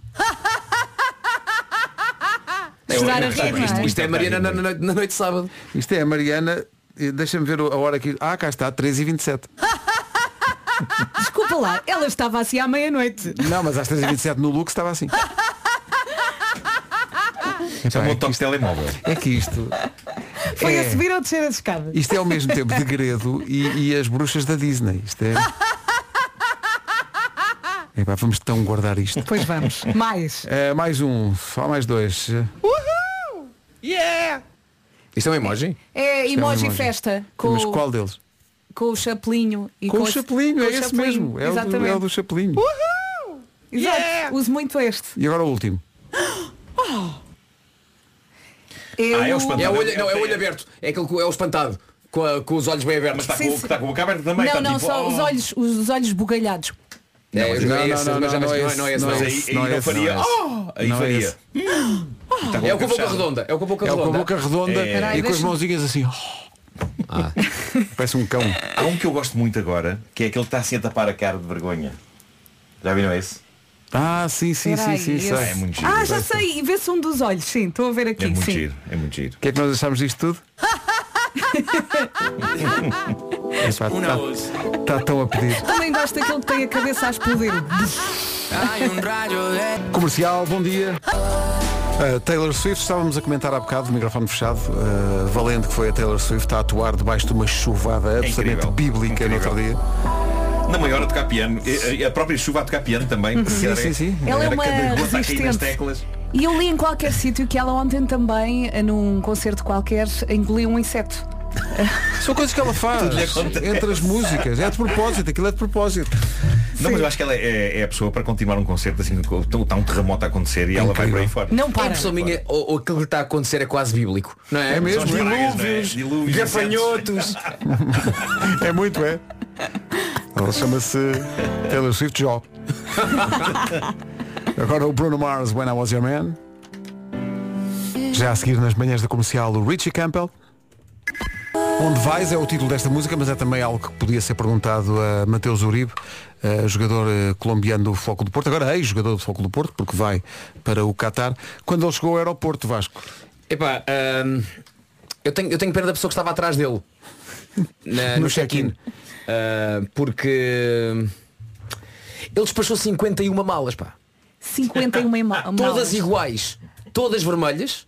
Speaker 6: Chorar a rir, não é? Isto é Mariana na- na- na noite de sábado.
Speaker 1: Isto é a Mariana. eh, Deixa-me ver a hora aqui. Ah, cá está, 13h27.
Speaker 3: Desculpa lá, ela estava assim à meia-noite.
Speaker 1: Não, mas às 3h27 no look estava assim.
Speaker 11: Já um toque de telemóvel.
Speaker 1: É que isto.
Speaker 3: Foi
Speaker 1: é,
Speaker 3: a subir ou descer as escadas.
Speaker 1: Isto é ao mesmo tempo de Gredo e, e as bruxas da Disney. Isto é. Epá, vamos tão guardar isto.
Speaker 3: Pois vamos. Mais.
Speaker 1: Eh, mais um, só mais dois.
Speaker 3: Uhul! Yeah!
Speaker 6: Isto é um emoji?
Speaker 3: É
Speaker 1: Isto é um
Speaker 3: emoji
Speaker 1: emoji.
Speaker 3: festa com,
Speaker 1: Mas qual deles?
Speaker 3: com o chapelinho e
Speaker 1: Com o
Speaker 3: as-
Speaker 1: chapelinho,
Speaker 3: com
Speaker 1: é
Speaker 3: o
Speaker 1: esse
Speaker 3: chapelinho.
Speaker 1: mesmo. É o do-
Speaker 3: Exatamente. Uh!
Speaker 1: é o do chapelinho.
Speaker 3: Exato. Uso muito este.
Speaker 1: E agora o último.
Speaker 11: Ah, é o espantado.
Speaker 6: É o olho, não, é o olho aberto. É aquele que é o espantado. Com, a- com os olhos bem abertos.
Speaker 11: Mas está com, o- está com a boca aberta também.
Speaker 1: tá
Speaker 3: não, não,
Speaker 11: está tipo,
Speaker 3: só
Speaker 11: oh.
Speaker 3: os olhos, os, os olhos bugalhados.
Speaker 11: Não, mas
Speaker 6: Não,
Speaker 11: é
Speaker 6: não,
Speaker 11: esse,
Speaker 6: não,
Speaker 11: mas já-
Speaker 6: não,
Speaker 11: mas
Speaker 6: não é
Speaker 11: não
Speaker 6: esse, não
Speaker 11: é esse, mas
Speaker 6: é
Speaker 11: aí-
Speaker 6: esse,
Speaker 11: aí
Speaker 6: não é
Speaker 11: não
Speaker 6: esse,
Speaker 11: faria.
Speaker 6: não é esse.
Speaker 11: Oh! Aí
Speaker 6: Não é
Speaker 11: faria. "Hum."
Speaker 6: esse.
Speaker 11: Está
Speaker 6: É o com a boca
Speaker 11: fechada.
Speaker 6: redonda. É o com a boca
Speaker 1: É o
Speaker 6: redonda.
Speaker 1: com a boca redonda
Speaker 11: É.
Speaker 1: e
Speaker 11: Carai,
Speaker 1: com as
Speaker 11: deixa-me-
Speaker 1: mãozinhas assim. Ah, Parece um cão.
Speaker 11: Há um que eu gosto muito agora, que é aquele que está assim a tapar a cara de vergonha. Já viram esse?
Speaker 1: Ah, sim, sim,
Speaker 3: Espera
Speaker 1: sim, sim. É
Speaker 3: aí,
Speaker 1: sei.
Speaker 3: esse- Ah, já sei. E vê-se um dos olhos, sim. Estou a ver aqui.
Speaker 1: É muito
Speaker 3: sim.
Speaker 1: giro.
Speaker 11: É muito giro.
Speaker 1: O que é que nós achámos disto tudo? Está tá- tão a pedir.
Speaker 3: Também gosto daquele que tem a cabeça a explodir.
Speaker 1: Comercial, bom dia. Uh, Taylor Swift, estávamos a comentar há bocado, o microfone fechado, uh, valente que foi a Taylor Swift a atuar debaixo de uma chuvada absolutamente
Speaker 11: É incrível.
Speaker 1: bíblica no outro dia.
Speaker 11: Na maior a tocar piano. E- e A própria chuva a tocar piano também. porque
Speaker 1: Sim,
Speaker 11: era-
Speaker 1: sim, sim.
Speaker 3: Uhum. Ela é
Speaker 11: era
Speaker 3: uma
Speaker 11: cada gota a cair nas
Speaker 3: resistente.
Speaker 11: teclas.
Speaker 3: E eu li em qualquer sítio que ela ontem também, num concerto qualquer, engoliu um inseto.
Speaker 1: São coisas que ela faz
Speaker 11: Tudo lhe acontece.
Speaker 1: entre as músicas. É de propósito, aquilo é de propósito.
Speaker 11: Não, mas eu acho que ela é, é a pessoa para continuar um concerto assim, com- está um terremoto a acontecer e ela vai para aí fora.
Speaker 6: É impressão minha, ou, ou aquilo que está a acontecer é quase bíblico. Não é?
Speaker 11: É mesmo,
Speaker 6: São as pragas,
Speaker 11: dilúvios,
Speaker 6: não é?
Speaker 11: dilúvios,
Speaker 6: gafanhotos.
Speaker 1: É muito, é? Ela chama-se Taylor Swift Jó. Agora o Bruno Mars, When I Was Your Man. Já a seguir nas manhãs da comercial, o Richie Campbell. Onde vais é o título desta música, mas é também algo que podia ser perguntado a Mateus Uribe, eh, jogador eh, colombiano do Foco do Porto, agora ex-jogador do Foco do Porto, porque vai para o Qatar. Quando ele chegou ao aeroporto, Vasco,
Speaker 6: Epá, hum, eu, tenho, eu tenho pena da pessoa que estava atrás dele. Na- no
Speaker 1: No
Speaker 6: check-in. Ah, porque hum, ele despachou 51 malas, pá.
Speaker 3: 51 em ma-
Speaker 6: Todas
Speaker 3: malas.
Speaker 6: iguais. Todas vermelhas.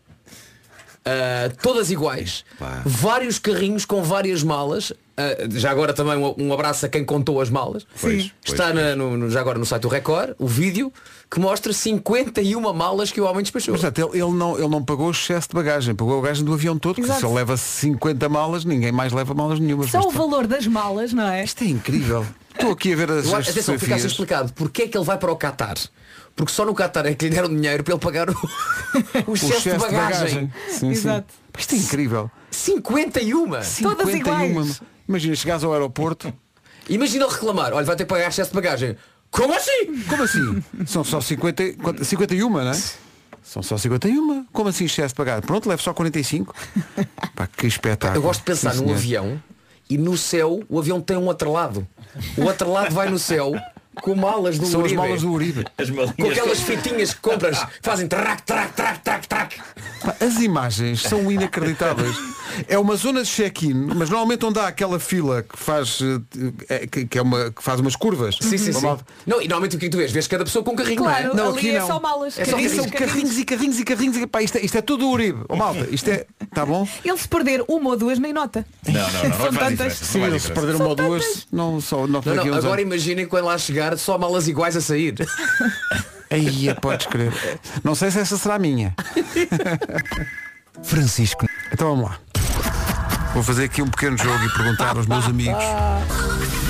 Speaker 6: Ah, todas iguais. Vários carrinhos com várias malas. Ah, já agora também um, um abraço a quem contou as malas.
Speaker 11: Pois, Sim. pois,
Speaker 6: Está na- no- no- já agora no site do Record o vídeo que mostra 51 malas que o homem despachou.
Speaker 1: Portanto, ele, ele não, ele não pagou o excesso de bagagem, pagou a bagagem do avião todo, porque
Speaker 3: Exato.
Speaker 1: se ele leva 50 malas, ninguém mais leva malas nenhumas.
Speaker 3: Só
Speaker 1: Mas tá-
Speaker 3: o valor das malas, não é?
Speaker 1: Isto é incrível. Estou aqui a ver as,
Speaker 6: Eu
Speaker 1: as
Speaker 6: acho- atenção, fica a ser
Speaker 1: fotografias.
Speaker 6: explicado porque é que ele vai para o Qatar. Porque só no Qatar é que lhe deram dinheiro para ele pagar o, o
Speaker 1: O
Speaker 6: excesso de
Speaker 1: excesso de
Speaker 6: bagagem.
Speaker 1: bagagem. Sim, sim. Exato. Isto é incrível.
Speaker 6: 51!
Speaker 1: 51. Imagina, chegares ao aeroporto.
Speaker 6: Imagina ele reclamar, olha, vai ter que pagar excesso de bagagem. Como assim?
Speaker 1: Como assim? São só 50, e- quant- 51, não é? São só 51. Como assim excesso de bagagem? Pronto, levo só 45. Pá, que espetáculo.
Speaker 6: Eu gosto de pensar
Speaker 1: Ah, Sim,
Speaker 6: num
Speaker 1: senhor.
Speaker 6: avião e no céu o avião tem um atrelado. O atrelado vai no céu com malas do
Speaker 1: São as
Speaker 6: Uribe.
Speaker 1: malas do Uribe.
Speaker 6: Com aquelas fitinhas que compras que fazem trac, trac, trac, trac, trac.
Speaker 1: Pá, As imagens são inacreditáveis. É uma zona de check-in, mas normalmente onde há aquela fila que faz, eh, eh, que, que é uma, que faz umas curvas.
Speaker 6: Sim, sim,
Speaker 1: Uma
Speaker 6: sim.
Speaker 1: malta-
Speaker 6: Não, e normalmente o que é que tu vês? Vês cada pessoa com um carrinho,
Speaker 3: Claro,
Speaker 6: não é?
Speaker 3: ali é só malas.
Speaker 6: É só
Speaker 1: Carrinhos,
Speaker 6: carrinhos.
Speaker 1: são carrinhos e carrinhos e carrinhos. E, pá, isto, é, isto é tudo o Uribe. Oh, malta, isto é. Está bom?
Speaker 3: Ele se perder uma ou duas nem nota.
Speaker 11: Não, não, não, não
Speaker 3: São
Speaker 11: faz
Speaker 3: tantas.
Speaker 11: diferença.
Speaker 1: Sim, eles se perderam uma ou duas, não só não,
Speaker 6: Não,
Speaker 1: daqui a
Speaker 6: não,
Speaker 1: uns
Speaker 6: agora
Speaker 1: anos.
Speaker 6: imaginem quando lá chegar só malas iguais a sair.
Speaker 1: Aí, é, podes crer. Não sei se essa será a minha. Francisco. Então vamos lá. Vou fazer aqui um pequeno jogo e perguntar aos meus amigos.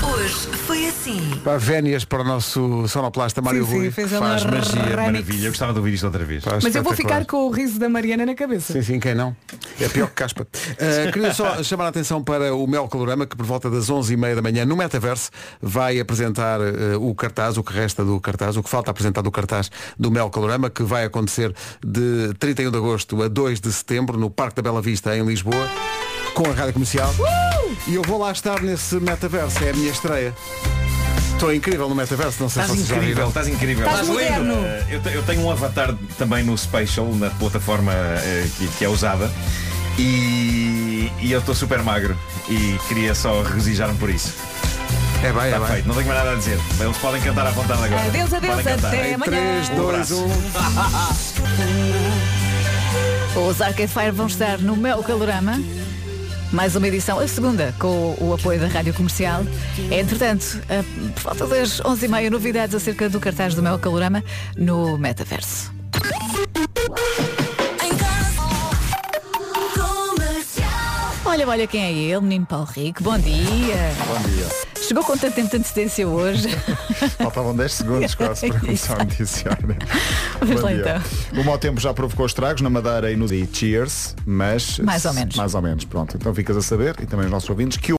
Speaker 7: Hoje foi assim.
Speaker 1: Pá, Vénias para o nosso sonoplasta Mário
Speaker 3: Sim, sim,
Speaker 1: Rui.
Speaker 3: fez
Speaker 11: Faz
Speaker 3: uma
Speaker 11: magia,
Speaker 3: remix.
Speaker 11: maravilha. Eu gostava de ouvir isto outra vez.
Speaker 1: Pá,
Speaker 3: Mas eu vou
Speaker 1: espetacular.
Speaker 3: ficar com o riso da Mariana na cabeça.
Speaker 1: Sim, sim, quem não? É pior que caspa. Uh, queria só chamar a atenção para o Mel Calorama, que por volta das 11h30 da manhã, no Metaverse, vai apresentar uh, o cartaz, o que resta do cartaz, o que falta apresentar do cartaz do Mel Calorama, que vai acontecer de 31 de agosto a 2 de setembro, no Parque da Bela Vista, em Lisboa, com a Rádio Comercial. E eu vou lá estar nesse Metaverse, é a minha estreia. Estou incrível no Metaverse, não sei
Speaker 11: Estás
Speaker 1: se vocês já
Speaker 11: incrível,
Speaker 1: viram.
Speaker 11: estás incrível.
Speaker 3: Tá Estás moderno.
Speaker 11: Eh, Eu, te- eu tenho um avatar também no Spatial, na plataforma eh, que, que é usada. E, e eu estou super magro e queria só regozijar-me por isso.
Speaker 1: É bem,
Speaker 11: é bem. Não tenho mais nada a dizer. Eles podem cantar à vontade agora.
Speaker 3: Adeus, adeus,
Speaker 11: Podem cantar.
Speaker 3: até amanhã.
Speaker 1: Três,
Speaker 11: Um
Speaker 1: dois,
Speaker 11: abraço.
Speaker 1: um.
Speaker 14: Os Arcade Fire vão estar no meu calorama. Mais uma edição, a segunda, com o apoio da Rádio Comercial. Entretanto, a- por volta das 11h30, novidades acerca do cartaz do meu calorama no Metaverso. Olha, olha quem é ele, menino Paulo Rico. Bom dia.
Speaker 15: Bom dia.
Speaker 14: Chegou com tanto tempo de antecedência hoje.
Speaker 15: Faltavam 10 segundos quase para começar a noticiar.
Speaker 14: Vamos
Speaker 15: Bom
Speaker 14: lá
Speaker 15: dia.
Speaker 14: então.
Speaker 15: O mau tempo já provocou estragos na Madeira e no dia. Cheers, mas.
Speaker 14: Mais ou menos.
Speaker 15: Mais ou menos, pronto. Então ficas a saber, e também os nossos ouvintes, que